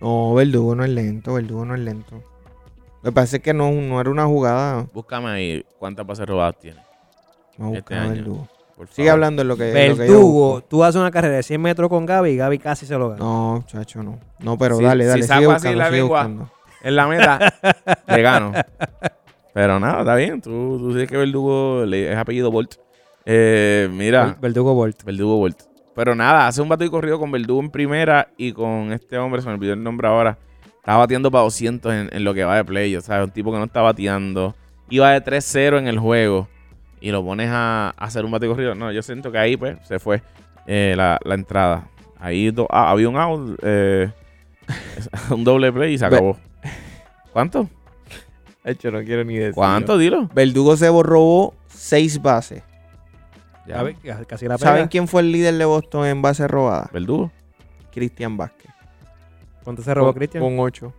Speaker 1: No, Verdugo no es lento, Verdugo no es lento. Me parece que no, no era una jugada.
Speaker 3: Búscame ahí cuántas bases robadas tiene.
Speaker 1: Vamos a
Speaker 3: Este
Speaker 1: buscar a
Speaker 3: año.
Speaker 1: Verdugo.
Speaker 3: Por favor.
Speaker 1: Sigue hablando en Eh, lo que. en lo que yo
Speaker 2: Verdugo,
Speaker 1: busco.
Speaker 2: tú haces una carrera de 100 metros con Gaby y Gaby casi se lo gana.
Speaker 1: No, chacho, no. No, pero
Speaker 3: Si-
Speaker 1: dale,
Speaker 3: si
Speaker 1: dale. sigue
Speaker 3: saco así
Speaker 1: buscando,
Speaker 3: la
Speaker 1: sigue
Speaker 3: lengua.
Speaker 1: buscando.
Speaker 3: En la meta. le gano. Pero nada, está bien. Tú, tú sabes que Verdugo le- es apellido Bolt. Eh, mira,
Speaker 2: Ver- Verdugo Bolt.
Speaker 3: Verdugo Bolt. Pero nada, hace un bate y corrido con Verdugo en primera y con este hombre, se me olvidó el nombre ahora. Está batiendo para 200 en, en lo que va de play. O sea, un tipo que no está bateando. Iba de 3-0 en el juego y lo pones a, a hacer un bate y corrido. No, yo siento que ahí pues se fue eh, la, la entrada. Ahí do- ah, había un out, eh, un doble play y se
Speaker 1: Ve-
Speaker 3: acabó. ¿Cuánto?
Speaker 1: Hecho, no quiero ni decir.
Speaker 3: ¿Cuánto? Dilo.
Speaker 1: Verdugo se borró seis bases.
Speaker 3: Ya.
Speaker 2: Gaby ca- casi la pega.
Speaker 1: ¿Saben quién fue el líder de Boston en base robada?
Speaker 3: Verdugo.
Speaker 1: Cristian Vázquez.
Speaker 2: ¿Cuánto se robó
Speaker 1: Con-
Speaker 2: Cristian?
Speaker 1: Con ocho.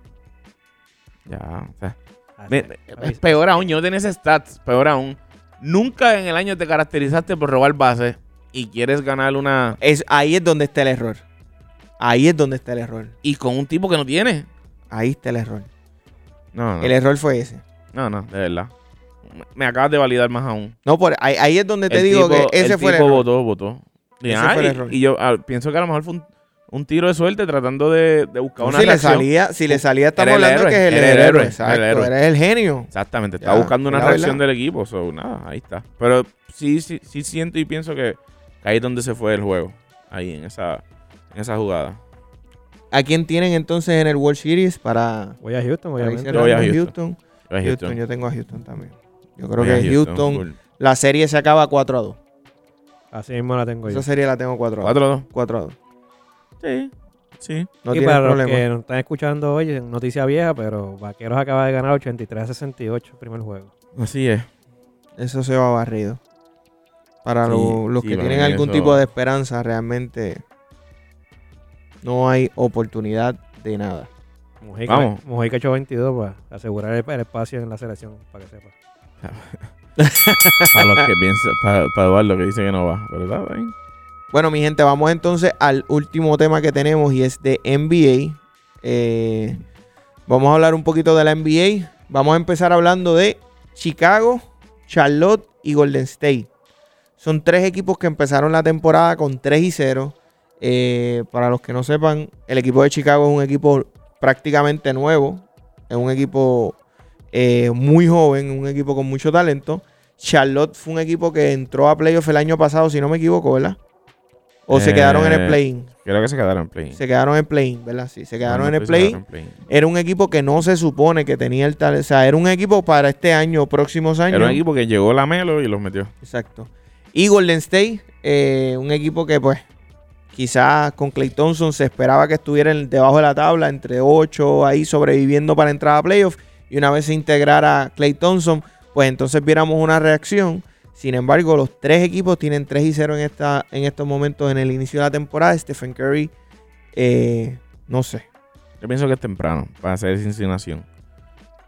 Speaker 3: Ya. o sea,
Speaker 2: Ah,
Speaker 3: Me-
Speaker 2: sí.
Speaker 3: es peor aún, yo no tenía ese stats, peor aún. Nunca en el año te caracterizaste por robar bases y quieres ganar una...
Speaker 1: Es, ahí es donde está el error. Ahí es donde está el error.
Speaker 3: Y con un tipo que no tiene.
Speaker 1: Ahí está el error.
Speaker 3: No, no,
Speaker 1: El e- error fue ese.
Speaker 3: no, no, de verdad. Me- Me acabas de validar más aún.
Speaker 1: No, por, ahí, ahí es donde te
Speaker 3: El
Speaker 1: digo
Speaker 3: tipo-
Speaker 1: que ese
Speaker 3: el
Speaker 1: fue el
Speaker 3: tipo
Speaker 1: error.
Speaker 3: votó, votó. Y,
Speaker 1: Ese
Speaker 3: ay,
Speaker 1: fue el error.
Speaker 3: y yo ah, pienso que a lo mejor fue un, un tiro de suerte tratando de, de buscar una
Speaker 1: si le
Speaker 3: reacción.
Speaker 1: salía, si le salía, estamos
Speaker 3: Era el
Speaker 1: hablando
Speaker 3: héroe,
Speaker 1: que es el,
Speaker 3: era el
Speaker 1: héroe.
Speaker 3: héroe,
Speaker 1: exacto,
Speaker 3: era el héroe.
Speaker 1: eres el genio.
Speaker 3: Exactamente, está
Speaker 1: Ya,
Speaker 3: buscando una
Speaker 1: la
Speaker 3: reacción
Speaker 1: verdad.
Speaker 3: del equipo. So, nada, ahí está. Pero sí, sí, sí siento y pienso que ahí es donde se fue el juego. Ahí, en esa, en esa jugada.
Speaker 1: ¿A quién tienen entonces en el World Series para,
Speaker 2: Voy a Houston,
Speaker 1: para ir
Speaker 2: obviamente.
Speaker 1: cerrando?
Speaker 3: voy a Houston.
Speaker 1: Houston.
Speaker 3: Ay,
Speaker 1: Houston, Yo tengo a Houston también. Yo creo
Speaker 3: Mira,
Speaker 1: que Houston,
Speaker 3: cool.
Speaker 1: la serie se acaba 4 a 2.
Speaker 2: Así mismo la tengo yo.
Speaker 1: Esa serie la tengo 4 a 2.
Speaker 3: 4-2.
Speaker 1: 4 a 2.
Speaker 3: Sí. Sí.
Speaker 1: No
Speaker 2: y
Speaker 1: tiene
Speaker 2: para los
Speaker 1: problema.
Speaker 2: que nos están escuchando hoy, es noticia vieja, pero Vaqueros acaba de ganar 83 a 68, primer juego.
Speaker 3: Así es.
Speaker 1: Eso se va barrido. Para
Speaker 3: Sí,
Speaker 1: lo- los
Speaker 3: sí,
Speaker 1: que
Speaker 3: para
Speaker 1: tienen
Speaker 3: mí
Speaker 1: algún
Speaker 3: eso-
Speaker 1: tipo de esperanza, realmente no hay oportunidad de nada.
Speaker 2: Mujica,
Speaker 3: Vamos.
Speaker 2: Mujica echó 22 para asegurar el, el espacio en la selección, para que sepa.
Speaker 3: Para los que piensan, para, para Eduardo que dice que no va, ¿verdad? Dani?
Speaker 1: Bueno, mi gente, vamos entonces al último tema que tenemos y es de NBA. Eh, vamos a hablar un poquito de la NBA. Vamos a empezar hablando de Chicago, Charlotte y Golden State. Son tres equipos que empezaron la temporada con 3 y 0. Eh, para los que no sepan, el equipo de Chicago es un equipo prácticamente nuevo. Es un equipo eh, muy joven, un equipo con mucho talento. Charlotte fue un equipo que entró a playoff el año pasado, si no me equivoco, ¿verdad? O se
Speaker 3: Eh,
Speaker 1: quedaron en el play-in.
Speaker 3: Creo que se quedaron pues en play.
Speaker 1: Se quedaron en el play-in, ¿verdad? Sí, se quedaron en el
Speaker 3: play.
Speaker 1: play-in. Era un equipo que no se supone que tenía el talento. O sea, era un equipo para este año o próximos años.
Speaker 3: Era un equipo que llegó la Melo y los metió.
Speaker 1: Exacto. Y Golden State, eh, un equipo que pues quizás con Clay Thompson se esperaba que estuviera en- debajo de la tabla, entre 8, ahí sobreviviendo para entrar a playoffs. Y una vez se integrara Clay Thompson, pues entonces viéramos una reacción. Sin embargo, los tres equipos tienen 3 y 0 en, esta, en estos momentos en el inicio de la temporada. Stephen Curry, eh, no sé.
Speaker 3: Yo pienso que es temprano para hacer esa insinuación.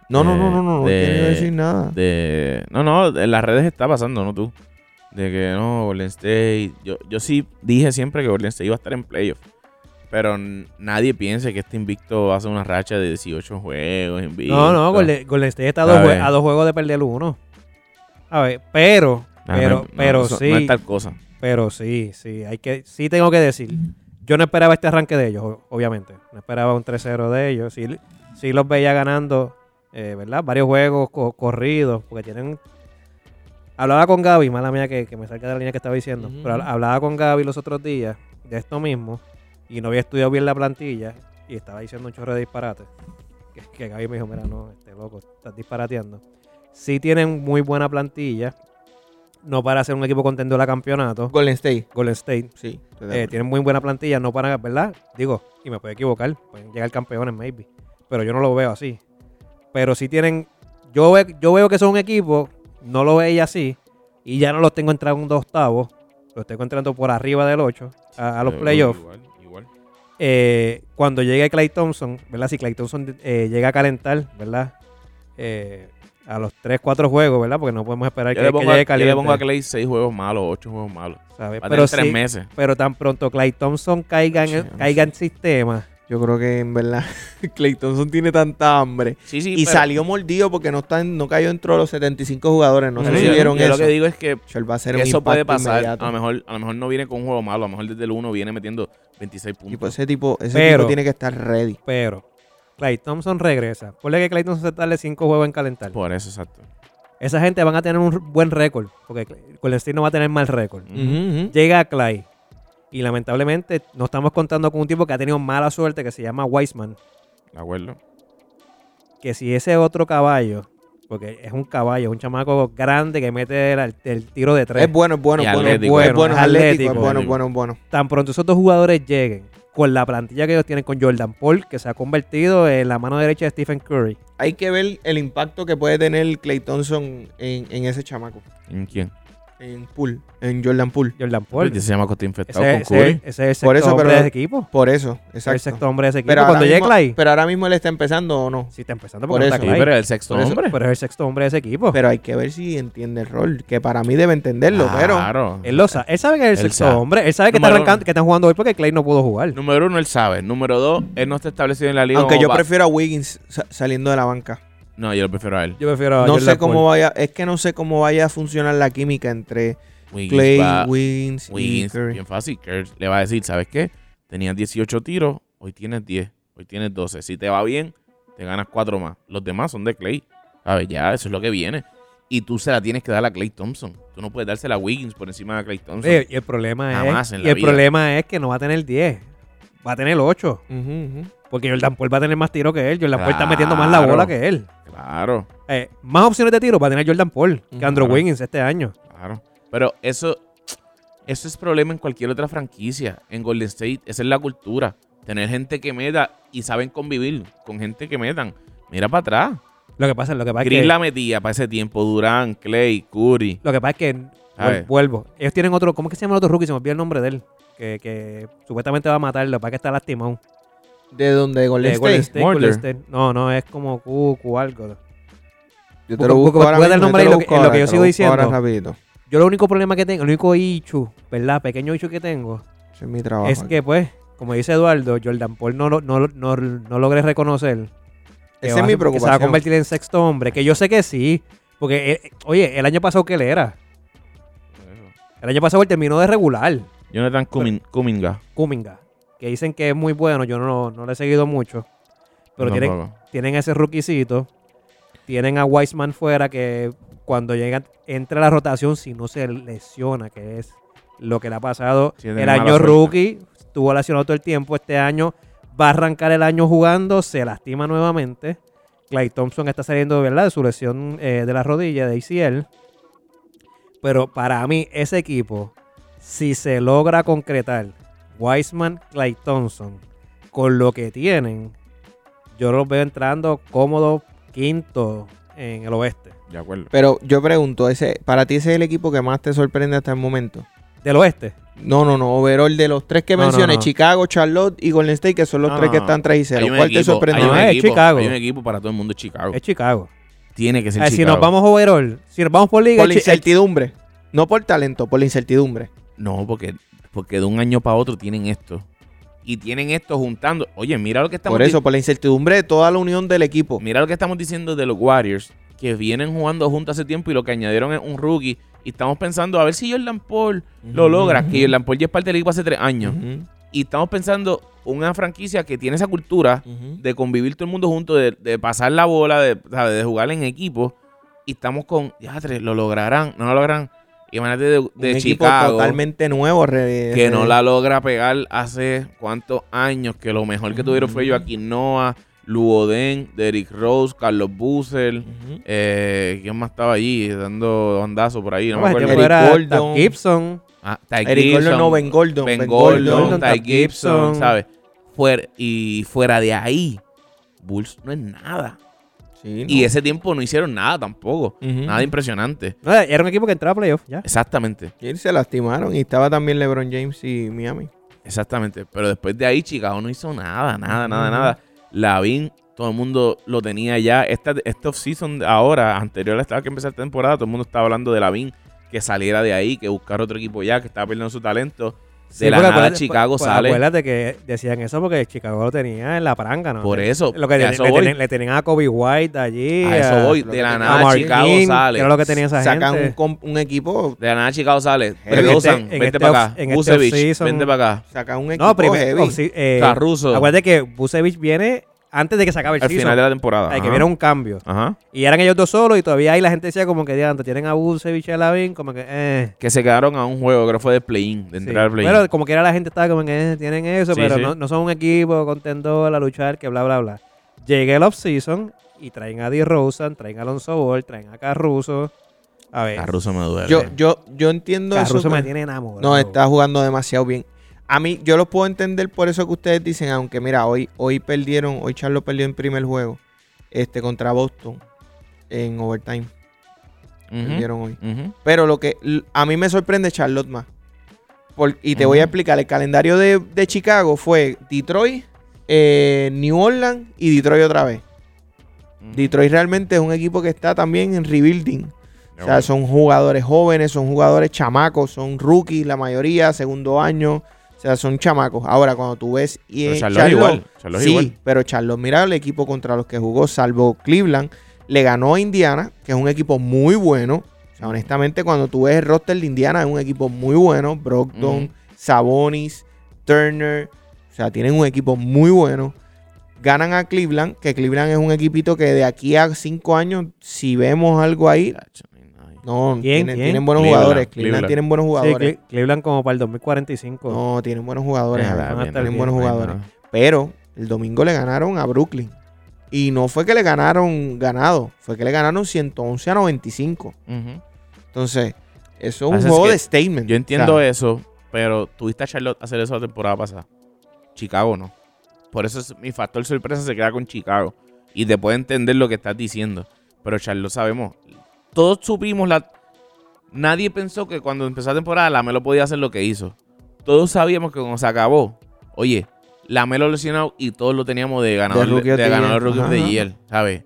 Speaker 1: No, no,
Speaker 3: Eh,
Speaker 1: no, no, no, no
Speaker 3: de-
Speaker 1: quiero decir nada.
Speaker 3: De... No, no, en las redes está pasando, no tú. De que no, Golden State. Yo, yo sí dije siempre que Golden State iba a estar en playoff. Pero n- nadie piense que este invicto hace una racha de 18 juegos invicto.
Speaker 2: No, no, Golden, Golden State está a dos,
Speaker 3: A
Speaker 2: jue-
Speaker 3: ver.
Speaker 2: a dos juegos de perder uno. A ver, pero,
Speaker 3: Ah, No,
Speaker 2: pero,
Speaker 3: no, no,
Speaker 2: pero
Speaker 3: eso-
Speaker 2: sí,
Speaker 3: No es tal cosa.
Speaker 2: pero sí, sí, hay que, sí tengo que decir. Yo no esperaba este arranque de ellos, o- obviamente. No esperaba un 3-0 de ellos. Sí, sí los veía ganando, eh, ¿verdad? Varios juegos co- corridos, porque tienen... Hablaba con Gaby, mala mía que, que me salga de la línea que estaba diciendo,
Speaker 1: Ujú.
Speaker 2: pero hablaba con Gaby los otros días de esto mismo y no había estudiado bien la plantilla y estaba diciendo un chorro de disparates. Que, que Gaby me dijo, mira, no, este loco, estás disparateando. Sí tienen muy buena plantilla, no para ser un equipo contendor a campeonato,
Speaker 1: Golden State,
Speaker 2: Golden State.
Speaker 1: sí. estoy de
Speaker 2: Eh,
Speaker 1: acuerdo.
Speaker 2: tienen muy buena plantilla, no para, ¿verdad? Digo, y me puedo equivocar, pueden llegar campeones, maybe. Pero yo no lo veo así. Pero sí tienen, yo, ve- yo veo que son un equipo, no lo veía así, y ya no los tengo entrando octavos, los tengo entrando por arriba del 8 a, a los
Speaker 3: Pero
Speaker 2: playoffs.
Speaker 3: Igual, igual.
Speaker 2: Eh, cuando llegue Clay Thompson, ¿verdad? Si Clay Thompson eh, llega a calentar, ¿verdad? Eh, a los 3, 4 juegos, ¿verdad? Porque no podemos esperar
Speaker 3: Yo
Speaker 2: que,
Speaker 3: le,
Speaker 2: que llegue
Speaker 3: pongo a, yo le
Speaker 2: caliente.
Speaker 3: pongo a Clay 6 juegos malos, 8 juegos malos.
Speaker 2: ¿sabes?
Speaker 3: Va a
Speaker 2: Pero
Speaker 3: tener 3
Speaker 2: sí,
Speaker 3: meses.
Speaker 2: pero tan pronto Clay Thompson caiga en,
Speaker 3: Chance.
Speaker 2: caiga en sistema.
Speaker 1: Yo creo que en verdad Clay Thompson tiene tanta hambre.
Speaker 3: Sí, sí,
Speaker 1: Y
Speaker 3: pero-
Speaker 1: salió mordido porque no, está en- no cayó dentro de los 75 jugadores. No
Speaker 3: Sí,
Speaker 1: sé si
Speaker 3: yo-
Speaker 1: vieron
Speaker 3: yo
Speaker 1: eso.
Speaker 3: lo que digo es que
Speaker 1: Él va a ser
Speaker 3: Que
Speaker 1: un
Speaker 3: eso puede
Speaker 1: impacto
Speaker 3: pasar. Ah,
Speaker 1: inmediato.
Speaker 3: A lo, mejor, a lo mejor no viene con un juego malo. A lo mejor desde el 1 viene metiendo 26 puntos.
Speaker 1: Y pues ese tipo, ese
Speaker 2: Pero-
Speaker 1: tipo tiene que estar ready.
Speaker 2: Pero Clay Thompson regresa. Ponle que Clay Thompson se tarde 5 juegos en calentar.
Speaker 3: Por eso, exacto.
Speaker 2: Esa gente van a tener un buen récord. Porque Clay- Golden State no va a tener mal récord. Llega Clay. Y lamentablemente no estamos contando con un tipo que ha tenido mala suerte que se llama Wiseman.
Speaker 3: ¿De acuerdo?
Speaker 2: que si ese otro caballo, porque es un caballo, es un chamaco grande que mete el, el tiro de tres,
Speaker 1: Es bueno, es bueno,
Speaker 3: Y
Speaker 1: es bueno.
Speaker 3: atlético.
Speaker 1: es bueno, es atlético,
Speaker 2: Atlético.
Speaker 1: es bueno, es bueno, es bueno.
Speaker 2: tan pronto esos dos jugadores lleguen con la plantilla que ellos tienen con Jordan Paul, que se ha convertido en la mano derecha de Stephen Curry.
Speaker 1: Hay que ver el impacto que puede tener Clay Thompson en, en ese chamaco.
Speaker 3: ¿En quién?
Speaker 1: En Poole, en Jordan Poole.
Speaker 2: Jordan Paul.
Speaker 3: Porque
Speaker 1: Pues,
Speaker 2: Ese,
Speaker 3: se llama Costa Infectado
Speaker 2: ese-
Speaker 3: con Curry.
Speaker 2: ese es el sexto
Speaker 1: Por eso,
Speaker 2: hombre
Speaker 1: pero-
Speaker 2: de ese equipo.
Speaker 1: Por eso,
Speaker 2: El
Speaker 1: exacto.
Speaker 2: sexto hombre de ese equipo.
Speaker 1: Pero ahora,
Speaker 2: Cuando llegue
Speaker 1: mismo,
Speaker 2: Clay,
Speaker 1: pero ahora mismo él está empezando o no.
Speaker 2: sí está empezando
Speaker 1: por
Speaker 2: porque no
Speaker 1: eso.
Speaker 2: está
Speaker 3: Sí,
Speaker 2: Clay.
Speaker 3: pero el sexto
Speaker 1: Por eso-
Speaker 3: hombre.
Speaker 2: Pero es el sexto hombre de ese equipo.
Speaker 1: Pero hay que ver si entiende el rol, que para mí debe entenderlo, pero...
Speaker 3: Claro.
Speaker 2: él, lo sa- él sabe que es el
Speaker 3: Él
Speaker 2: sexto
Speaker 3: sabe.
Speaker 2: hombre. Él sabe que, está
Speaker 3: Número
Speaker 2: arrancando,
Speaker 3: uno.
Speaker 2: que están jugando hoy porque Clay no pudo jugar.
Speaker 3: Número uno, él sabe. Número dos, él no está establecido en la liga.
Speaker 1: Aunque
Speaker 3: como
Speaker 1: yo
Speaker 3: pa-
Speaker 1: prefiero a Wiggins sa- saliendo de la banca.
Speaker 3: No, yo lo prefiero a él.
Speaker 2: Yo prefiero a
Speaker 1: No
Speaker 2: Jordan
Speaker 1: sé cómo
Speaker 2: Poole.
Speaker 1: vaya, es que no sé cómo vaya a funcionar la química entre
Speaker 3: Wiggins
Speaker 1: Clay,
Speaker 3: va-
Speaker 1: Wiggins,
Speaker 3: Wiggins,
Speaker 1: y Curry.
Speaker 3: bien fácil. Kerr le va a decir, ¿sabes qué? Tenías 18 tiros, hoy tienes 10, hoy tienes 12. Si te va bien, te ganas 4 más. Los demás son de Clay. ¿Sabes? Ya, eso es lo que viene. Y tú se la tienes que dar a Clay Thompson. Tú no puedes dársela a Wiggins por encima de Clay Thompson.
Speaker 2: Sí, y el problema
Speaker 3: Jamás
Speaker 2: es
Speaker 3: en
Speaker 2: y
Speaker 3: la
Speaker 2: el
Speaker 3: vida.
Speaker 2: problema es que no va a tener 10, va a tener 8,
Speaker 1: Ujú, ujú.
Speaker 2: porque Jordan Paul va a tener más tiro que él, Jordan Paul está metiendo más la
Speaker 3: Claro.
Speaker 2: bola que él.
Speaker 3: Claro,
Speaker 2: Eh, más opciones de tiro va a tener Jordan Paul que Andrew
Speaker 3: Claro.
Speaker 2: Wiggins este año.
Speaker 3: claro. Pero eso, eso es problema en cualquier otra franquicia. En Golden State, esa es la cultura. Tener gente que meta y saben convivir con gente que metan. Mira para atrás.
Speaker 2: Lo que pasa, lo que pasa
Speaker 3: Gris
Speaker 2: es que.
Speaker 3: la metía para ese tiempo. Durán, Clay, Curry.
Speaker 2: Lo que pasa es que.
Speaker 3: A ver.
Speaker 2: vuel- Vuelvo. Ellos tienen otro. ¿Cómo es que se llama el otro rookie? Se me olvidó el nombre de él. Que, que supuestamente va a matarlo. Para que está lastimado.
Speaker 1: ¿De dónde? ¿De Golden
Speaker 2: De Golden
Speaker 1: State?
Speaker 2: State, Golden
Speaker 3: Mulder.
Speaker 2: State. No, no, es como Cucu o algo.
Speaker 1: Yo
Speaker 2: Busca- busca- busca el
Speaker 1: mismo,
Speaker 2: nombre
Speaker 1: te
Speaker 2: ahí, lo
Speaker 1: busco
Speaker 2: que- en lo
Speaker 1: ahora,
Speaker 2: que yo
Speaker 1: te
Speaker 2: sigo
Speaker 1: busco
Speaker 2: diciendo.
Speaker 1: Ahora rapidito.
Speaker 2: Yo lo único problema que tengo, el único ichu, ¿verdad? Pequeño ichu que tengo,
Speaker 1: Ese es mi trabajo.
Speaker 2: es que pues, como dice Eduardo, Jordan Paul no, lo- no, lo- no, no logré reconocer. que
Speaker 1: Esa
Speaker 2: va
Speaker 1: es
Speaker 2: a-
Speaker 1: mi
Speaker 2: Que se va a
Speaker 1: preocupación.
Speaker 2: convertir en sexto hombre, que yo sé que sí. Porque, eh, oye, el año pasado que él era. El año pasado él terminó de regular.
Speaker 3: Jonathan Cumin- Cuminga.
Speaker 2: Kuminga. Que dicen que es muy bueno, yo no, no lo he seguido mucho. Pero tienen,
Speaker 3: Tampoco.
Speaker 2: tienen ese rookiecito. Tienen a Wiseman fuera que cuando llega, entra a la rotación si no se lesiona, que es lo que le ha pasado.
Speaker 3: Sí, tiene
Speaker 2: el
Speaker 3: mala
Speaker 2: año
Speaker 3: suerte.
Speaker 2: rookie estuvo lesionado todo el tiempo. Este año va a arrancar el año jugando, se lastima nuevamente. Clay Thompson está saliendo ¿verdad? de su lesión eh, de la rodilla, de ACL. Pero para mí, ese equipo, si se logra concretar Wiseman, Clay Thompson, con lo que tienen, yo los veo entrando cómodo quinto en el oeste.
Speaker 3: De acuerdo.
Speaker 1: Pero yo pregunto, ese, ¿para ti ese es el equipo que más te sorprende hasta el momento?
Speaker 2: ¿Del oeste?
Speaker 1: No, no, no. Overall de los tres que
Speaker 2: No, no,
Speaker 1: mencioné,
Speaker 2: no.
Speaker 1: Chicago, Charlotte y Golden State, que son los
Speaker 3: No,
Speaker 1: tres que
Speaker 3: no,
Speaker 1: están 3 y 0.
Speaker 3: Hay un
Speaker 1: ¿Cuál te
Speaker 3: equipo,
Speaker 1: sorprende
Speaker 3: hay un
Speaker 1: más?
Speaker 2: No, Ah, es
Speaker 3: equipo,
Speaker 2: Chicago.
Speaker 3: Hay un equipo para todo el mundo, es Chicago.
Speaker 2: Es Chicago.
Speaker 3: Tiene que ser
Speaker 2: Eh, si
Speaker 3: Chicago.
Speaker 2: nos vamos overall, si nos vamos por liga,
Speaker 1: Por la
Speaker 2: es Chi-
Speaker 1: incertidumbre. No por talento, por la incertidumbre.
Speaker 3: No, porque, porque de un año para otro tienen esto. Y tienen esto juntando. Oye, mira lo que estamos
Speaker 1: Por eso, por la incertidumbre de toda la unión del equipo.
Speaker 3: Mira lo que estamos diciendo de los Warriors, que vienen jugando juntos hace tiempo y lo que añadieron es un rookie. Y estamos pensando a ver si Jordan Paul lo logra, que Jordan Paul ya es parte del equipo hace tres años.
Speaker 1: Ujú,
Speaker 3: Y estamos pensando una franquicia que tiene esa cultura
Speaker 1: ujú.
Speaker 3: de convivir todo el mundo junto, de, de pasar la bola, de, ¿sabes? de jugar en equipo. Y estamos con, ya, lo lograrán, no lo lograrán. Imagínate de, de
Speaker 1: un equipo
Speaker 3: Chicago,
Speaker 1: totalmente nuevo. re-
Speaker 3: que
Speaker 1: re-
Speaker 3: no la logra pegar hace cuántos años, que lo mejor que tuvieron
Speaker 1: Mm.
Speaker 3: fue Joaquín Noah, Luoden, Derrick Rose, Carlos Buser.
Speaker 1: Ujú.
Speaker 3: Eh, ¿Quién más estaba allí dando bandazos por ahí? No,
Speaker 2: no,
Speaker 3: me
Speaker 2: este
Speaker 3: acuerdo.
Speaker 1: Eric
Speaker 2: tipo era Tab
Speaker 1: Gordon.
Speaker 2: Gibson.
Speaker 3: Ah, Ty
Speaker 1: Eric Gordon,
Speaker 3: Gibson,
Speaker 1: no, Ben Gordon.
Speaker 3: Ben Gordon,
Speaker 2: Gordon,
Speaker 3: Ty
Speaker 2: Tab
Speaker 3: Gibson,
Speaker 2: Gibson.
Speaker 3: ¿sabes? Fuera, y fuera de ahí, Bulls no es nada.
Speaker 1: Sí, no.
Speaker 3: Y ese tiempo no hicieron nada tampoco.
Speaker 1: Ujú.
Speaker 3: Nada impresionante.
Speaker 2: No, era un equipo que entraba a playoff, ya.
Speaker 3: Exactamente,
Speaker 1: Y se lastimaron. Y estaba también LeBron James y Miami.
Speaker 3: exactamente. Pero después de ahí, Chicago no hizo nada, nada, nada,
Speaker 1: Ujú.
Speaker 3: nada. Lavin, todo el mundo lo tenía ya. Esta, este off-season ahora, anterior a esta que empezar la temporada, todo el mundo estaba hablando de Lavin, que saliera de ahí, que buscar otro equipo ya, que estaba perdiendo su talento.
Speaker 2: Sí,
Speaker 3: de la
Speaker 2: porque
Speaker 3: nada
Speaker 2: acuérdate-
Speaker 3: Chicago
Speaker 2: pues,
Speaker 3: sale.
Speaker 2: Acuérdate que decían eso porque Chicago lo tenía en la pranga, ¿no?
Speaker 3: Por eso,
Speaker 2: Ah, Lo que
Speaker 3: a
Speaker 2: le,
Speaker 3: eso
Speaker 2: le
Speaker 3: voy.
Speaker 2: tenían, le tenían a Kobe White allí.
Speaker 3: A eso voy. De la
Speaker 2: a
Speaker 3: nada
Speaker 2: Mark
Speaker 3: Chicago
Speaker 2: King,
Speaker 3: sale.
Speaker 2: que era lo que tenía esa
Speaker 1: Sacan un,
Speaker 2: gente.
Speaker 1: com- un equipo,
Speaker 3: De la nada Chicago sale.
Speaker 1: Pero en
Speaker 3: Berdosan,
Speaker 2: este- en
Speaker 3: vente
Speaker 2: este
Speaker 3: para
Speaker 2: off-
Speaker 3: acá.
Speaker 2: en este
Speaker 3: Vucevic,
Speaker 2: off-season-
Speaker 3: vente para acá.
Speaker 1: sacan un equipo
Speaker 2: No, primero.
Speaker 3: oh,
Speaker 1: heavy.
Speaker 3: Carruso.
Speaker 2: eh, acuérdate que Busevich viene antes de que se acabe el
Speaker 3: Al
Speaker 2: season.
Speaker 3: final de la temporada.
Speaker 2: Ay, que
Speaker 3: ajá.
Speaker 2: viene un cambio.
Speaker 3: Ajá.
Speaker 2: Y eran ellos dos solos y todavía ahí la gente decía como que diantre, tienen a Busevich y a Lavin, como que eh.
Speaker 3: Que se quedaron a un juego, creo que fue de play-in, de
Speaker 2: sí.
Speaker 3: entrar al play-in.
Speaker 2: Pero como que era la gente estaba como que eh, tienen eso,
Speaker 3: Sí,
Speaker 2: pero
Speaker 3: sí.
Speaker 2: No, no son un equipo contendor a luchar, que bla, bla, bla. Llega el off-season y traen a D. Rosen, traen a Alonso Ball, traen a Carruso. A ver,
Speaker 3: Carruso me duele.
Speaker 1: Yo, yo, yo entiendo
Speaker 2: Carruso
Speaker 1: eso.
Speaker 2: me
Speaker 1: que-
Speaker 2: tiene enamorado.
Speaker 1: No, está jugando demasiado bien. A mí, yo lo puedo entender por eso que ustedes dicen, aunque mira, hoy, hoy perdieron, hoy Charlo perdió en primer juego este, contra Boston en overtime.
Speaker 3: Ujú,
Speaker 1: Perdieron hoy.
Speaker 3: ujú.
Speaker 1: Pero lo que l- a mí me sorprende Charlotte más. Por- y te voy a
Speaker 3: Ujú.
Speaker 1: explicar, el calendario de, de Chicago fue Detroit, eh, New Orleans y Detroit otra vez. Detroit realmente es un equipo que está también en rebuilding. O sea, son jugadores jóvenes, son jugadores chamacos, son rookies la mayoría, segundo año. O sea, son chamacos. Ahora, cuando tú ves y
Speaker 3: Pero
Speaker 1: eh,
Speaker 3: Charlotte es igual, Charlotte es
Speaker 1: sí,
Speaker 3: igual.
Speaker 1: pero Charlotte, mira el equipo contra los que jugó, salvo Cleveland, le ganó a Indiana, que es un equipo muy bueno. O sea, honestamente, cuando tú ves el roster de Indiana, es un equipo muy bueno. Brockton,
Speaker 3: Ujú.
Speaker 1: Sabonis, Turner. O sea, tienen un equipo muy bueno. Ganan a Cleveland, que Cleveland es un equipito que de aquí a cinco años, si vemos algo ahí,
Speaker 3: Chacho, no hay nadie.
Speaker 1: no,
Speaker 2: ¿Quién?
Speaker 1: tienen,
Speaker 2: ¿Quién?
Speaker 1: tienen buenos
Speaker 3: Cleveland,
Speaker 1: jugadores. Cleveland,
Speaker 3: Cleveland.
Speaker 1: tienen buenos
Speaker 2: Sí,
Speaker 1: jugadores.
Speaker 2: Cle- Cleveland pues. como para el 2045.
Speaker 1: no, tienen buenos jugadores.
Speaker 3: Déjala,
Speaker 1: ahí.
Speaker 2: van a
Speaker 3: bien,
Speaker 2: estar
Speaker 1: tienen
Speaker 2: bien,
Speaker 1: buenos
Speaker 3: no hay
Speaker 1: jugadores.
Speaker 3: nada.
Speaker 1: Pero el domingo le ganaron a Brooklyn. Y no fue que le ganaron ganado, fue que le ganaron 111 a 95.
Speaker 3: Ujú.
Speaker 1: Entonces, eso es un
Speaker 3: Pasa es
Speaker 1: juego
Speaker 3: que
Speaker 1: de statement.
Speaker 3: Yo entiendo
Speaker 1: O sea,
Speaker 3: eso, pero tuviste a Charlotte hacer eso la temporada pasada. Chicago no. Por eso es- mi factor sorpresa se queda con Chicago. y te puede entender lo que estás diciendo. Pero Charles, lo sabemos. Todos supimos la. Nadie pensó que cuando empezó la temporada Lamelo podía hacer lo que hizo. Todos sabíamos que cuando se acabó, oye, Lamelo lesionado y todos lo teníamos de ganador
Speaker 1: De
Speaker 3: de,
Speaker 1: rookie of the
Speaker 3: ganador
Speaker 1: year.
Speaker 3: rookie of the
Speaker 1: Ajá.
Speaker 3: year, ¿sabes?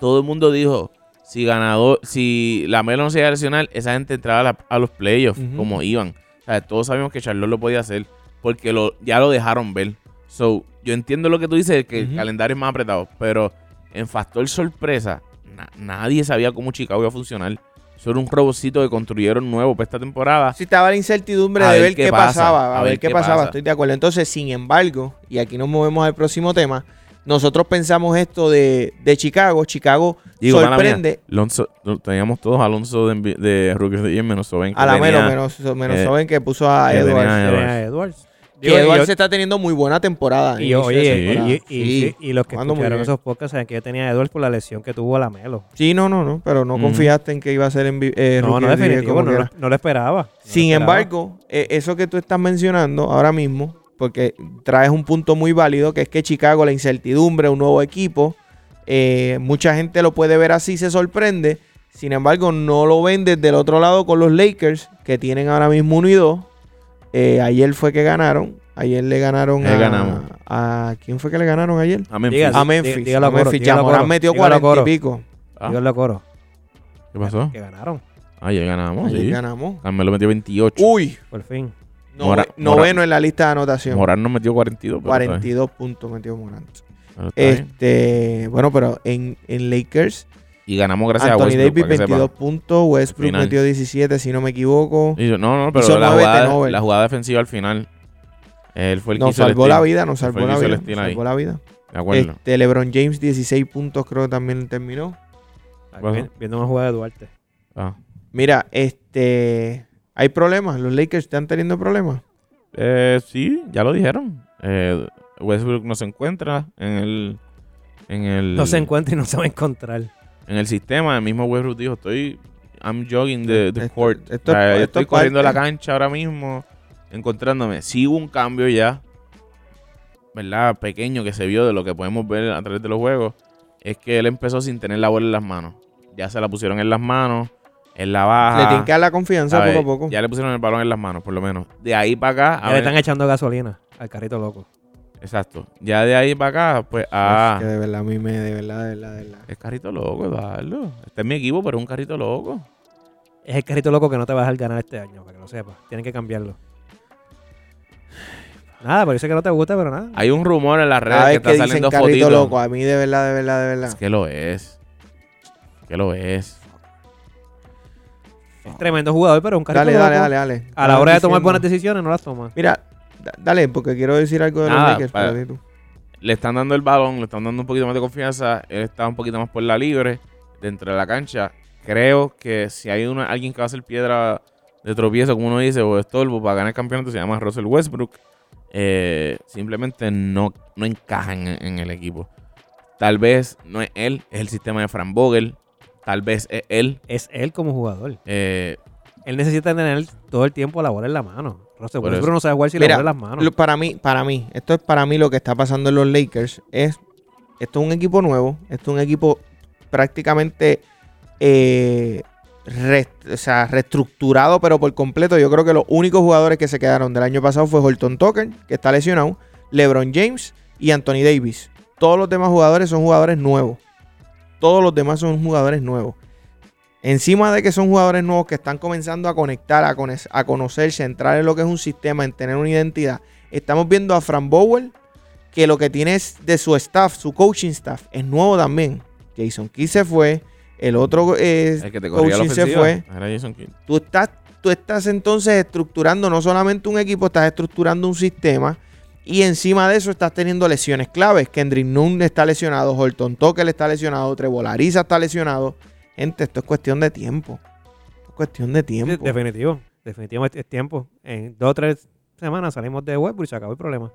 Speaker 3: Todo el mundo dijo, si ganador, si Lamelo no se iba a lesionar, esa gente entraba a, la- a los playoffs
Speaker 1: Ujú.
Speaker 3: como iban. O sea, todos sabíamos que Charlotte lo podía hacer porque lo, ya lo dejaron ver. So, yo entiendo lo que tú dices, que
Speaker 1: Ujú.
Speaker 3: el calendario es más apretado, pero en factor sorpresa, na- nadie sabía cómo Chicago iba a funcionar. Eso era un robocito que construyeron nuevo para esta temporada.
Speaker 1: Sí, estaba la incertidumbre
Speaker 3: A
Speaker 1: de
Speaker 3: ver
Speaker 1: ver
Speaker 3: qué
Speaker 1: qué
Speaker 3: pasa,
Speaker 1: pasaba, a ver qué pasaba, estoy de acuerdo. Entonces, sin embargo, y aquí nos movemos al próximo tema, nosotros pensamos esto de, de Chicago, Chicago
Speaker 3: Digo, mala mía,
Speaker 1: sorprende
Speaker 3: Lonzo- lo- teníamos todos a Alonso de, Envi- de Rookie of the Year menos Soben. que
Speaker 1: a la
Speaker 3: tenía-
Speaker 1: menos, menos, menos
Speaker 3: eh,
Speaker 1: Owen que puso a
Speaker 3: que tenía
Speaker 1: Edwards.
Speaker 3: a
Speaker 2: Era Edwards.
Speaker 1: Que
Speaker 2: Digo, y
Speaker 1: Edwards
Speaker 2: yo-
Speaker 1: está teniendo muy buena temporada.
Speaker 2: Y, yo-
Speaker 1: inicio de
Speaker 2: oye,
Speaker 1: temporada.
Speaker 2: y, y- y-
Speaker 1: sí.
Speaker 2: y los que
Speaker 1: jugando muy
Speaker 2: escucharon
Speaker 1: bien.
Speaker 2: esos podcasts saben que yo tenía a Edwards por la lesión que tuvo la Melo.
Speaker 1: Sí, no, no, no, pero no
Speaker 3: Ujú.
Speaker 1: confiaste en que iba a ser en eh,
Speaker 2: Mm.
Speaker 1: rookie
Speaker 2: No, no,
Speaker 1: of the year
Speaker 2: definitivo,
Speaker 1: como
Speaker 2: no,
Speaker 1: quiera.
Speaker 2: lo- no lo esperaba. no lo
Speaker 1: Sin
Speaker 2: esperaba.
Speaker 1: embargo, eh, eso que tú estás mencionando ahora mismo, porque traes un punto muy válido, que es que Chicago, la incertidumbre, un nuevo equipo, eh, mucha gente lo puede ver así, se sorprende. Sin embargo, no lo ven desde el otro lado con los Lakers, que tienen ahora mismo uno y dos. Eh, ayer fue que ganaron. Ayer le ganaron
Speaker 3: Ayer
Speaker 1: a,
Speaker 3: ganamos.
Speaker 1: a- ¿Quién fue que le ganaron ayer?
Speaker 3: A Memphis.
Speaker 2: Diga-
Speaker 1: A Memphis.
Speaker 2: dí- dígalo
Speaker 1: a
Speaker 2: a coro,
Speaker 1: Memphis.
Speaker 2: dígalo a
Speaker 1: Jamoran
Speaker 2: coro,
Speaker 1: metió
Speaker 2: dígalo a
Speaker 1: 40 y
Speaker 2: coro.
Speaker 1: pico.
Speaker 3: Ah,
Speaker 2: Yo lo coro.
Speaker 3: ¿Qué pasó?
Speaker 2: Que ganaron,
Speaker 3: Ayer ganamos.
Speaker 1: Ayer
Speaker 3: sí.
Speaker 1: ganamos.
Speaker 3: Carmelo metió 28.
Speaker 1: Uy,
Speaker 2: por fin.
Speaker 1: nove-
Speaker 3: Mora- Mora-
Speaker 1: noveno en la lista de anotación.
Speaker 3: Morán nos metió 42. pero está bien.
Speaker 1: 42 puntos metió Morant.
Speaker 3: Pero
Speaker 1: Eh,
Speaker 3: está bien.
Speaker 1: Este, bueno, pero en, en Lakers,
Speaker 3: Y ganamos gracias a
Speaker 1: Anthony
Speaker 3: Westbrook.
Speaker 1: Davis
Speaker 3: para que sepa.
Speaker 1: 22 puntos, Westbrook
Speaker 3: Final.
Speaker 1: metió 17, si no me equivoco.
Speaker 3: Y yo- no, no, pero
Speaker 1: Hizo
Speaker 3: la
Speaker 1: nueve
Speaker 3: jugada,
Speaker 1: turnovers.
Speaker 3: la jugada defensiva al final. Él fue el que
Speaker 1: Nos
Speaker 3: hizo el
Speaker 1: salvó la
Speaker 3: steal.
Speaker 1: vida, nos
Speaker 3: Fue el
Speaker 1: salvó la
Speaker 3: que hizo
Speaker 1: vida.
Speaker 3: el
Speaker 1: Nos
Speaker 3: steal ahí.
Speaker 1: salvó la vida.
Speaker 3: De acuerdo.
Speaker 1: Este, LeBron James 16 puntos creo que también terminó.
Speaker 2: Ay,
Speaker 3: Bueno.
Speaker 2: vi- Viendo una jugada de Duarte.
Speaker 3: Ah.
Speaker 1: Mira, este, hay problemas, los Lakers están teniendo problemas.
Speaker 3: Eh, sí, ya lo dijeron. Eh, Westbrook no se encuentra en el. En el,
Speaker 2: No se encuentra y no se va a encontrar.
Speaker 3: en el sistema. El mismo Westbrook dijo: Estoy. I'm jogging the, the
Speaker 1: Esto-
Speaker 3: court.
Speaker 1: esto-
Speaker 3: O sea,
Speaker 1: esto
Speaker 3: estoy
Speaker 1: es
Speaker 3: corriendo
Speaker 1: parte.
Speaker 3: la cancha ahora mismo. Encontrándome. Sí hubo un cambio ya. ¿Verdad? Pequeño que se vio de lo que podemos ver a través de los juegos. Es que él empezó sin tener la bola en las manos. Ya se la pusieron en las manos. Él la baja.
Speaker 1: Le tienen que dar la confianza
Speaker 3: ¿sabes?
Speaker 1: poco a poco.
Speaker 3: Ah. Ya le pusieron el balón en las manos, por lo menos. De ahí para acá.
Speaker 2: Ya
Speaker 3: a
Speaker 2: le
Speaker 3: ver-
Speaker 2: están echando gasolina al carrito loco.
Speaker 3: Exacto. Ya de ahí para acá, pues. Ah,
Speaker 1: Es que de verdad, a mí me, de verdad, de verdad, de verdad.
Speaker 3: es carrito loco, Eduardo. Este es mi equipo, pero es un carrito loco.
Speaker 2: Es el carrito loco que no te va a dejar ganar este año, para que lo sepas. Tienen que cambiarlo. Nada, parece que no te gusta, pero nada.
Speaker 3: Hay un rumor en las redes
Speaker 1: Cada vez
Speaker 3: que está
Speaker 1: que dicen
Speaker 3: saliendo
Speaker 1: carrito
Speaker 3: fotitos.
Speaker 1: loco, a mí de verdad, de verdad, de verdad.
Speaker 3: Es que lo es. Que lo es.
Speaker 2: Es tremendo jugador, pero es un carrito
Speaker 1: Dale,
Speaker 2: loco.
Speaker 1: dale, dale, dale.
Speaker 2: A la
Speaker 1: Dale
Speaker 2: hora de tomar
Speaker 1: diciendo.
Speaker 2: buenas decisiones, no las toma.
Speaker 1: Mira, da- dale, porque quiero decir algo de
Speaker 3: Nada,
Speaker 1: los Lakers.
Speaker 3: para-
Speaker 1: pero di tú.
Speaker 3: Le están dando el balón, le están dando un poquito más de confianza. Él está un poquito más por la libre, dentro de la cancha. Creo que si hay una, alguien que va a hacer piedra de tropiezo, como uno dice, o de estorbo para ganar el campeonato, se llama Russell Westbrook. Eh, simplemente no, no encaja en, en el equipo. Tal vez no es él, es el sistema de Fran Vogel. Tal vez es él.
Speaker 2: Es él como jugador.
Speaker 3: Eh,
Speaker 2: Él necesita tener todo el tiempo la bola en la mano. Russell
Speaker 3: Por
Speaker 2: Westbrook
Speaker 3: eso.
Speaker 2: no sabe jugar si
Speaker 1: Mira,
Speaker 2: la bola en las manos.
Speaker 1: Lo- para mí, para mí, esto es para mí lo que está pasando en los Lakers. Es, esto es un equipo nuevo, esto es un equipo prácticamente eh, rest- o sea, reestructurado, pero por completo. Yo creo que los únicos jugadores que se quedaron del año pasado fue Horton Tucker, que está lesionado, LeBron James y Anthony Davis. Todos los demás jugadores son jugadores nuevos. Todos los demás son jugadores nuevos. Encima de que son jugadores nuevos que están comenzando a conectar, a, cone- a conocerse, a entrar en lo que es un sistema, en tener una identidad. Estamos viendo a Fran Bowell, que lo que tiene es de su staff, su coaching staff, es nuevo también. Jason Key se fue, el otro eh, es
Speaker 3: el que te corría la
Speaker 1: Cousins se
Speaker 3: ofensiva.
Speaker 1: fue.
Speaker 3: Era Jason Kidd.
Speaker 1: Tú estás, tú estás entonces estructurando no solamente un equipo, estás estructurando un sistema. Y encima de eso estás teniendo lesiones claves. Kendrick Nunn está lesionado, Horton Tucker está lesionado, Trevolariza está lesionado. Gente, esto es cuestión de tiempo. Esto es cuestión de
Speaker 2: De-
Speaker 1: tiempo.
Speaker 2: Definitivo. Definitivo es, es tiempo. En dos o tres semanas salimos de Westbrook y se acabó el problema.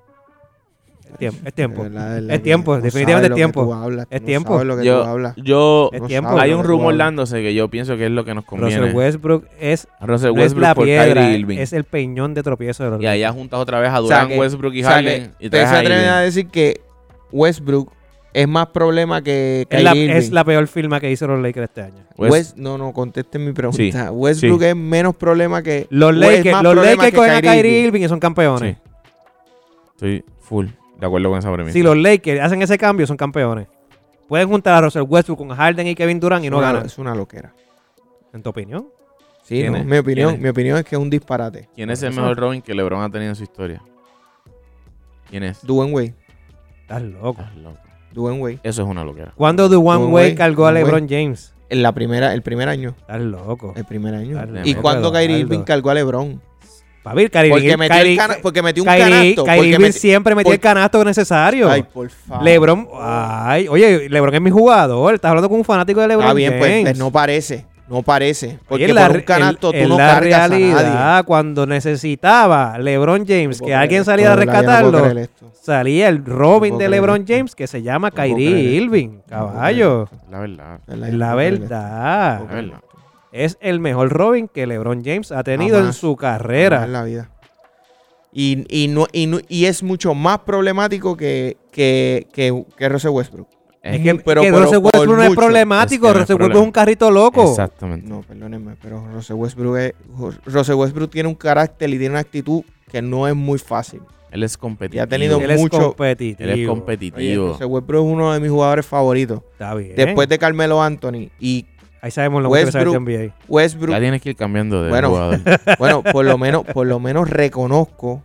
Speaker 2: Es tiempo. Es tiempo.
Speaker 1: De verdad, de verdad
Speaker 2: Es
Speaker 1: que
Speaker 2: tiempo,
Speaker 1: sabes
Speaker 2: definitivamente
Speaker 1: lo
Speaker 2: es
Speaker 1: que
Speaker 2: tiempo.
Speaker 1: tú hablas, tú
Speaker 2: Es
Speaker 1: no
Speaker 2: tiempo.
Speaker 1: sabes lo que
Speaker 3: Yo-
Speaker 1: tú hablas.
Speaker 3: yo
Speaker 2: Es
Speaker 1: No
Speaker 2: tiempo.
Speaker 1: sabes
Speaker 3: Hay
Speaker 1: lo
Speaker 3: un
Speaker 1: que tú
Speaker 3: rumor
Speaker 1: hablas.
Speaker 3: dándose que yo pienso que es lo que nos
Speaker 2: Russell
Speaker 3: conviene.
Speaker 2: Westbrook es,
Speaker 3: Russell
Speaker 2: no es
Speaker 3: Westbrook
Speaker 2: la
Speaker 3: por
Speaker 2: piedra,
Speaker 3: Kyrie Irving.
Speaker 2: es el peñón de tropiezo de los
Speaker 3: Y allá juntas otra vez a
Speaker 1: O sea
Speaker 3: Durant,
Speaker 1: que-
Speaker 3: Westbrook y
Speaker 1: o sea que
Speaker 3: Harden. Y
Speaker 1: ustedes
Speaker 3: traes
Speaker 1: se
Speaker 3: a
Speaker 1: atreven
Speaker 3: Irving.
Speaker 1: a decir que Westbrook es más problema que
Speaker 2: Es la,
Speaker 1: Kyrie Irving.
Speaker 2: es la peor firma que hizo los Lakers este año.
Speaker 3: West-
Speaker 1: West- no, no, contesten mi pregunta. Westbrook
Speaker 3: sí.
Speaker 1: es menos problema que.
Speaker 2: Los
Speaker 1: West es
Speaker 2: Lakers,
Speaker 1: Pues, más
Speaker 2: los
Speaker 1: problema
Speaker 2: Lakers
Speaker 1: que
Speaker 2: cogen a
Speaker 1: Kyrie
Speaker 2: Kyrie
Speaker 1: Irving.
Speaker 2: Irving y son campeones.
Speaker 3: Sí. Estoy full de acuerdo con esa premisa.
Speaker 2: Si los Lakers hacen ese cambio, son campeones. Pueden juntar a Russell Westbrook con Harden y Kevin Durant y no
Speaker 1: Es una-
Speaker 2: ganan.
Speaker 1: Es una loquera.
Speaker 2: ¿En tu opinión?
Speaker 1: Sí,
Speaker 3: ¿Quién
Speaker 1: no,
Speaker 3: es?
Speaker 1: mi opinión,
Speaker 3: ¿Quién es?
Speaker 1: mi opinión es que es un disparate.
Speaker 3: ¿Quién es el
Speaker 2: Eso.
Speaker 3: mejor Robin que LeBron ha tenido en su historia? ¿Quién es?
Speaker 1: Dwayne Wade,
Speaker 2: Estás loco.
Speaker 3: Estás loco.
Speaker 1: Dwayne Wade.
Speaker 3: Eso es una loquera.
Speaker 2: ¿Cuándo The One
Speaker 1: Ah. Dwayne
Speaker 2: Way
Speaker 1: Wade,
Speaker 2: cargó a
Speaker 1: Dwayne Eh,
Speaker 2: LeBron James?
Speaker 1: En la primera, el primer año,
Speaker 2: Estás loco.
Speaker 1: el primer año.
Speaker 2: Dale,
Speaker 1: y
Speaker 3: loco,
Speaker 1: cuando Kyrie
Speaker 2: Eduardo.
Speaker 1: Irving cargó a LeBron,
Speaker 2: Papi, el Kyrie
Speaker 1: porque
Speaker 2: Irving-
Speaker 1: metió, el
Speaker 2: Kyrie- eh,
Speaker 1: cana- porque metió un
Speaker 2: Kyrie-
Speaker 1: canasto,
Speaker 2: Kyrie
Speaker 1: porque
Speaker 2: Irving
Speaker 1: meti-
Speaker 2: siempre metió el
Speaker 1: porque-
Speaker 2: canasto necesario.
Speaker 1: Ay, por favor.
Speaker 2: LeBron, ay, oye, LeBron es mi jugador. Estás hablando con un fanático de LeBron.
Speaker 1: Está bien, pues,
Speaker 2: James.
Speaker 1: pues, no parece, no parece, porque
Speaker 2: Oye, en
Speaker 1: por
Speaker 2: re-
Speaker 1: un canasto
Speaker 2: en-
Speaker 1: tú
Speaker 2: en
Speaker 1: no
Speaker 2: la
Speaker 1: cargas a nadie.
Speaker 2: realidad, cuando necesitaba LeBron
Speaker 1: No
Speaker 2: James
Speaker 1: puedo
Speaker 2: que
Speaker 1: creer
Speaker 2: alguien
Speaker 1: esto,
Speaker 2: saliera a
Speaker 1: de verdad, yo no puedo
Speaker 2: rescatarlo,
Speaker 1: creer esto.
Speaker 2: salía el
Speaker 1: No
Speaker 2: Robin
Speaker 1: puedo
Speaker 2: de
Speaker 1: creer
Speaker 2: LeBron
Speaker 1: esto.
Speaker 2: James que se llama
Speaker 1: No puedo
Speaker 2: Kyrie
Speaker 1: creer esto.
Speaker 2: Irving.
Speaker 1: No puedo
Speaker 2: Caballo,
Speaker 3: La verdad.
Speaker 1: De verdad, yo
Speaker 2: la
Speaker 1: no puedo creer esto.
Speaker 2: verdad.
Speaker 3: La verdad.
Speaker 2: Es el mejor Robin que LeBron James ha tenido en
Speaker 1: Jamás.
Speaker 2: su
Speaker 1: en
Speaker 2: carrera.
Speaker 1: la vida. Y, y, no, y, no- y es mucho más problemático que, que, que, que Russell Westbrook.
Speaker 2: Es
Speaker 3: Es
Speaker 2: que,
Speaker 1: pero-
Speaker 2: que
Speaker 1: pero
Speaker 2: Russell
Speaker 1: por
Speaker 2: Westbrook no es
Speaker 1: mucho.
Speaker 2: problemático.
Speaker 3: Es que no es
Speaker 2: Russell Westbrook es
Speaker 3: problema.
Speaker 2: un carrito loco.
Speaker 3: Exactamente.
Speaker 1: No, perdónenme, pero Russell Westbrook, es- Russell Westbrook tiene un carácter y tiene una actitud que no es muy fácil.
Speaker 3: Él es
Speaker 1: Y
Speaker 3: competitivo.
Speaker 1: ha tenido-
Speaker 2: Él es
Speaker 1: Mucho.
Speaker 2: competitivo.
Speaker 3: Él es
Speaker 1: Oye,
Speaker 3: competitivo.
Speaker 1: Russell Westbrook es uno de mis jugadores favoritos.
Speaker 2: Está bien.
Speaker 1: Después de Carmelo Anthony y
Speaker 2: Ahí sabemos lo mucho que sabe
Speaker 1: Westbrook-
Speaker 2: este NBA.
Speaker 1: Westbrook,
Speaker 3: Ya tienes que ir cambiando de
Speaker 1: Bueno.
Speaker 3: jugador.
Speaker 1: bueno, por lo menos, por lo menos reconozco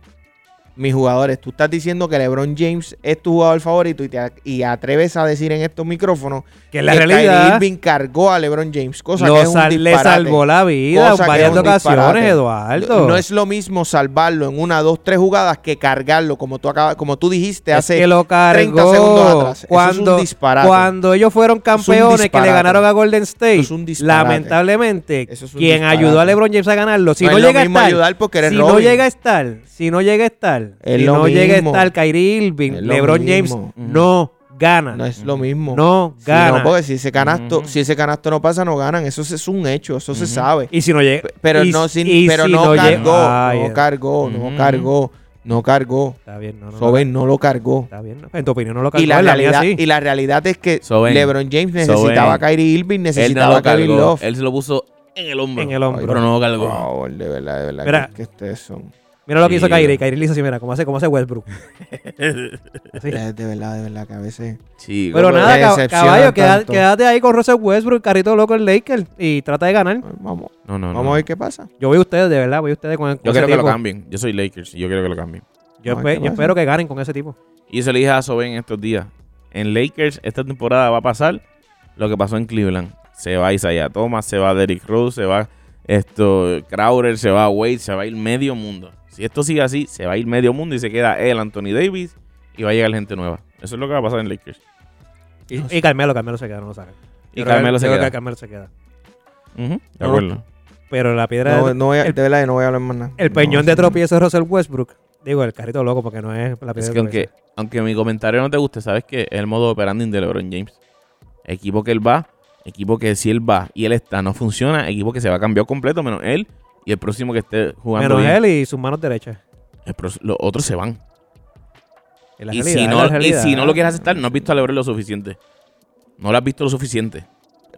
Speaker 1: mis jugadores. Tú estás diciendo que LeBron James es tu jugador favorito y te y atreves a decir en estos micrófonos
Speaker 2: Que en la
Speaker 1: que
Speaker 2: realidad.
Speaker 1: Kyrie Irving cargó a LeBron James, cosa
Speaker 2: Lo
Speaker 1: que es un
Speaker 2: sal- le
Speaker 1: disparate.
Speaker 2: salvó la vida en
Speaker 1: Cosa que
Speaker 2: varias
Speaker 1: es un
Speaker 2: ocasiones,
Speaker 1: disparate.
Speaker 2: Eduardo.
Speaker 1: No es lo mismo salvarlo en una, dos, tres jugadas que cargarlo, como tú acabas, como tú dijiste
Speaker 2: Es
Speaker 1: hace
Speaker 2: que lo cargó
Speaker 1: 30 segundos atrás.
Speaker 2: Cuando,
Speaker 1: Eso es un disparate.
Speaker 2: cuando ellos fueron campeones que le
Speaker 1: disparate.
Speaker 2: ganaron a Golden State,
Speaker 1: Eso es un disparate.
Speaker 2: lamentablemente,
Speaker 1: Eso es un
Speaker 2: quien
Speaker 1: disparate.
Speaker 2: ayudó a LeBron James a ganarlo, si
Speaker 1: No
Speaker 2: no,
Speaker 1: es lo
Speaker 2: llega a
Speaker 1: mismo
Speaker 2: estar,
Speaker 1: ayudar porque eres
Speaker 2: si no
Speaker 1: Robin.
Speaker 2: llega a estar, si no llega a estar,
Speaker 1: Es
Speaker 2: si
Speaker 1: lo
Speaker 2: no llega a
Speaker 1: mismo.
Speaker 2: estar Kyrie Irving,
Speaker 1: Es lo
Speaker 2: LeBron
Speaker 1: mismo.
Speaker 2: James no gana,
Speaker 1: no
Speaker 2: no,
Speaker 1: es lo mismo. Sí,
Speaker 2: gana.
Speaker 1: no, porque si ese canasto,
Speaker 3: Ujú.
Speaker 1: si ese canasto no pasa, no ganan. Eso es- es un hecho, eso se
Speaker 3: Ujú.
Speaker 1: sabe.
Speaker 2: y si no llega,
Speaker 1: Pero
Speaker 2: y-
Speaker 1: no, sin-
Speaker 2: y
Speaker 1: pero
Speaker 2: si
Speaker 1: no,
Speaker 2: llega-
Speaker 1: cargó,
Speaker 2: Ay,
Speaker 1: no cargó, no
Speaker 3: Ujú.
Speaker 1: cargó, no cargó.
Speaker 2: Está bien, no, no, no,
Speaker 1: Soben no lo cargó.
Speaker 2: está bien, no. en tu opinión no lo cargó,
Speaker 1: Y la,
Speaker 2: en mía
Speaker 1: realidad,
Speaker 2: sí.
Speaker 1: y la realidad es que
Speaker 3: Soben.
Speaker 1: LeBron James necesitaba
Speaker 3: Soben.
Speaker 1: a Kyrie Irving,
Speaker 3: Él no
Speaker 1: necesitaba
Speaker 3: lo
Speaker 1: a Kevin
Speaker 3: cargó.
Speaker 1: Love.
Speaker 3: Él se lo puso en el hombro.
Speaker 2: en el hombro.
Speaker 3: Pero no lo
Speaker 1: Por
Speaker 3: cargó.
Speaker 1: favor, de verdad, de verdad,
Speaker 2: Mira.
Speaker 1: que- que ustedes son.
Speaker 2: Mira lo que hizo
Speaker 3: Sí.
Speaker 2: Kyrie. Kyrie le hizo así, mira, como hace, como hace Westbrook. Así.
Speaker 1: Eh, De verdad, de verdad, que a veces.
Speaker 3: Chico,
Speaker 2: Pero
Speaker 1: me
Speaker 2: nada, cab-
Speaker 1: decepciona
Speaker 2: caballo, queda-
Speaker 1: tanto.
Speaker 2: quédate ahí con Russell Westbrook, carrito loco en Lakers y trata de ganar.
Speaker 1: Vamos,
Speaker 3: No, no, no.
Speaker 1: vamos a ver qué pasa.
Speaker 2: Yo voy a ustedes, de verdad, voy a ustedes con, con
Speaker 3: Yo
Speaker 2: ese
Speaker 3: quiero que lo
Speaker 2: tipo.
Speaker 3: cambien. Yo soy Lakers y yo quiero que lo cambien.
Speaker 2: Yo,
Speaker 1: No,
Speaker 2: espe-
Speaker 1: ¿qué
Speaker 2: yo
Speaker 1: pasa?
Speaker 2: espero que ganen con ese tipo.
Speaker 3: Y se le dije a Soben estos días. En Lakers, esta temporada va a pasar lo que pasó en Cleveland. Se va Isaiah Thomas, se va Derrick Rose, se va esto, Crowder, se va Wade, se va a ir medio mundo. Si esto sigue así, se va a ir medio mundo y se queda él, Anthony Davis, y va a llegar gente nueva. Eso es lo que va a pasar en Lakers.
Speaker 2: Y,
Speaker 1: No
Speaker 2: y Carmelo, Carmelo se queda, no lo sacan.
Speaker 3: Y
Speaker 2: Yo creo que-
Speaker 3: Carmelo se
Speaker 2: yo creo
Speaker 3: queda.
Speaker 2: que Carmelo se queda.
Speaker 3: Ujú, de
Speaker 1: No,
Speaker 3: acuerdo.
Speaker 2: Pero la piedra,
Speaker 1: No, no voy a-
Speaker 2: el-
Speaker 1: de verdad, que no voy a hablar más nada.
Speaker 2: el peñón
Speaker 1: No,
Speaker 2: de
Speaker 1: sí.
Speaker 2: tropiezo de Russell Westbrook. Digo, el carrito loco porque no es la piedra
Speaker 3: Es
Speaker 2: de
Speaker 3: que aunque,
Speaker 2: tropiezo.
Speaker 3: aunque mi comentario no te guste, sabes que es el modo operandi de LeBron James. Equipo que él va, equipo que si él va y él está, no funciona, equipo que se va a cambiar completo, menos él y el próximo que esté jugando
Speaker 2: Menos
Speaker 3: bien.
Speaker 2: él y sus manos derechas.
Speaker 3: El pro- los otros se van.
Speaker 2: Es la
Speaker 3: Y,
Speaker 2: realidad,
Speaker 3: si
Speaker 2: es
Speaker 3: no,
Speaker 2: la
Speaker 3: y
Speaker 2: realidad.
Speaker 3: si no lo quieres aceptar, no has visto a LeBron lo suficiente. No lo has visto lo suficiente.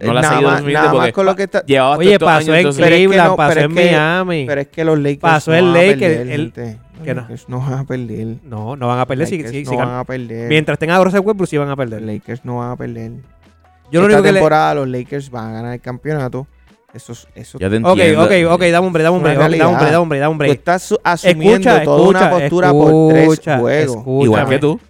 Speaker 3: No la has
Speaker 1: Nada
Speaker 3: seguido lo
Speaker 1: más-
Speaker 3: suficiente
Speaker 1: nada más
Speaker 3: porque
Speaker 1: con lo que está.
Speaker 3: llevaba
Speaker 2: Oye,
Speaker 3: tantos
Speaker 2: pasó
Speaker 3: años,
Speaker 2: en
Speaker 3: entonces-
Speaker 1: pero es que
Speaker 2: Cleveland,
Speaker 1: no,
Speaker 2: pasó
Speaker 1: pero
Speaker 2: en
Speaker 1: es que-
Speaker 2: Miami.
Speaker 1: Pero es que los Lakers.
Speaker 2: Pasó el
Speaker 1: no van a
Speaker 2: Lakers,
Speaker 1: perder,
Speaker 2: el-
Speaker 1: gente. Los
Speaker 2: que no.
Speaker 1: Lakers no van a perder.
Speaker 2: No, no van a perder.
Speaker 1: Los
Speaker 2: Si,
Speaker 1: Lakers
Speaker 2: si-
Speaker 1: no
Speaker 2: si
Speaker 1: van
Speaker 2: gan-
Speaker 1: a perder.
Speaker 2: Mientras tengan a Russell Westbrook, sí van a
Speaker 1: Los
Speaker 2: perder.
Speaker 1: Lakers no van a perder.
Speaker 2: Yo
Speaker 1: Esta
Speaker 2: lo único que le...
Speaker 1: temporada los Lakers van a ganar el campeonato. Eso es. Eso
Speaker 3: Ya te
Speaker 2: Ok,
Speaker 3: entiendo.
Speaker 2: ok, ok, dame un break, dame un
Speaker 1: Una
Speaker 2: break, dame un break,
Speaker 1: realidad.
Speaker 2: dame un break, dame un
Speaker 1: Tú
Speaker 2: break.
Speaker 1: estás su- asumiendo toda una postura por tres juegos.
Speaker 2: escúchame.
Speaker 3: Igual que tú.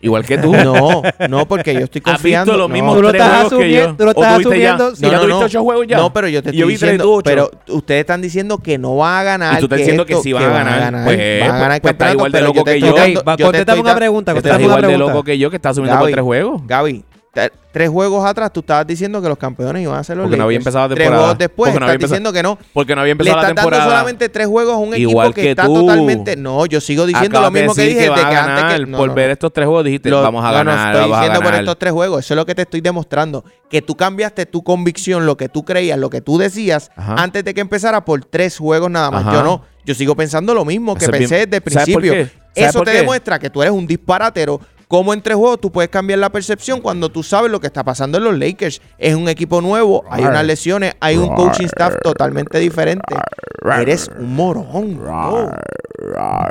Speaker 3: Igual que tú.
Speaker 1: No, no, porque yo estoy
Speaker 3: Has visto
Speaker 1: confiando.
Speaker 3: los
Speaker 1: no.
Speaker 3: mismos
Speaker 2: Tú lo
Speaker 3: tres
Speaker 2: estás
Speaker 3: juegos que
Speaker 2: asumiendo-
Speaker 3: yo.
Speaker 2: tú lo
Speaker 3: ¿O
Speaker 2: estás
Speaker 3: tuviste ya?
Speaker 2: asumiendo- sí,
Speaker 3: ¿Ya
Speaker 1: no,
Speaker 3: tuviste
Speaker 1: no.
Speaker 3: ocho juegos ya?
Speaker 1: No, pero yo te
Speaker 3: Y yo
Speaker 1: estoy
Speaker 3: vi tres, tú
Speaker 1: diciendo,
Speaker 3: ocho.
Speaker 1: pero ustedes están diciendo que no van a ganar.
Speaker 3: Y tú estás
Speaker 1: que
Speaker 3: diciendo que
Speaker 1: esto,
Speaker 3: sí van a ganar. Pues,
Speaker 1: van a ganar el
Speaker 3: pues, está
Speaker 1: campeonato,
Speaker 3: igual de
Speaker 1: pero
Speaker 3: loco
Speaker 1: te
Speaker 3: que
Speaker 1: estoy
Speaker 3: yo.
Speaker 1: dando-
Speaker 2: Ok, va,
Speaker 1: te
Speaker 2: contéstame
Speaker 1: estoy
Speaker 2: una
Speaker 1: dando-
Speaker 2: pregunta,
Speaker 1: yo te
Speaker 3: Estás
Speaker 2: contéstame
Speaker 1: estoy-
Speaker 3: igual de
Speaker 2: pregunta.
Speaker 3: loco que yo que estás subiendo por
Speaker 1: Gaby.
Speaker 3: tres juegos.
Speaker 1: Gaby, te- tres juegos atrás tú estabas diciendo que los campeones iban a ser los
Speaker 3: Porque no había
Speaker 1: Lakers.
Speaker 3: empezado la
Speaker 1: Tres
Speaker 3: temporada.
Speaker 1: juegos después
Speaker 3: Porque no
Speaker 1: estás
Speaker 3: había empezado-
Speaker 1: diciendo que no.
Speaker 3: Porque no había
Speaker 1: Le
Speaker 3: empezado la
Speaker 1: estás dando
Speaker 3: temporada.
Speaker 1: solamente tres juegos a un
Speaker 3: Igual
Speaker 1: equipo que,
Speaker 3: que
Speaker 1: está
Speaker 3: tú.
Speaker 1: totalmente... No, yo sigo diciendo
Speaker 3: Acabas
Speaker 1: lo mismo
Speaker 3: de
Speaker 1: que
Speaker 3: decir
Speaker 1: dije
Speaker 3: va
Speaker 1: desde
Speaker 3: a
Speaker 1: que
Speaker 3: ganar.
Speaker 1: antes que... no,
Speaker 3: por
Speaker 1: no,
Speaker 3: ver estos tres juegos dijiste,
Speaker 1: Lo-
Speaker 3: vamos a
Speaker 1: no, no,
Speaker 3: ganar,
Speaker 1: estoy
Speaker 3: vamos a
Speaker 1: diciendo por
Speaker 3: ganar.
Speaker 1: estos tres juegos. Eso es lo que te estoy demostrando. Que tú cambiaste tu convicción, lo que tú creías, lo que tú decías,
Speaker 3: Ajá.
Speaker 1: antes de que empezara por tres juegos nada más.
Speaker 3: Ajá.
Speaker 1: Yo no. Yo sigo pensando lo mismo que
Speaker 3: Eso es
Speaker 1: pensé
Speaker 3: bien-
Speaker 1: desde el
Speaker 3: ¿Sabes por
Speaker 1: principio.
Speaker 3: qué? ¿Sabes
Speaker 1: Eso
Speaker 3: por
Speaker 1: te
Speaker 3: qué?
Speaker 1: demuestra que tú eres un disparatero cómo en tres juegos tú puedes cambiar la percepción cuando tú sabes lo que está pasando en los Lakers. Es un equipo nuevo, hay unas lesiones, hay un coaching staff totalmente diferente. Eres un morón, bro.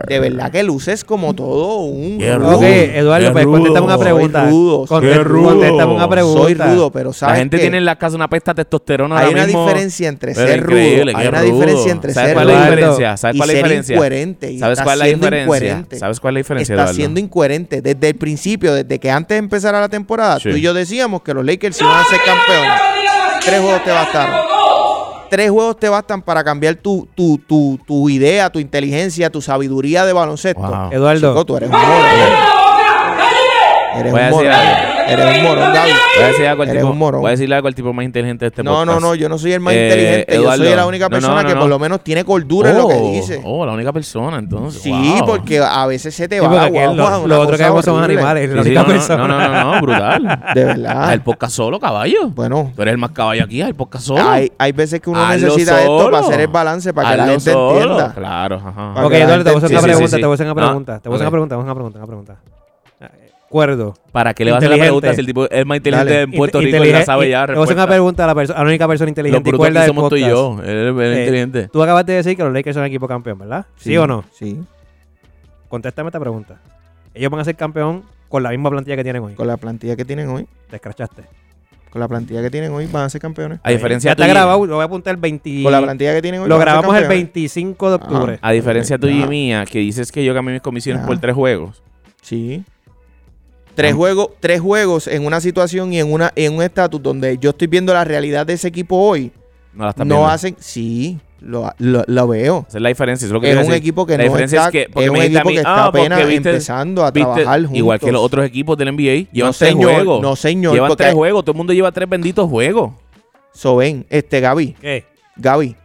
Speaker 1: De verdad que luces como todo un...
Speaker 3: Qué
Speaker 1: rudo.
Speaker 2: Ok, Eduardo,
Speaker 3: Qué
Speaker 2: pues contéstame una
Speaker 1: rudo,
Speaker 2: pregunta.
Speaker 1: soy rudo, soy
Speaker 2: Conté-
Speaker 3: rudo.
Speaker 2: Contéstame una pregunta.
Speaker 1: Soy rudo, pero
Speaker 3: La
Speaker 1: sabes
Speaker 3: gente
Speaker 1: qué?
Speaker 3: tiene en la casa una pesta de testosterona
Speaker 1: Hay
Speaker 3: ahora
Speaker 1: una
Speaker 3: mismo.
Speaker 1: diferencia entre
Speaker 3: Pero
Speaker 1: ser rudo,
Speaker 3: increíble,
Speaker 1: hay
Speaker 3: qué
Speaker 1: una
Speaker 3: rudo.
Speaker 1: diferencia entre
Speaker 3: ¿Sabes
Speaker 1: ser
Speaker 3: cuál es la
Speaker 2: rudo
Speaker 3: diferencia? ¿Sabes
Speaker 1: y
Speaker 3: cuál es la
Speaker 1: ser
Speaker 3: diferencia?
Speaker 1: incoherente. y
Speaker 3: ¿Sabes
Speaker 1: está
Speaker 3: cuál es la
Speaker 1: siendo
Speaker 3: diferencia?
Speaker 1: incoherente.
Speaker 3: ¿Sabes cuál es la diferencia,
Speaker 1: Está
Speaker 3: Eduardo?
Speaker 1: siendo incoherente. Desde el principio, desde que antes empezara la temporada,
Speaker 3: Sí.
Speaker 1: tú y yo decíamos que los Lakers iban a ser campeones. Tres juegos te bastaron. Tres juegos te bastan para cambiar tu, tu, tu, tu idea, tu inteligencia, tu sabiduría de baloncesto.
Speaker 3: Wow.
Speaker 2: Eduardo.
Speaker 1: Chico, tú eres un morón. Eres
Speaker 3: Voy a
Speaker 1: un
Speaker 3: decir
Speaker 1: morón.
Speaker 3: algo.
Speaker 1: Eres un morón, Gaby.
Speaker 3: Voy a decir algo al
Speaker 1: Eres
Speaker 3: tipo-
Speaker 1: un morón.
Speaker 3: voy a decirle algo al tipo más inteligente de este
Speaker 1: No,
Speaker 3: podcast.
Speaker 1: no, no, yo no soy el más
Speaker 3: Eh,
Speaker 1: inteligente.
Speaker 3: Eduardo.
Speaker 1: Yo soy la única
Speaker 3: No,
Speaker 1: persona
Speaker 3: no, no,
Speaker 1: que
Speaker 3: no.
Speaker 1: por lo menos tiene cordura en lo
Speaker 3: Oh,
Speaker 1: que dice.
Speaker 3: Oh, la única persona, entonces.
Speaker 1: sí,
Speaker 3: Wow.
Speaker 1: porque a veces se te
Speaker 2: Sí,
Speaker 1: va.
Speaker 2: porque
Speaker 1: guau,
Speaker 2: aquel- lo-
Speaker 1: guau,
Speaker 2: Los
Speaker 1: una
Speaker 2: otros que
Speaker 1: cosa
Speaker 2: vemos son
Speaker 1: horrible.
Speaker 2: animales. La
Speaker 3: Sí, sí,
Speaker 2: única
Speaker 3: no, no,
Speaker 2: persona.
Speaker 3: No, no, no, no, brutal.
Speaker 1: De verdad.
Speaker 3: El podcast solo, caballo.
Speaker 1: Bueno,
Speaker 3: Tú eres el más caballo aquí, el podcast solo.
Speaker 1: hay, hay veces que uno
Speaker 3: Hazlo
Speaker 1: necesita esto
Speaker 3: solo.
Speaker 1: para hacer el balance, para que la
Speaker 3: Hazlo
Speaker 1: gente
Speaker 3: solo.
Speaker 1: entienda.
Speaker 3: Claro, ajá.
Speaker 1: Para
Speaker 2: Ok,
Speaker 1: que la gente
Speaker 2: Eduardo, te voy a hacer una
Speaker 1: entienda.
Speaker 2: pregunta,
Speaker 3: Sí, sí,
Speaker 2: te voy a hacer una
Speaker 3: sí.
Speaker 2: pregunta. te voy a hacer
Speaker 3: Ah,
Speaker 2: una pregunta, te voy a hacer una pregunta, una pregunta. Acuerdo.
Speaker 3: ¿Para qué le vas a hacer la
Speaker 2: Inteligente.
Speaker 3: pregunta si el tipo es más inteligente
Speaker 1: Dale.
Speaker 3: en Puerto Rico? Él la sabe ya.
Speaker 2: Te voy a hacer una
Speaker 3: respuesta.
Speaker 2: pregunta a la, perso- a la única persona
Speaker 3: Los
Speaker 2: inteligente y
Speaker 3: brutos
Speaker 2: cuerda
Speaker 3: aquí
Speaker 2: del
Speaker 3: somos tú y
Speaker 2: podcast.
Speaker 3: yo. Él es
Speaker 2: Eh,
Speaker 3: inteligente.
Speaker 2: Tú acabas de decir que los Lakers son equipo campeón, ¿verdad? ¿Sí, o no?
Speaker 1: Sí,
Speaker 2: Contéstame esta pregunta. Ellos van a ser campeón con la misma plantilla que tienen hoy.
Speaker 1: con la plantilla que tienen hoy.
Speaker 2: Te escrachaste.
Speaker 1: Con la plantilla que tienen hoy van a ser campeones.
Speaker 3: A diferencia
Speaker 2: Ya está
Speaker 3: tuya-
Speaker 2: grabado, lo voy a apuntar el 20.
Speaker 1: Con la plantilla que tienen hoy.
Speaker 2: Lo
Speaker 1: van a ser
Speaker 2: grabamos el
Speaker 1: campeones.
Speaker 2: 25 de octubre.
Speaker 3: A diferencia tuya y
Speaker 1: Ajá.
Speaker 3: mía, que dices que yo cambié mis comisiones
Speaker 1: Ajá.
Speaker 3: por tres juegos.
Speaker 1: Sí. Tres,
Speaker 3: Ah.
Speaker 1: juegos, tres juegos en una situación y en, una, en un estatus donde yo estoy viendo la realidad de ese equipo hoy.
Speaker 3: No la estás
Speaker 1: no
Speaker 3: viendo.
Speaker 1: hacen. Sí, lo, lo- lo veo.
Speaker 3: Esa es la diferencia. eso es lo que te
Speaker 1: Es
Speaker 3: iba a
Speaker 1: un
Speaker 3: decir.
Speaker 1: equipo que
Speaker 3: La
Speaker 1: no
Speaker 3: diferencia
Speaker 1: está.
Speaker 3: es que- porque
Speaker 1: es un
Speaker 3: me dijiste a
Speaker 1: equipo
Speaker 3: mí,
Speaker 1: que está
Speaker 3: ah, porque
Speaker 1: apenas
Speaker 3: viste-
Speaker 1: empezando a
Speaker 3: Viste,
Speaker 1: trabajar juntos.
Speaker 3: Igual que los otros equipos del NBA. Llevan
Speaker 1: no,
Speaker 3: tres
Speaker 1: señor,
Speaker 3: juegos.
Speaker 1: No, señor.
Speaker 3: llevan
Speaker 1: porque-
Speaker 3: tres juegos. Todo el mundo lleva tres benditos juegos.
Speaker 1: So, ven, este, Gaby,
Speaker 2: ¿Qué?
Speaker 1: Gaby.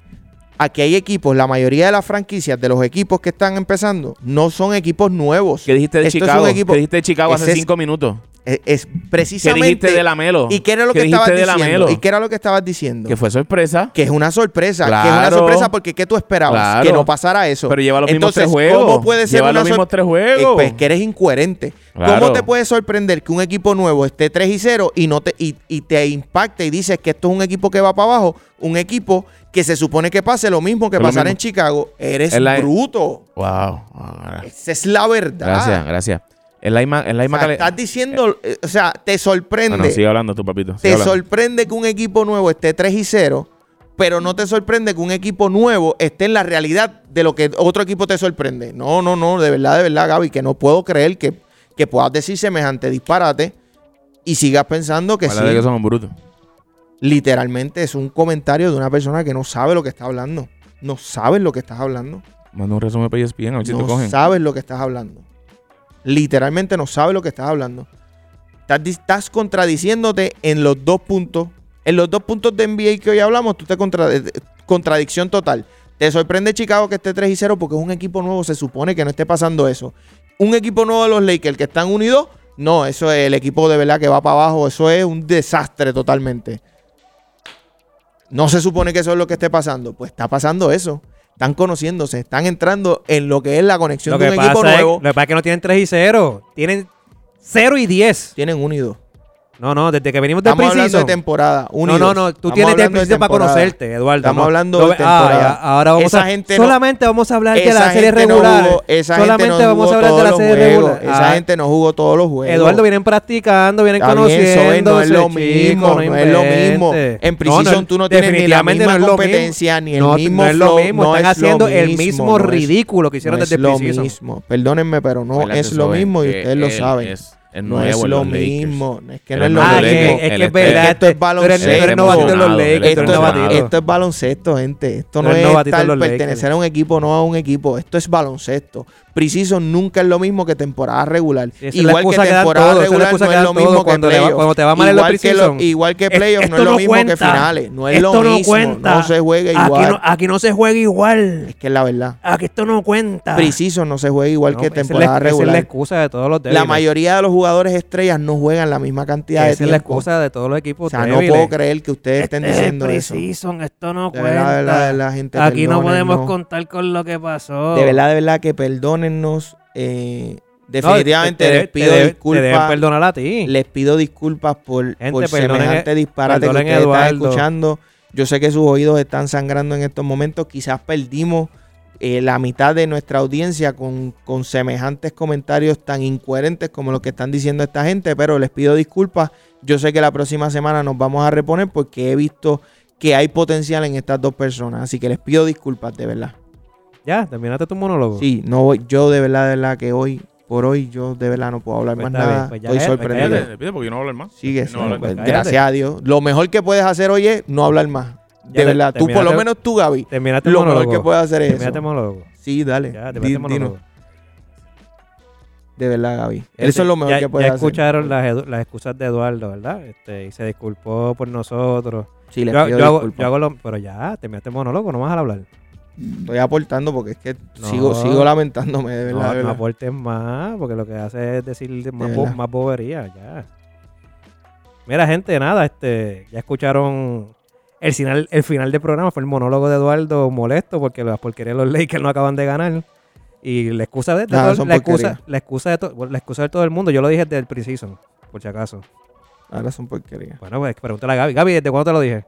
Speaker 1: Aquí hay equipos, la mayoría de las franquicias de los equipos que están empezando no son equipos nuevos.
Speaker 3: ¿Qué dijiste de
Speaker 1: Esto es un
Speaker 3: Chicago?
Speaker 1: equipo-
Speaker 3: ¿Qué dijiste de Chicago hace
Speaker 1: Ese es-
Speaker 3: cinco minutos?
Speaker 1: Es, es
Speaker 3: ¿Qué
Speaker 1: precisamente.
Speaker 3: dijiste de Lamelo?
Speaker 1: ¿Y qué era lo que
Speaker 3: dijiste
Speaker 1: estabas
Speaker 3: de
Speaker 1: diciendo?
Speaker 3: Lamelo?
Speaker 1: ¿Y qué era lo que estabas diciendo?
Speaker 3: Que fue sorpresa.
Speaker 1: Que es una sorpresa. Que es una
Speaker 3: Claro.
Speaker 1: sorpresa porque ¿qué tú esperabas?
Speaker 3: Claro.
Speaker 1: Que no pasara eso.
Speaker 3: Pero lleva los mismos
Speaker 1: Entonces,
Speaker 3: tres juegos.
Speaker 1: ¿cómo puede ser
Speaker 3: lleva
Speaker 1: una
Speaker 3: los mismos
Speaker 1: sor-
Speaker 3: tres
Speaker 1: Eh,
Speaker 3: juegos.
Speaker 1: pues que eres incoherente.
Speaker 3: Claro.
Speaker 1: ¿Cómo te puede sorprender que un equipo nuevo esté 3 y 0 y, no te, y, y te impacte y dices que esto es un equipo que va para abajo? Un equipo que se supone que pase lo mismo que
Speaker 3: Es lo
Speaker 1: pasara
Speaker 3: mismo.
Speaker 1: en Chicago. Eres
Speaker 3: Es la-
Speaker 1: bruto.
Speaker 3: Wow. wow.
Speaker 1: Esa es la verdad.
Speaker 3: Gracias, gracias. Es la misma, es la
Speaker 1: O sea,
Speaker 3: misma cali-
Speaker 1: estás diciendo, eh, o sea, te
Speaker 3: No,
Speaker 1: sorprende.
Speaker 3: no, Ah, sigue hablando tú, papito. sigue
Speaker 1: te
Speaker 3: hablando.
Speaker 1: sorprende que un equipo nuevo esté 3 y 0, pero no te sorprende que un equipo nuevo esté en la realidad de lo que otro equipo te sorprende. No, no, no, de verdad, de verdad, Gaby, que no puedo creer que, que puedas decir semejante disparate y sigas pensando que sí.
Speaker 3: Habla de que somos brutos.
Speaker 1: Literalmente es un comentario de una persona que no sabe lo que está hablando. No sabes lo que estás hablando.
Speaker 3: Manda un resumen para E ESPN, a ver si te
Speaker 1: No
Speaker 3: cogen.
Speaker 1: sabes lo que estás hablando. Literalmente no sabes lo que estás hablando. Estás, di- estás contradiciéndote en los dos puntos. En los dos puntos de NBA que hoy hablamos, tú te contra- eh, contradicción total. Te sorprende Chicago que esté 3 y 0 porque es un equipo nuevo, se supone que no esté pasando eso. Un equipo nuevo de los Lakers que están unidos, no, eso es el equipo de verdad que va para abajo, eso es un desastre totalmente. No se supone que eso es lo que esté pasando. Pues está pasando eso. Están conociéndose, están entrando en lo que es la conexión
Speaker 2: Lo
Speaker 1: de
Speaker 2: que,
Speaker 1: un
Speaker 2: pasa
Speaker 1: equipo
Speaker 2: es,
Speaker 1: nuevo.
Speaker 2: lo que pasa es que no tienen 3 y 0. Tienen 0 y 10.
Speaker 1: Tienen unidos.
Speaker 2: No, no, desde que venimos del
Speaker 1: Estamos hablando de
Speaker 2: principio.
Speaker 1: temporada.
Speaker 2: No,
Speaker 1: Unidos.
Speaker 2: no, no. Tú
Speaker 1: Estamos
Speaker 2: tienes del
Speaker 1: hablando de
Speaker 2: principio para
Speaker 1: temporada.
Speaker 2: conocerte, Eduardo.
Speaker 1: Estamos
Speaker 2: ¿no?
Speaker 1: hablando
Speaker 2: No
Speaker 1: de
Speaker 2: ve-
Speaker 1: temporada.
Speaker 2: ah, ya, ahora vamos
Speaker 1: Esa
Speaker 2: a,
Speaker 1: gente no-
Speaker 2: solamente vamos a hablar de
Speaker 1: Esa
Speaker 2: la serie
Speaker 1: gente no
Speaker 2: regular.
Speaker 1: jugó- esa
Speaker 2: solamente
Speaker 1: gente no
Speaker 2: vamos
Speaker 1: jugó
Speaker 2: a hablar de la
Speaker 1: todos los
Speaker 2: serie
Speaker 1: juegos.
Speaker 2: regular.
Speaker 1: Esa
Speaker 2: Ah,
Speaker 1: gente no jugó todos los juegos.
Speaker 2: Eduardo, vienen practicando, vienen
Speaker 1: Está bien,
Speaker 2: conociendo.
Speaker 1: Sobe, no es lo mismo, no es lo mismo. En Precision tú no tienes ni la misma competencia, ni el mismo
Speaker 2: No es lo
Speaker 1: flow,
Speaker 2: mismo,
Speaker 1: no
Speaker 2: están
Speaker 1: es lo
Speaker 2: haciendo el
Speaker 1: mismo,
Speaker 2: mismo
Speaker 1: no es-
Speaker 2: ridículo que
Speaker 1: No
Speaker 2: hicieron
Speaker 1: es
Speaker 2: desde el
Speaker 1: lo
Speaker 2: principio.
Speaker 1: mismo. Perdónenme, pero no
Speaker 3: Adelante,
Speaker 1: es lo
Speaker 3: Sobe,
Speaker 1: mismo y
Speaker 3: que
Speaker 1: ustedes lo
Speaker 3: él
Speaker 1: saben.
Speaker 3: es el
Speaker 1: No
Speaker 3: nuevo
Speaker 1: es
Speaker 3: en
Speaker 1: lo
Speaker 3: los Lakers.
Speaker 1: mismo. Es que
Speaker 3: Él
Speaker 1: no es
Speaker 3: es
Speaker 1: lo
Speaker 3: nuevo
Speaker 2: Ah,
Speaker 3: en los
Speaker 1: mismo.
Speaker 2: que-
Speaker 3: Lakers.
Speaker 2: es que
Speaker 3: Él
Speaker 2: es
Speaker 3: es-
Speaker 2: verdad.
Speaker 1: esto
Speaker 2: este,
Speaker 1: es
Speaker 2: tú eres-
Speaker 1: baloncesto.
Speaker 2: Tú eres novatito en los
Speaker 3: Emocionado,
Speaker 2: Lakers,
Speaker 3: él es
Speaker 2: tú
Speaker 1: Esto,
Speaker 2: eres
Speaker 1: es-
Speaker 3: emocionado.
Speaker 2: novatito.
Speaker 1: esto es baloncesto, gente. Esto no,
Speaker 2: Tú eres
Speaker 1: es
Speaker 2: novatito en
Speaker 1: estar,
Speaker 2: los Lakers.
Speaker 1: pertenecer a un equipo, no a un equipo. Esto es baloncesto. Preciso nunca es lo mismo que temporada regular.
Speaker 2: Sí, esa es la
Speaker 1: igual que
Speaker 2: excusa que dan
Speaker 1: temporada
Speaker 2: todos, esa es la
Speaker 1: regular
Speaker 2: excusa
Speaker 1: no
Speaker 2: que
Speaker 1: es
Speaker 2: dan
Speaker 1: lo
Speaker 2: todos
Speaker 1: mismo que
Speaker 2: cuando le va-
Speaker 1: playoff.
Speaker 2: cuando te va mal en los
Speaker 1: igual, que lo-
Speaker 2: preseason.
Speaker 1: igual que
Speaker 2: Es-
Speaker 1: playoff no
Speaker 2: esto
Speaker 1: es lo
Speaker 2: no
Speaker 1: mismo que
Speaker 2: cuenta.
Speaker 1: finales. No es
Speaker 2: Esto
Speaker 1: lo
Speaker 2: no
Speaker 1: mismo.
Speaker 2: cuenta.
Speaker 1: no se juega
Speaker 2: Aquí
Speaker 1: igual.
Speaker 2: no, aquí no se juega igual.
Speaker 1: Es que es la verdad.
Speaker 2: Aquí Ah, esto no cuenta.
Speaker 1: Preciso no se juega igual
Speaker 2: No,
Speaker 1: que
Speaker 2: esa es la-
Speaker 1: temporada
Speaker 2: Esa es la
Speaker 1: regular.
Speaker 2: excusa de todos los débiles.
Speaker 1: La mayoría de los jugadores estrellas no juegan la misma cantidad
Speaker 2: Esa
Speaker 1: de
Speaker 2: es la
Speaker 1: tiempo.
Speaker 2: excusa Este de todos los equipos
Speaker 1: O sea, no
Speaker 2: débiles.
Speaker 1: puedo creer que ustedes estén diciendo eso. De
Speaker 2: preciso, esto no
Speaker 1: verdad, de verdad, de verdad, gente. perdonen,
Speaker 2: contar con lo que pasó.
Speaker 1: De verdad, de verdad que perdónennos. eh, Definitivamente
Speaker 2: No, te- te-
Speaker 1: les pido
Speaker 2: te- Te deben
Speaker 1: disculpas.
Speaker 2: perdonar a ti.
Speaker 1: les pido disculpas por,
Speaker 2: Gente,
Speaker 1: por
Speaker 2: perdonen-
Speaker 1: semejante disparate que
Speaker 2: perdonen
Speaker 1: ustedes están
Speaker 2: Eduardo.
Speaker 1: escuchando. Yo sé que sus oídos están sangrando en estos momentos. Quizás perdimos eh, la mitad de nuestra audiencia con, con semejantes comentarios tan incoherentes como los que están diciendo esta gente, pero les pido disculpas. Yo sé que la próxima semana nos vamos a reponer porque he visto que hay potencial en estas dos personas. Así que les pido disculpas, de verdad.
Speaker 2: Ya, terminaste tu monólogo.
Speaker 1: Sí, no voy- yo de verdad, de verdad que hoy, por hoy, yo de verdad no puedo hablar
Speaker 2: Pues
Speaker 1: más
Speaker 2: está bien,
Speaker 1: nada.
Speaker 2: pues ya
Speaker 1: Estoy
Speaker 2: es, pues
Speaker 1: sorprendido.
Speaker 2: cállate.
Speaker 3: Despídete, despídete porque yo no voy a hablar más.
Speaker 1: Sigue,
Speaker 3: No,
Speaker 1: sí,
Speaker 3: no,
Speaker 1: pues,
Speaker 2: no,
Speaker 1: gracias a Dios. Lo mejor que puedes hacer hoy es no hablar más. De
Speaker 2: Ya te-
Speaker 1: verdad. Tú, por lo
Speaker 2: terminaste-
Speaker 1: menos tú, Gaby,
Speaker 2: Terminaste el
Speaker 1: lo mejor que
Speaker 2: monólogo.
Speaker 1: puedes hacer es eso.
Speaker 2: Terminaste el monólogo.
Speaker 1: Sí, dale.
Speaker 2: Ya,
Speaker 1: Di-
Speaker 2: terminaste el monólogo.
Speaker 1: dinos. De verdad, Gaby.
Speaker 2: Este,
Speaker 1: Eso es lo mejor
Speaker 2: ya,
Speaker 1: que puedes
Speaker 2: ya
Speaker 1: hacer.
Speaker 2: escucharon las, edu- las excusas de Eduardo, ¿verdad? Este, y se disculpó por nosotros.
Speaker 1: Sí, les
Speaker 2: Yo,
Speaker 1: pido
Speaker 2: yo hago,
Speaker 1: disculpas.
Speaker 2: yo hago lo- Pero ya, terminaste el monólogo, no vas a hablar.
Speaker 1: Estoy aportando porque es que
Speaker 2: No.
Speaker 1: sigo, sigo lamentándome, de verdad.
Speaker 2: no,
Speaker 1: de
Speaker 2: no
Speaker 1: verdad.
Speaker 2: aportes más, porque lo que hace es decir más,
Speaker 1: De
Speaker 2: bo-
Speaker 1: verdad.
Speaker 2: más bobería, ya. Mira, gente, nada, este, ya escucharon el final, el final del programa, fue el monólogo de Eduardo molesto porque las porquerías de los Lakers no acaban de ganar. Y la excusa de, de
Speaker 1: Nada,
Speaker 2: todo-
Speaker 1: son
Speaker 2: la, excusa,
Speaker 1: porquerías.
Speaker 2: la excusa de to- la excusa de todo el mundo, yo lo dije desde el preseason, por si acaso.
Speaker 1: Ahora son porquerías.
Speaker 2: Bueno, pues pregúntale a Gaby. Gaby, ¿desde cuándo te lo dije?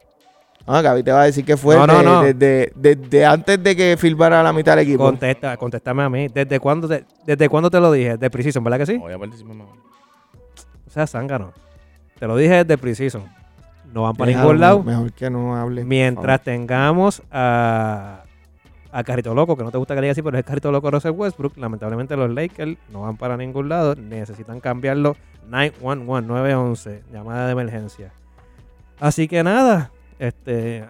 Speaker 1: Ah, Gaby te va a decir que fue
Speaker 2: No, no,
Speaker 1: de-
Speaker 2: no.
Speaker 1: Desde, desde antes de que filmara la mitad del equipo.
Speaker 2: Contesta, contéstame a mí. ¿Desde cuándo te, desde cuándo te lo dije? Desde preseason, ¿verdad que sí?
Speaker 3: No voy a participar más.
Speaker 2: O sea, zángano. Te lo dije desde Precision. No van para
Speaker 1: Déjalo,
Speaker 2: ningún lado.
Speaker 1: Mejor que no hable. por
Speaker 2: Mientras tengamos a, a Carrito Loco, que no te gusta que le diga así, pero es el Carrito Loco de Russell Westbrook. Lamentablemente los Lakers no van para ningún lado. Necesitan cambiarlo. 911, 911, llamada de emergencia. Así que nada, este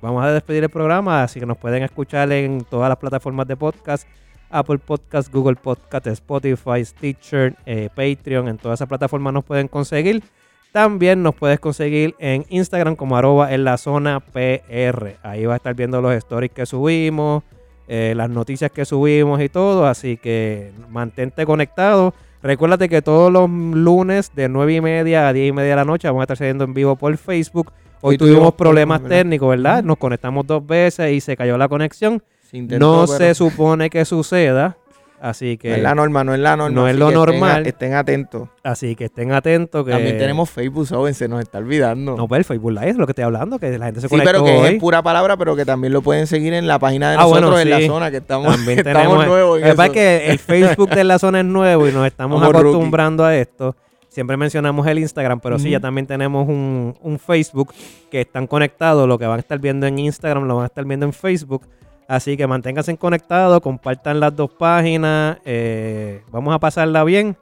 Speaker 2: vamos a despedir el programa. Así que nos pueden escuchar en todas las plataformas de podcast. Apple Podcast, Google Podcast, Spotify, Stitcher, eh, Patreon, en todas esas plataformas nos pueden conseguir. También nos puedes conseguir en Instagram como arroba en la zona PR. Ahí vas a estar viendo los stories que subimos, eh, las noticias que subimos y todo. Así que mantente conectado. Recuérdate que todos los lunes de 9 y media a 10 y media de la noche vamos a estar saliendo en vivo por Facebook. Hoy
Speaker 1: Hoy tuvimos
Speaker 2: tuvimos problemas
Speaker 1: problemas, ¿verdad?
Speaker 2: técnicos, ¿verdad?
Speaker 1: Ujú.
Speaker 2: Nos conectamos dos veces y se cayó la conexión
Speaker 1: favor. Se intentó,
Speaker 2: no
Speaker 1: pero-
Speaker 2: se supone que suceda. Así
Speaker 1: No es
Speaker 2: que,
Speaker 1: la norma, no es la norma.
Speaker 2: No es
Speaker 1: así
Speaker 2: lo
Speaker 1: que estén a-
Speaker 2: normal.
Speaker 1: Estén, atentos.
Speaker 2: así que estén atentos. Que
Speaker 1: También tenemos Facebook, Soben, se nos está olvidando.
Speaker 2: No, pero el Facebook Live es lo que estoy hablando, que la gente se
Speaker 1: sí,
Speaker 2: conectó
Speaker 1: pero que
Speaker 2: hoy.
Speaker 1: es pura palabra, pero que también lo pueden seguir en la página de
Speaker 2: Ah, bueno,
Speaker 1: nosotros, en
Speaker 2: sí.
Speaker 1: la zona, que estamos,
Speaker 2: También
Speaker 1: estamos
Speaker 2: tenemos-
Speaker 1: nuevos.
Speaker 2: Lo
Speaker 1: en
Speaker 2: que pasa es
Speaker 1: eso.
Speaker 2: que el Facebook de la zona es nuevo y nos estamos
Speaker 1: Somos
Speaker 2: acostumbrando a esto. Siempre mencionamos el Instagram, pero sí,
Speaker 1: Ujú.
Speaker 2: ya también tenemos un, un Facebook que están conectados. Lo que van a estar viendo en Instagram lo van a estar viendo en Facebook. Así que manténganse conectados, compartan las dos páginas. eh, vamos a pasarla bien.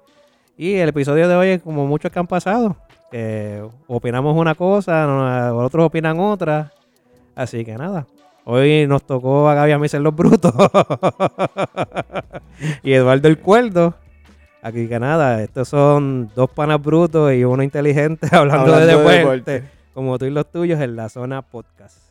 Speaker 2: Y el episodio de hoy es como muchos que han pasado. eh, opinamos una cosa, no- eh, otros opinan otra. Así que nada. Hoy nos tocó a Gaby a mí ser los brutos. y Eduardo el cuerdo. Aquí que nada, estos son dos panas brutos y uno inteligente hablando,
Speaker 1: Hablando
Speaker 2: de,
Speaker 1: de
Speaker 2: deporte,
Speaker 1: deporte.
Speaker 2: Como tú y los tuyos en la zona podcast.